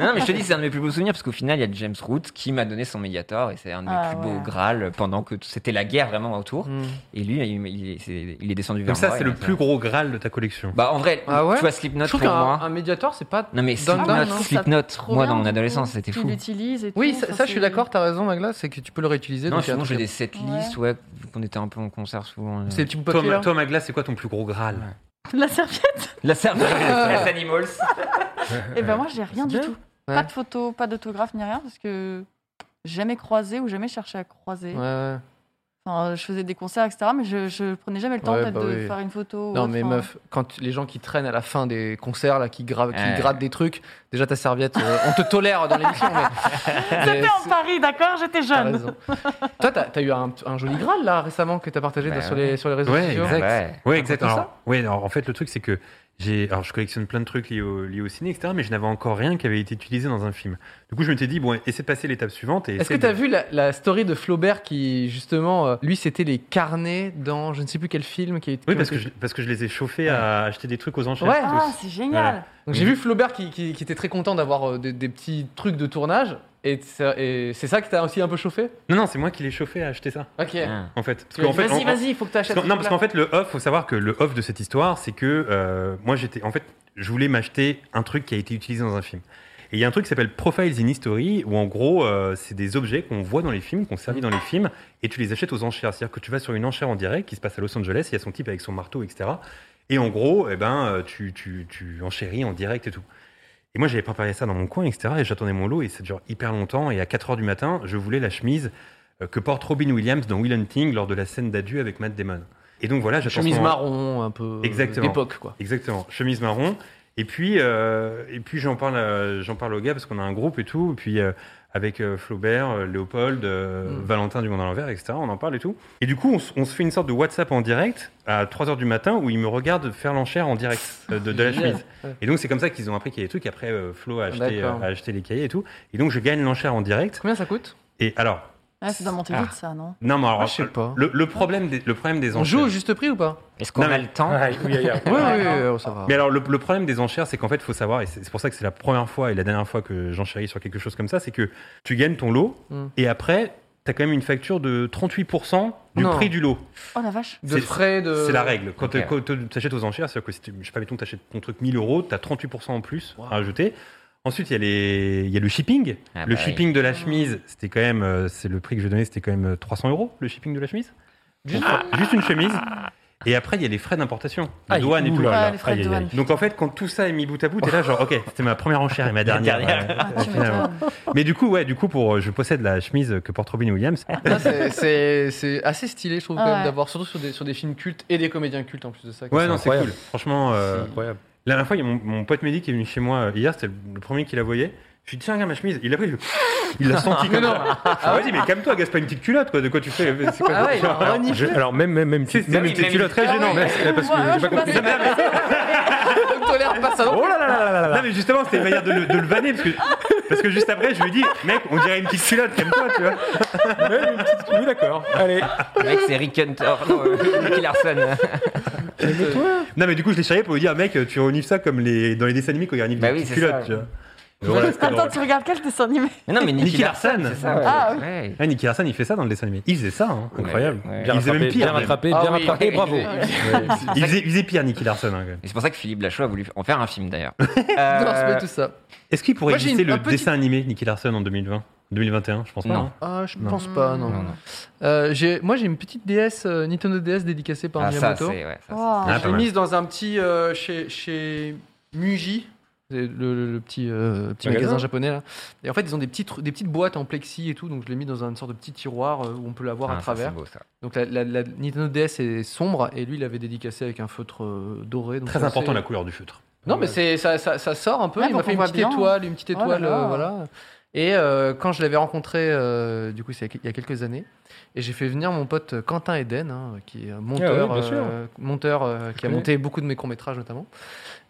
D: Non, mais je te dis, c'est un de mes plus beaux souvenirs parce qu'au final, il y a James Root qui m'a donné son Mediator et c'est un de mes
C: Ah,
D: plus
C: ouais.
D: beaux Graal pendant que t- c'était la guerre vraiment autour.
A: Mm.
D: Et lui, il, il est, c'est- il est descendu vers
B: Donc, ça,
D: moi
B: c'est
D: et
B: le
D: m'a dit,
B: plus gros Graal de ta collection.
D: Bah, en vrai,
A: Ah ouais
D: tu vois Slipknot
A: Je
D: pour
A: trouve qu'un
D: moi.
A: un médiator, c'est pas.
D: Non, mais
A: Dans-
D: Slipknot,
A: dans-
C: Ah non, ça-
D: Slipknot,
C: Trop
D: moi,
C: bien,
D: dans mon
C: du coup.
D: adolescence, c'était
C: Tu
D: fou.
C: l'utilises et tout.
A: Oui, ça, ça, je
C: c'est-
A: suis d'accord, t'as raison, Magla, c'est que tu peux le réutiliser.
D: Non,
A: donc il y a
D: sinon,
A: un
D: j'ai
A: truc-
D: des setlists, ouais, vu qu'on était un peu en concert souvent. euh.
A: C'est le petit bout de
B: Toi,
A: papier,
B: Ma-
A: là.
B: toi, Magla, c'est quoi ton plus gros Graal
C: La serviette
D: La serveuse,
A: Euh.
D: Les Animals.
A: Eh
C: Et ben moi, j'ai rien du
A: bien.
C: tout.
A: Ouais.
C: Pas de photo, pas d'autographe, ni rien, parce que jamais croisé ou jamais cherché à croiser.
A: Ouais, ouais.
C: Enfin, je faisais des concerts, etc. Mais je, je prenais jamais le temps
A: Ouais,
C: peut-être,
A: bah
C: de
A: oui.
C: faire une photo. ou
A: Non
C: autre,
A: mais
C: enfin.
A: meuf, quand tu- les gens qui traînent à la fin des concerts là, qui, gravent, qui
D: Ouais.
A: grattent des trucs, déjà ta serviette, euh, on te tolère dans l'émission. mais- mais
C: C'était en
A: c'est-
C: Paris, d'accord J'étais
A: t'as
C: jeune.
A: raison. Toi, t'as as eu un, un joli Graal là récemment que t'as partagé
D: Bah
A: dans- sur,
D: ouais.
A: les, sur les réseaux
B: Ouais,
A: sociaux.
B: exact.
D: Ouais.
B: Oui,
A: tout
B: exactement.
A: ça
B: Alors, ouais, alors, en fait, le truc, c'est que j'ai, alors, je collectionne plein de trucs liés au, liés au ciné, etc., mais je n'avais encore rien qui avait été utilisé dans un film. Du coup, je m'étais dit, bon, essaie de passer l'étape suivante. et
A: Est-ce que
B: essaie
A: t'as
B: de-
A: vu la, la story de Flaubert qui justement, euh, lui c'était les carnets dans je ne sais plus quel film qui est.
B: Oui, parce que, je, parce que je les ai chauffés à acheter des trucs aux enchères.
A: Ouais.
C: Ah,
B: tous.
C: c'est génial.
A: Donc, j'ai vu Flaubert qui, qui- qui était très content d'avoir euh, des, des petits trucs de tournage et, ça- et c'est ça que t'as aussi un peu chauffé.
B: Non, non, c'est moi qui les chauffais à acheter ça,
A: Ok.
D: Ah.
B: en fait. Parce
A: Tu
B: qu'en
A: as dit,
B: fait,
A: vas-y,
B: en-
A: vas-y, il faut que tu
B: Parce
A: achètes.
B: qu'en- non, parce qu'en fait, le off, faut savoir que le off de cette histoire, c'est que euh, moi, j'étais, en fait, je voulais m'acheter un truc qui a été utilisé dans un film. Et il y a un truc qui s'appelle Profiles in History, où en gros, euh, c'est des objets qu'on voit dans les films, qu'on servit dans les films, et tu les achètes aux enchères. C'est-à-dire que tu vas sur une enchère en direct qui se passe à Los Angeles, il y a son type avec son marteau, etc. Et en gros, eh ben, euh, tu, tu, tu enchéris en direct et tout. Et moi, j'avais préparé ça dans mon coin, etc. Et j'attendais mon lot, et ça dure hyper longtemps. Et à 4 heures du matin, je voulais la chemise euh, que porte Robin Williams dans Will Hunting lors de la scène d'adieu avec Matt Damon. Et donc voilà, j'attends ce
A: Chemise
B: moment-
A: marron, un peu. euh,
B: Exactement.
A: D'époque quoi.
B: Exactement, chemise marron. Et puis, euh, et puis j'en parle, euh, j'en parle aux gars parce qu'on a un groupe et tout. Et puis euh, avec euh, Flaubert, euh, Léopold, euh,
A: Mm.
B: Valentin du Monde à l'envers, etc. On en parle et tout. Et du coup, on, s- on se fait une sorte de WhatsApp en direct à 3 heures du matin où ils me regardent faire l'enchère en direct euh, de, de la
A: Génial.
B: chemise. Et donc c'est comme ça qu'ils ont appris qu'il y a des trucs. Après, euh, Flo a acheté,
A: D'accord.
B: euh, a acheté les cahiers et tout. Et donc je gagne l'enchère en direct.
A: Combien ça coûte
B: Et alors,
C: Ouais, ça doit monter
B: Ah.
C: vite, ça, non
B: non, mais alors,
A: Ah, je sais pas.
B: Le, le problème des, le problème des
A: On joue
B: enchères.
A: au juste prix ou pas
D: Est-ce qu'on
B: Non,
D: a
B: mais-
D: le temps
F: Ah, oui, oui, oui.
A: Oui, oui, oui, ça va.
B: Mais alors, le, le problème des enchères, c'est qu'en fait, il faut savoir, et c'est c'est pour ça que c'est la première fois et la dernière fois que j'enchéris sur quelque chose comme ça, c'est que tu gagnes ton lot
A: Mm.
B: et après, tu as quand même une facture de 38% du
A: Non.
B: prix du lot.
C: Oh la vache.
A: de
B: c'est-
A: frais de.
B: C'est la règle. Quand
D: Ok.
B: tu achètes aux enchères, c'est-à-dire que si tu, je sais pas, mettons, tu achètes ton truc 1000 euros, tu as 38% en plus à ajouter. Ensuite, il y, a les- il y a le shipping.
D: Ah
B: le
D: bah oui.
B: shipping de la chemise, c'était quand même, euh, c'est le prix que je donnais, c'était quand même euh, 300 euros le shipping de la chemise. Juste, juste une chemise. Et après, il y a les frais d'importation, les
F: Aïe,
B: douanes et tout.
F: oulala.
C: Ouais, les frais de
F: Aïe, aïe,
C: douane.
F: aïe.
B: Donc en fait, quand tout ça est mis bout à bout, t'es là genre, ok, c'était ma première enchère et ma dernière.
D: dernière.
B: ouais,
C: Ah, tu
B: finalement.
C: m'étonnes.
B: Mais du coup, ouais, du coup, pour, euh, je possède la chemise que porte Robin Williams.
A: Ça, c'est- C'est c'est assez stylé, je trouve, quand
C: Ouais.
A: même, d'avoir, surtout sur des, sur des films cultes et des comédiens cultes en plus de ça.
B: Ouais, non, c'est
F: incroyable.
B: cool. Franchement, euh,
F: Incroyable.
B: la dernière fois, il y a mon, mon pote Mehdi qui est venu chez moi euh, hier, c'était le premier qui la voyait. Je lui ai dit, tiens, regarde ma chemise. Il l'a pris, je- il l'a senti comme ça. Ah ouais, dit, mais calme-toi, gaspille pas une petite culotte, quoi. De quoi tu fais c'est quoi
A: Ah ouais, il a
B: Alors,
A: reniflé.
F: Je- alors même même même,
B: C'est- c'est-
F: même
B: oui,
F: une petite
B: même-
F: culotte très
B: Ah
F: gênante.
B: ouais.
F: mais- parce que
C: Moi,
F: j'ai
C: je
F: pas compris.
C: passe-
A: Donc, tolère pas ça.
F: Oh là là là là là
B: Non,
F: là.
B: mais justement, c'était une manière de le, de le vanner parce que, parce que juste après, je lui ai dit, mec, on dirait une petite culotte, calme-toi, tu vois.
F: Même une petite- Oui d'accord. Allez.
D: Le mec, c'est Rick Hunter, non, euh, Nicky Larson.
B: Non, mais du coup, je l'ai charrié pour lui dire, mec, tu renifles ça comme les... dans les dessins animés quand il renifle
D: Bah
B: des
D: oui,
B: petites
D: c'est ça,
B: culottes,
D: oui.
B: tu vois. Mais voilà, c'était
C: Attends,
B: drôle.
C: tu regardes quel dessin animé
D: Mais non, mais Nicky,
B: Nicky
D: Larson,
B: Larson.
D: c'est ça. ouais.
C: Ah oui.
D: Ouais.
B: Ah, Nicky Larson, il fait ça dans le dessin animé. Il faisait ça, hein.
F: Incroyable.
D: Ouais.
F: Bien
B: Il faisait même
F: rattrapé.
B: pire,
F: Bien
B: même.
F: rattrapé.
A: Ah
F: Bien
A: oui.
F: rattrapé. Bravo.
A: Il-
B: Il faisait, il faisait pire, Nicky Larson. hein, quand même.
D: Et c'est pour ça que Philippe Lachaud a voulu en faire un film d'ailleurs.
A: Non, c'est
D: Euh,
A: pas tout ça.
B: Est-ce qu'il pourrait
A: Moi, j'ai
B: exister
A: une-
B: le
A: un petit-
B: dessin animé Nicky Larson en 2020 2021, je pense pas.
D: Non.
B: hein.
A: Ah, je
B: Non.
A: pense pas, non.
D: non, non.
A: Euh, j'ai- moi, j'ai une petite DS, euh, Nintendo DS dédicacée par
D: Ah, ça, c'est.
A: Miyamoto.
D: Ouais, ça, c'est-
C: Wow.
B: Ah,
A: je
B: pas
A: l'ai
B: mal.
A: mise dans un petit. euh, chez, chez Muji, c'est le, le- le petit, euh, petit
F: Magasin.
A: magasin japonais. Là. Et en fait, ils ont des, petits, tru- des petites boîtes en plexi et tout. Donc, je l'ai mis dans une sorte de petit tiroir euh, où on peut la voir
D: Ah,
A: à
D: ça,
A: travers.
D: c'est beau, ça.
A: Donc la, la- la Nintendo DS est sombre et lui il l'avait dédicacé avec un feutre euh, doré. Donc
B: Très
A: c'est
B: important
A: assez-
B: la couleur du feutre.
A: Non mais c'est ça, ça, ça sort un peu.
C: Ouais,
A: il
C: donc
A: m'a fait
C: on
A: une
C: voit
A: petite
C: bien.
A: étoile, une petite
C: Oh là
A: étoile,
C: là.
A: euh, voilà. Et euh, quand je l'avais rencontré, euh, du coup c'est il y a quelques années, et j'ai fait venir mon pote euh, Quentin Eden, hein, qui est un monteur,
F: Ah oui, bien sûr.
A: euh, monteur euh, qui a
F: connais.
A: monté beaucoup de mes courts métrages notamment.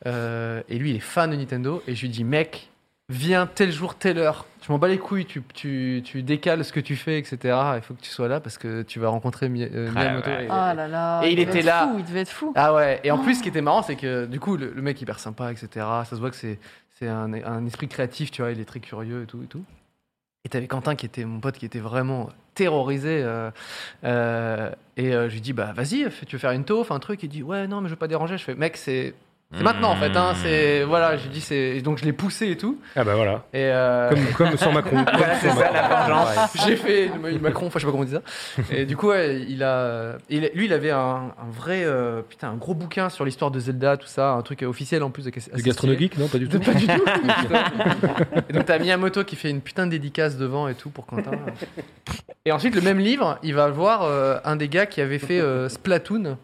A: Euh, et lui il est fan de Nintendo et je lui dis mec viens tel jour, telle heure. Je m'en bats les couilles, tu, tu, tu décales ce que tu fais, etc. Il faut que tu sois là parce que tu vas rencontrer Mi- euh,
D: Ah,
A: Miyamoto.
D: ouais.
A: et-
C: Ah là là.
A: Et il
C: devait
A: était
C: être
A: là.
C: fou, il devait être fou.
A: ah ouais, et en plus, ce qui était marrant, c'est que du coup, le, le mec hyper sympa, etc. Ça se voit que c'est, c'est un, un esprit créatif, tu vois, il est très curieux et tout. Et tout. Et t'avais Quentin, qui était mon pote, qui était vraiment terrorisé. euh, euh, et euh, je lui dis, bah vas-y, fais- tu veux faire une taupe, un truc Il dit, ouais, non, mais je veux pas déranger. Je fais, mec, c'est. C'est maintenant en fait, hein, c'est voilà, je lui dis c'est et donc je l'ai poussé et tout
F: Mmh. Ah bah voilà.
A: et euh,
F: Comme comme sans Macron.
D: Voilà, c'est ça la vengeance.
A: j'ai fait une- une Macron, enfin je sais pas comment on dit ça. Et du coup, ouais, il a, il a- lui, il avait un, un vrai, euh, putain, un gros bouquin sur l'histoire de Zelda, tout ça, un truc officiel en plus de
F: Du gastronomique, non pas du
A: De,
F: tout.
A: pas du tout. putain. et donc t'as Miyamoto qui fait une putain de dédicace devant et tout pour Quentin. Et ensuite, le même livre, il va voir euh, un des gars qui avait fait euh, Splatoon,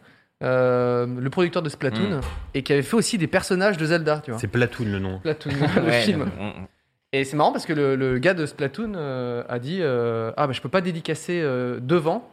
A: euh, le producteur de Splatoon, et qui avait fait aussi des personnages de Zelda, tu vois.
B: Hmm. C'est Platoon le nom.
A: Splatoon, le
D: Ouais,
A: film.
D: on- on-
A: Et c'est marrant parce que le, le gars de Splatoon euh, a dit euh, Ah, bah je peux pas dédicacer euh, devant.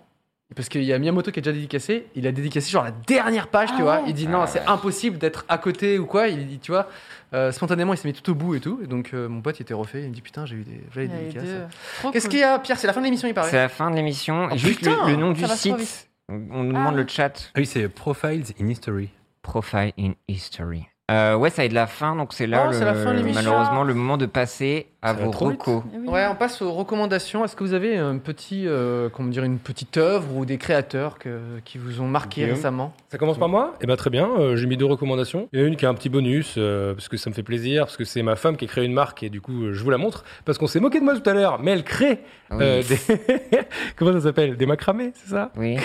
A: Parce qu'il y a Miyamoto qui a déjà dédicacé, il a dédicacé genre la dernière page, tu
C: Ah
A: vois.
C: ouais.
A: Il dit non,
D: Ah
A: c'est
D: ouais.
A: impossible d'être à côté ou quoi. Il dit, tu vois, euh, spontanément, il s'est mis tout au bout et tout. Et donc, euh, mon pote, il était refait. Il me dit, putain, j'ai eu des vraies
C: Il y a les
A: dédicaces.
C: deux. Trop
A: Qu'est-ce
C: cool.
A: qu'il y a, Pierre C'est la fin de l'émission, il paraît.
D: C'est la fin de l'émission.
A: Oh,
D: Juste
A: putain,
D: le, le nom
C: ça
D: du
C: va trop
D: site.
C: vite.
D: On on nous demande
C: Ah.
D: le chat.
B: Ah oui, c'est Profiles in History.
D: Profile in History. Euh, ouais, ça va être la fin, donc c'est là,
A: Oh,
D: le-
A: c'est la fin de l'émission.
D: malheureusement, le moment de passer à
F: Ça va
D: vos
F: trop vite.
D: recos.
C: Eh oui.
A: Ouais, on passe aux recommandations. Est-ce que vous avez un petit, euh, comment dire, une petite œuvre ou des créateurs que- qui vous ont marqué
F: Guillaume.
A: récemment
F: Ça commence par moi Eh ben très bien, euh, j'ai mis deux recommandations. Il y en a une qui a un petit bonus, euh, parce que ça me fait plaisir, parce que c'est ma femme qui a créé une marque, et du coup, euh, je vous la montre, parce qu'on s'est moqué de moi tout à l'heure, mais elle crée
C: Ah
D: Oui.
F: euh, des... Comment ça s'appelle Des macramés, c'est ça
D: Oui.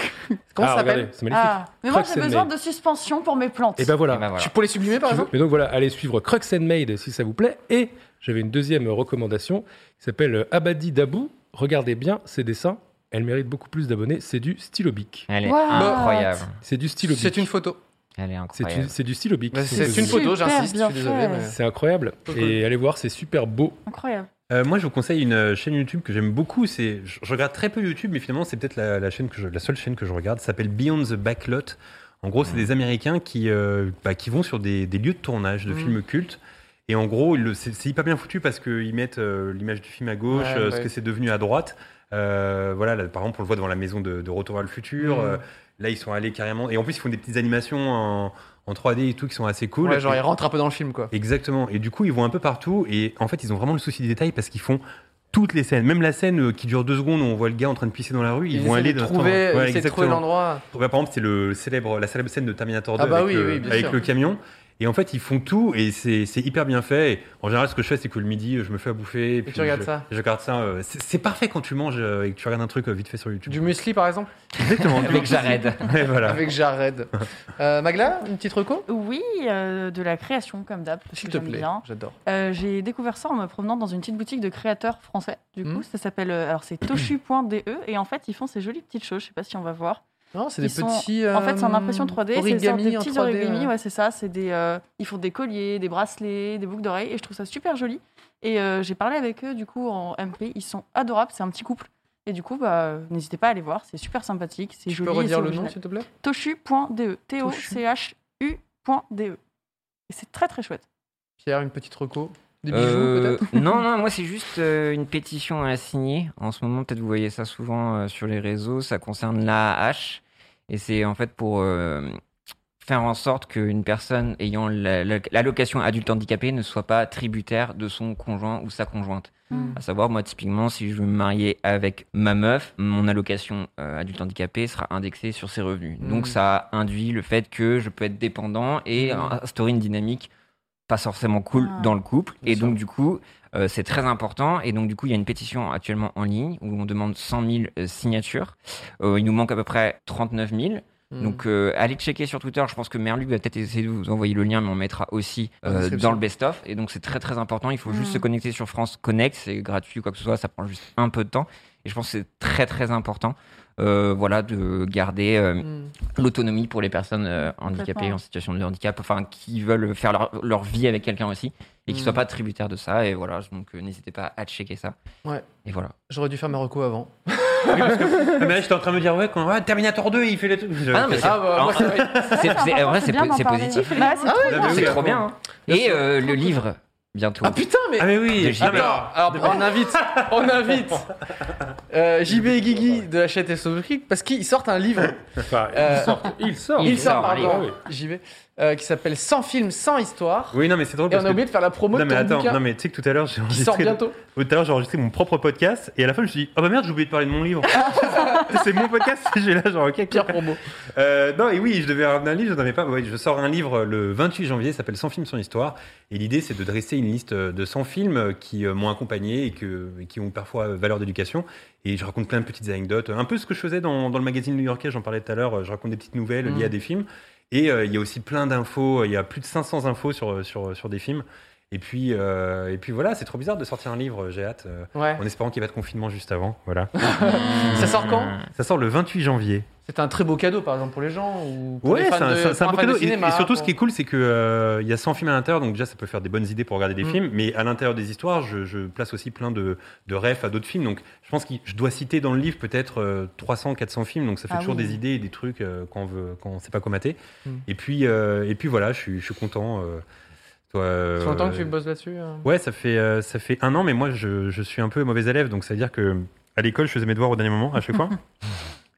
A: Comment
F: Ah,
A: ça s'appelle
F: regardez, C'est magnifique.
C: Ah, mais moi
F: Crocs
C: j'ai
F: and
C: besoin
F: Maid.
C: de suspension pour mes plantes.
F: Et ben voilà.
D: Et ben voilà.
A: Tu- Pour les sublimer, par
F: Tu veux-
A: exemple
F: Mais donc voilà, allez suivre Crux and Made si ça vous plaît. Et j'avais une deuxième recommandation qui s'appelle euh, Abadi Dabou. Regardez bien ses dessins. Elle mérite beaucoup plus d'abonnés. C'est du stylobic.
D: Elle est
C: What
D: incroyable.
F: C'est du stylobic.
A: C'est une photo.
D: Elle est
F: C'est
D: incroyable.
F: une- c'est du stylobic.
A: Bah,
F: C'est-
A: C'est une
C: Super
A: photo, j'insiste, je
C: bien
A: suis désolé.
C: fait.
A: mais-
F: C'est incroyable.
A: Trop cool.
F: Et allez voir, c'est super beau.
C: Incroyable.
B: Euh, moi, je vous conseille une euh, chaîne YouTube que j'aime beaucoup. C'est, je, je regarde très peu YouTube, mais finalement, c'est peut-être la, la chaîne que je- la seule chaîne que je regarde. Ça s'appelle Beyond the Backlot. En gros, c'est
F: Mmh.
B: des Américains qui, euh, bah, qui vont sur des, des lieux de tournage de
A: Mhm.
B: films cultes. Et en gros, ils le- c'est, c'est hyper bien foutu parce qu'ils mettent euh, l'image du film à gauche,
A: Ouais,
B: euh, ce
A: ouais.
B: que c'est devenu à droite. Euh, voilà, là, par exemple, on le voit devant la maison de, de Retour à le futur.
A: Mhm.
B: Euh, là, ils sont allés carrément. Et en plus, ils font des petites animations en, en 3D et tout qui sont assez cool.
A: Ouais, genre,
B: Et-
A: il rentre un peu dans le film, quoi.
B: Exactement. Et du coup, ils vont un peu partout. Et en fait, ils ont vraiment le souci des détails parce qu'ils font toutes les scènes. Même la scène euh, qui dure deux secondes où on voit le gars en train de pisser dans la rue, ils, vont
A: essaient
B: aller
A: de
B: dans le
A: trouver,
B: temps. Ouais,
A: ils essaient de trouver
B: exactement.
A: l'endroit.
B: Ouais, par exemple, c'est le célèbre, la célèbre scène de Terminator 2
A: Ah bah
B: avec,
A: oui,
B: le,
A: oui, bien
B: avec
A: sûr.
B: le camion. Et en fait, ils font tout et c'est c'est hyper bien fait. Et en général, ce que je fais, c'est que le midi, je me fais à bouffer. Et, puis
A: tu regardes
B: je-
A: ça.
B: Je regarde ça. euh, C'est c'est parfait quand tu manges euh, et que tu regardes un truc euh, vite fait sur YouTube.
A: Du muesli, par exemple,
B: Exactement.
D: Avec Jared.
B: Ouais, voilà.
A: avec Jared. Euh, Magla, une petite reco
C: Oui, euh, de la création comme d'hab. parce
A: S'il
C: que
A: te
C: j'aime
A: plaît,
C: bien.
A: j'adore.
C: Euh, j'ai découvert ça en me promenant dans une petite boutique de créateurs français. Du coup,
A: Mhm.
C: ça s'appelle. euh, Alors, c'est toshu.de. Et en fait, ils font ces jolies petites choses. Je sais pas si on va voir.
A: Non, c'est
C: Ils
A: des
C: sont-
A: petits.
C: En fait, c'est en
A: euh,
C: impression 3D. C'est des sortes
A: origami
C: de
A: en
C: petits
A: 3D,
C: origami.
A: ouais.
C: Ouais, c'est ça. C'est des. euh, ils font des colliers, des bracelets, des boucles d'oreilles. Et je trouve ça super joli. Et euh, j'ai parlé avec eux, du coup, en MP. Ils sont adorables. C'est un petit couple. Et du coup, bah, euh, n'hésitez pas à aller voir. C'est super sympathique. C'est
A: Tu
C: joli.
A: peux
C: et
A: redire
C: c'est
A: le nom,
C: original.
A: s'il te plaît
C: Toshu.de. T-O-C-H-U.de. E. Et c'est très, très chouette.
A: Pierre, une petite reco. Des bijoux,
D: Euh,
A: peut-être
D: non, non, moi c'est juste euh, une pétition à signer. En ce moment, peut-être vous voyez ça souvent euh, sur les réseaux. Ça concerne l'AAH. Et c'est en fait pour euh, faire en sorte qu'une personne ayant la- la- l'allocation adulte handicapé ne soit pas tributaire de son conjoint ou sa conjointe.
A: Hmm.
C: Mm.
D: À savoir, moi, typiquement, si je veux me marier avec ma meuf, mon allocation euh, adulte handicapé sera indexée sur ses revenus. Donc,
A: Mm.
D: ça induit le fait que je peux être dépendant et
A: Mm.
D: instaurer une dynamique pas forcément cool
C: Ah.
D: dans le couple.
A: Bien
D: et
A: sûr.
D: donc, du coup, euh, c'est très important. Et donc, du coup, il y a une pétition actuellement en ligne où on demande 100 000 euh, signatures. Euh, il nous manque à peu près 39 000.
A: Hmm.
D: Donc euh, allez checker sur Twitter, je pense que Merluc va peut-être essayer de vous envoyer le lien, mais on mettra aussi
A: Dans la
D: euh,
A: description. Hmm.
D: dans le best-of. Et donc c'est très très important, il faut juste
C: Mm.
D: se connecter sur France Connect, c'est gratuit, quoi que ce soit, ça prend juste un peu de temps. Et je pense que c'est très très important euh, voilà, de garder euh,
A: Hmm.
D: l'autonomie pour les personnes euh, handicapées
C: Complètement.
D: en situation de handicap, enfin qui veulent faire leur, leur vie avec quelqu'un aussi, et qui ne
A: Mm.
D: soient pas tributaires de ça. Et voilà, donc euh, n'hésitez pas à checker ça.
A: Ouais.
D: Et voilà.
A: J'aurais dû faire ma reco avant.
B: Ah Mais là, j'étais en train de me dire, ouais, quand, ouais, Terminator 2, il fait les trucs. Je-
D: Ah non, mais c'est-
A: Ah, bah,
D: en-
A: moi, ça va être-
D: c'est-
C: Ouais,
D: c'est- en vrai, c'est
C: bien
D: po-
C: d'en
D: c'est
C: parler.
D: positif.
C: Bah, c'est trop
B: Ah, mais
C: bien.
B: oui,
D: C'est trop
B: à fond.
D: bien. hein.
A: Bien
D: Et
A: sûr.
D: euh, le livre, bientôt.
A: Ah putain, mais.
B: Ah, mais
D: De
B: oui.
D: JB.
B: Ah, mais alors,
A: Alors, alors, on invite, on invite euh, JB et Guigui de la chaîne Testo Geek parce qu'ils sortent un livre
F: Enfin,
A: Euh,
F: il sort. Il sort.
A: Il, sort,
D: sort,
A: pardon,
F: oui.
A: j'y vais, euh, qui s'appelle 100 films, 100 histoires.
B: Oui, non, mais c'est drôle.
A: Et on
B: parce
A: a
B: que-
A: oublié de faire la promo
B: Non
A: de
B: mais
A: ton
B: attends,
A: bouquin
B: non mais tu sais que tout à l'heure j'ai
A: qui
B: enregistré,
A: sort bientôt.
B: tout à l'heure j'ai enregistré mon propre podcast et à la fin je me suis dit oh bah merde j'ai oublié de parler de mon livre. c'est mon podcast, j'ai là genre ok.
A: Pierre
B: cool.
A: promo.
B: Euh, non et oui je devais ramener un livre, j'en avais pas. Ouais, je sors un livre le 28 janvier, ça s'appelle 100 films sans histoire et l'idée c'est de dresser une liste de 100 films qui euh, m'ont accompagné et, que, et qui ont parfois euh, valeur d'éducation et je raconte plein de petites anecdotes, un peu ce que je faisais dans, dans le magazine new-yorkais, j'en parlais tout à l'heure, je raconte des petites nouvelles
A: Mm.
B: liées à des films. Et euh, il y a aussi plein d'infos, il y a plus de 500 infos euh, sur, sur, sur des films. Et puis, euh, et puis voilà, c'est trop bizarre de sortir un livre, j'ai hâte, euh,
A: Ouais.
B: en espérant qu'il n'y ait pas de confinement juste avant. Voilà.
A: Ça sort quand
B: Ah. Ça sort le 28 janvier.
A: C'est un très beau cadeau, par exemple, pour les gens ou pour
B: Ouais,
A: les
B: c'est
A: fans
B: un,
A: de-
B: c'est un- c'est un
A: pour
B: beau
A: un fan de
B: cadeau. Et,
A: cinéma,
B: et surtout, ce
A: pour-
B: qui est cool, c'est qu'il il y a 100 films à l'intérieur, donc déjà, ça peut faire des bonnes idées pour regarder des
A: Mm.
B: films, mais à l'intérieur des histoires, je, je place aussi plein de, de refs à d'autres films. Donc, je pense que je dois citer dans le livre peut-être euh, 300, 400 films, donc ça fait
C: Ah
B: toujours
C: oui.
B: des idées et des trucs euh, quand on veut, quand on sait pas quoi mater.
A: Mm.
B: Et, puis, euh, et puis voilà, je suis, je suis content. euh,
A: Ça
B: toi, euh,
A: fait longtemps que tu bosses là-dessus. hein
B: Ouais, ça fait, euh, ça fait un an, mais moi, je, je suis un peu mauvais élève, donc c'est-à-dire que à l'école, je faisais mes devoirs au dernier moment, à chaque fois.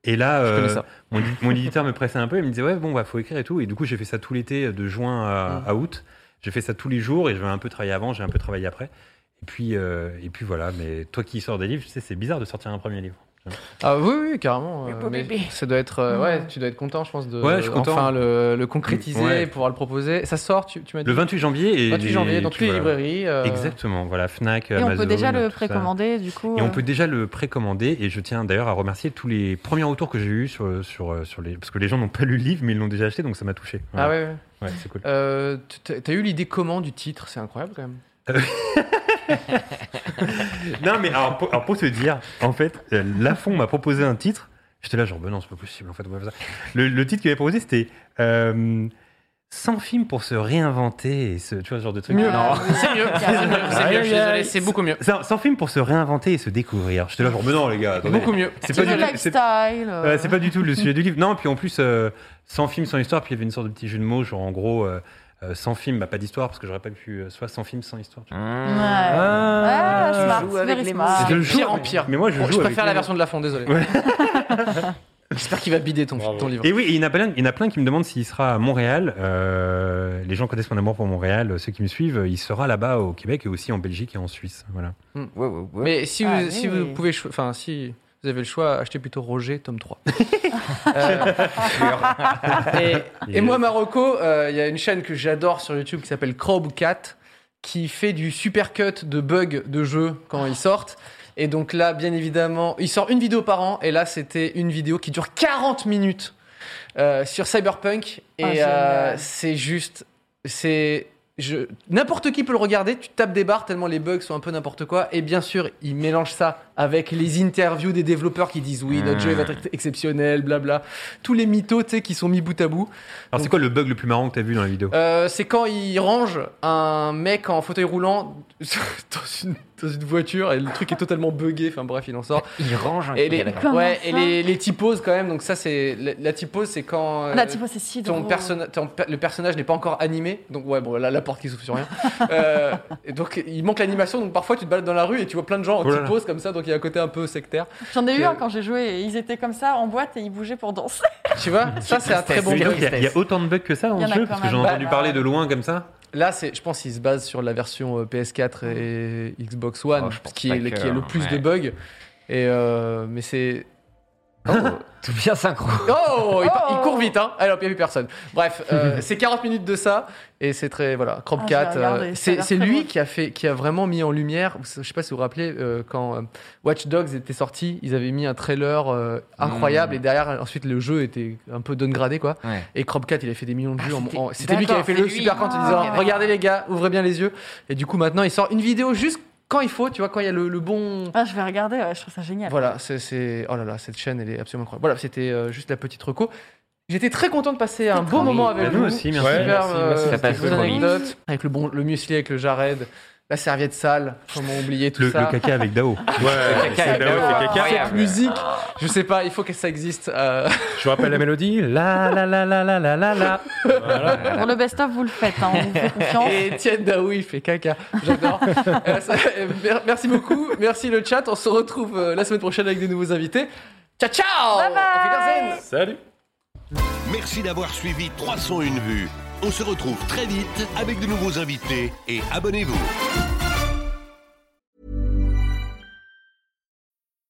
B: Et là,
A: Je connais
B: euh,
A: ça.
B: mon, édi- mon éditeur me pressait un peu, il me disait ouais bon bah faut écrire et tout et du coup j'ai fait ça tout l'été euh, de juin
A: Mm.
B: à, à août. J'ai fait ça tous les jours et je vais un peu travailler avant, j'ai un peu travaillé après. Et puis euh, et puis voilà. Mais toi qui sors des livres, tu sais c'est bizarre de sortir un premier livre.
A: Ah oui, oui, carrément.
D: Oui,
A: euh,
D: beau
A: mais
D: bébé. Mm.
A: Ça doit être, euh, ouais, tu dois être content, je pense, de
B: Ouais, je suis content.
A: enfin le, le concrétiser,
B: Ouais.
A: pouvoir le proposer. Ça sort, tu, tu m'as dit.
B: Le 28 janvier et
A: 28 janvier, dans toutes les
B: voilà.
A: librairies. euh,
B: Exactement, voilà Fnac,
C: Et
B: Amazon.
C: on peut déjà le
B: tout ça.
C: précommander, du coup.
B: Et on
C: euh,
B: peut déjà le précommander. Et je tiens d'ailleurs à remercier tous les premiers retours que j'ai eus sur, sur, euh, sur les. Parce que les gens n'ont pas lu le livre, mais ils l'ont déjà acheté, donc ça m'a touché.
A: Ah
B: Voilà.
A: ouais. ouais.
B: Ouais, c'est cool.
A: Euh, tu- t'as- T'as eu l'idée comment du titre C'est incroyable quand même.
B: Non, mais alors pour, alors, pour te dire, en fait, euh, Lafon m'a proposé un titre. J'étais là, genre, ben non, c'est pas possible, en fait. on va faire ça. Le, le titre qu'il avait proposé, c'était euh, 100 films pour se réinventer. Et se, tu vois, ce genre de truc.
C: Mieux.
B: Non. Ah,
A: C'est mieux. C'est mieux. C'est mieux. Je
B: Aïe, aïe,
A: suis désolé.
B: aïe.
A: C'est beaucoup mieux.
B: 100 100 films pour se réinventer et se découvrir. J'étais là, genre, ben non, les gars, attendez.
A: Beaucoup mieux.
B: C'est
C: c'est
B: pas
C: le
B: du tout- c'est-
C: lifestyle. euh.
B: Ouais, c'est pas du tout le sujet du livre. Non, puis en plus, euh, 100 films, sans histoire, puis il y avait une sorte de petit jeu de mots, genre en gros, euh, euh, 100 films, bah, pas d'histoire, parce que j'aurais pas pu, euh, soit 100 films, sans histoire. tu vois.
C: Mmh. Ah, smart,
D: joues avec
C: very
D: les mots.
C: smart.
A: C'est
B: Je
A: de
B: joue
A: pire en
B: avec-
A: pire.
B: Mais moi, je
A: Bon,
B: joue
A: je
B: avec
A: préfère
B: les
A: la
B: mots.
A: version de Lafon, désolé.
B: Ouais.
A: J'espère qu'il va bider ton,
F: Bravo.
A: ton livre.
B: Et oui, et il y en a plein, il y en a plein qui me demandent s'il sera à Montréal. Euh, les gens connaissent mon amour pour Montréal. euh, Ceux qui me suivent, il sera là-bas au Québec et aussi en Belgique et en Suisse. Voilà.
D: Mm. Ouais, ouais, ouais.
A: Mais si vous,
C: Ah,
A: si
C: oui.
A: vous pouvez, cho- enfin si vous avez le choix, achetez plutôt Roger tome 3. Euh, et, et moi Marocco, euh, il y a une chaîne que j'adore sur YouTube qui s'appelle Crowcat qui fait du super cut de bugs de jeux quand ils sortent. Et donc là, bien évidemment, il sort une vidéo par an. Et là, c'était une vidéo qui dure 40 minutes euh, sur Cyberpunk. Et
C: Ah,
A: euh,
C: génial.
A: c'est juste, c'est je- n'importe qui peut le regarder, tu tapes des barres tellement les bugs sont un peu n'importe quoi. Et bien sûr, ils mélangent ça avec les interviews des développeurs qui disent oui, notre jeu va être exceptionnel, blabla. Tous les mythos, tu sais, qui sont mis bout à bout.
B: Alors, c'est quoi le bug le plus marrant que tu as vu dans la vidéo
A: Euh, c'est quand ils rangent un mec en fauteuil roulant dans une, dans une voiture et le truc est totalement buggé. Enfin bref, il en sort.
D: Il range un
A: Et
D: truc,
A: les,
D: ah, d'accord.
C: Comment
A: ouais,
C: ça
A: et les, les typoses quand même. Donc ça, c'est la, la typose, c'est quand. euh,
C: Là, tu vois, c'est si
A: ton
C: drôle.
A: personna- ton per- le personnage n'est pas encore animé, donc ouais, bon, là, la porte qui s'ouvre sur rien. Euh, et donc, il manque l'animation, donc parfois tu te balades dans la rue et tu vois plein de gens en
B: Oh là là.
A: typose comme ça, donc il y a un côté un peu sectaire. Euh,
C: J'en ai eu
A: que-
B: Euh,
C: un quand j'ai joué et ils étaient comme ça en boîte et ils bougeaient pour danser.
A: Tu vois, ça c'est un très bon
B: Mais donc,
A: bug.
B: il y, a- il y a autant de bugs que ça hein. dans
C: Il y en
B: le
C: a
B: jeu
C: quand
B: Parce que j'en ai
C: même.
B: entendu
C: Bah,
B: parler
C: bah.
B: de loin comme ça.
A: Là, c'est, je pense qu'il se base sur la version euh, PS4 et Xbox One,
D: Oh, je pense
A: qui,
D: pas
A: est, le-
D: que-
A: qui est le plus de
D: ouais.
A: bugs. Et euh, mais c'est. Oh,
D: Tout bien synchro.
A: Oh, il, part- il
C: Oh.
A: court vite, hein! Alors, il n'y a plus personne. Bref, euh, c'est 40 minutes de ça, et c'est très. Voilà, Crop
C: Ah, je vais
A: Cat.
C: regarder, ça a
A: euh, c'est
C: l'air
A: c'est
C: très
A: lui
C: drôle.
A: qui a, fait, qui a vraiment mis en lumière, je ne sais pas si vous vous rappelez, euh, quand euh, Watch Dogs était sorti, ils avaient mis un trailer euh, incroyable,
D: Mm.
A: et derrière, ensuite, le jeu était un peu downgradé, quoi.
D: Ouais.
A: Et Crop Cat, il a fait des millions de
D: Ah,
A: vues. en-
D: c'était-
A: en- C'était lui qui
D: d'accord,
A: avait fait
D: c'est
A: le
D: lui.
A: super quand en
C: Ah,
A: disant
C: ok, d'accord.
A: Regardez les gars, ouvrez bien les yeux. Et du coup, maintenant, il sort une vidéo juste quand il faut, tu vois, quand il y a le, le bon.
C: Ah, je vais regarder, ouais, je trouve ça génial.
A: Voilà, c'est- c'est. Oh là là, cette chaîne, elle est absolument incroyable. Voilà, c'était euh, juste la petite reco. J'étais très content de passer un beau
D: cool.
A: moment
D: Oui,
A: avec
B: bah,
A: vous.
B: nous aussi, merci.
F: Ouais,
A: Super,
F: merci,
A: euh,
F: merci,
D: ça
A: c'était
D: passe
A: des bonnes
D: vite.
A: anecdotes. Avec le, bon, le muesli, avec le Jared, la serviette sale, comment oublier tout
B: Le,
A: ça.
B: le caca avec Dao.
F: Ouais,
D: Caca,
F: c'est Dao, c'est caca.
D: incroyable.
A: Musique, je sais pas, il faut que ça existe. euh,
F: Je rappelle la mélodie. La la la la la la la la. Voilà.
C: Pour le best-of, vous le faites, hein, on vous fait confiance.
A: Et Étienne Daoui il fait caca. J'adore. Euh, ça- euh, mer- merci beaucoup. Merci le chat. On se retrouve euh, la semaine prochaine avec de nouveaux invités. Ciao, ciao
C: Bye bye
A: Auf Wiedersehen
F: Salut.
E: Merci d'avoir suivi 301 vues. On se retrouve très vite avec de nouveaux invités et abonnez-vous.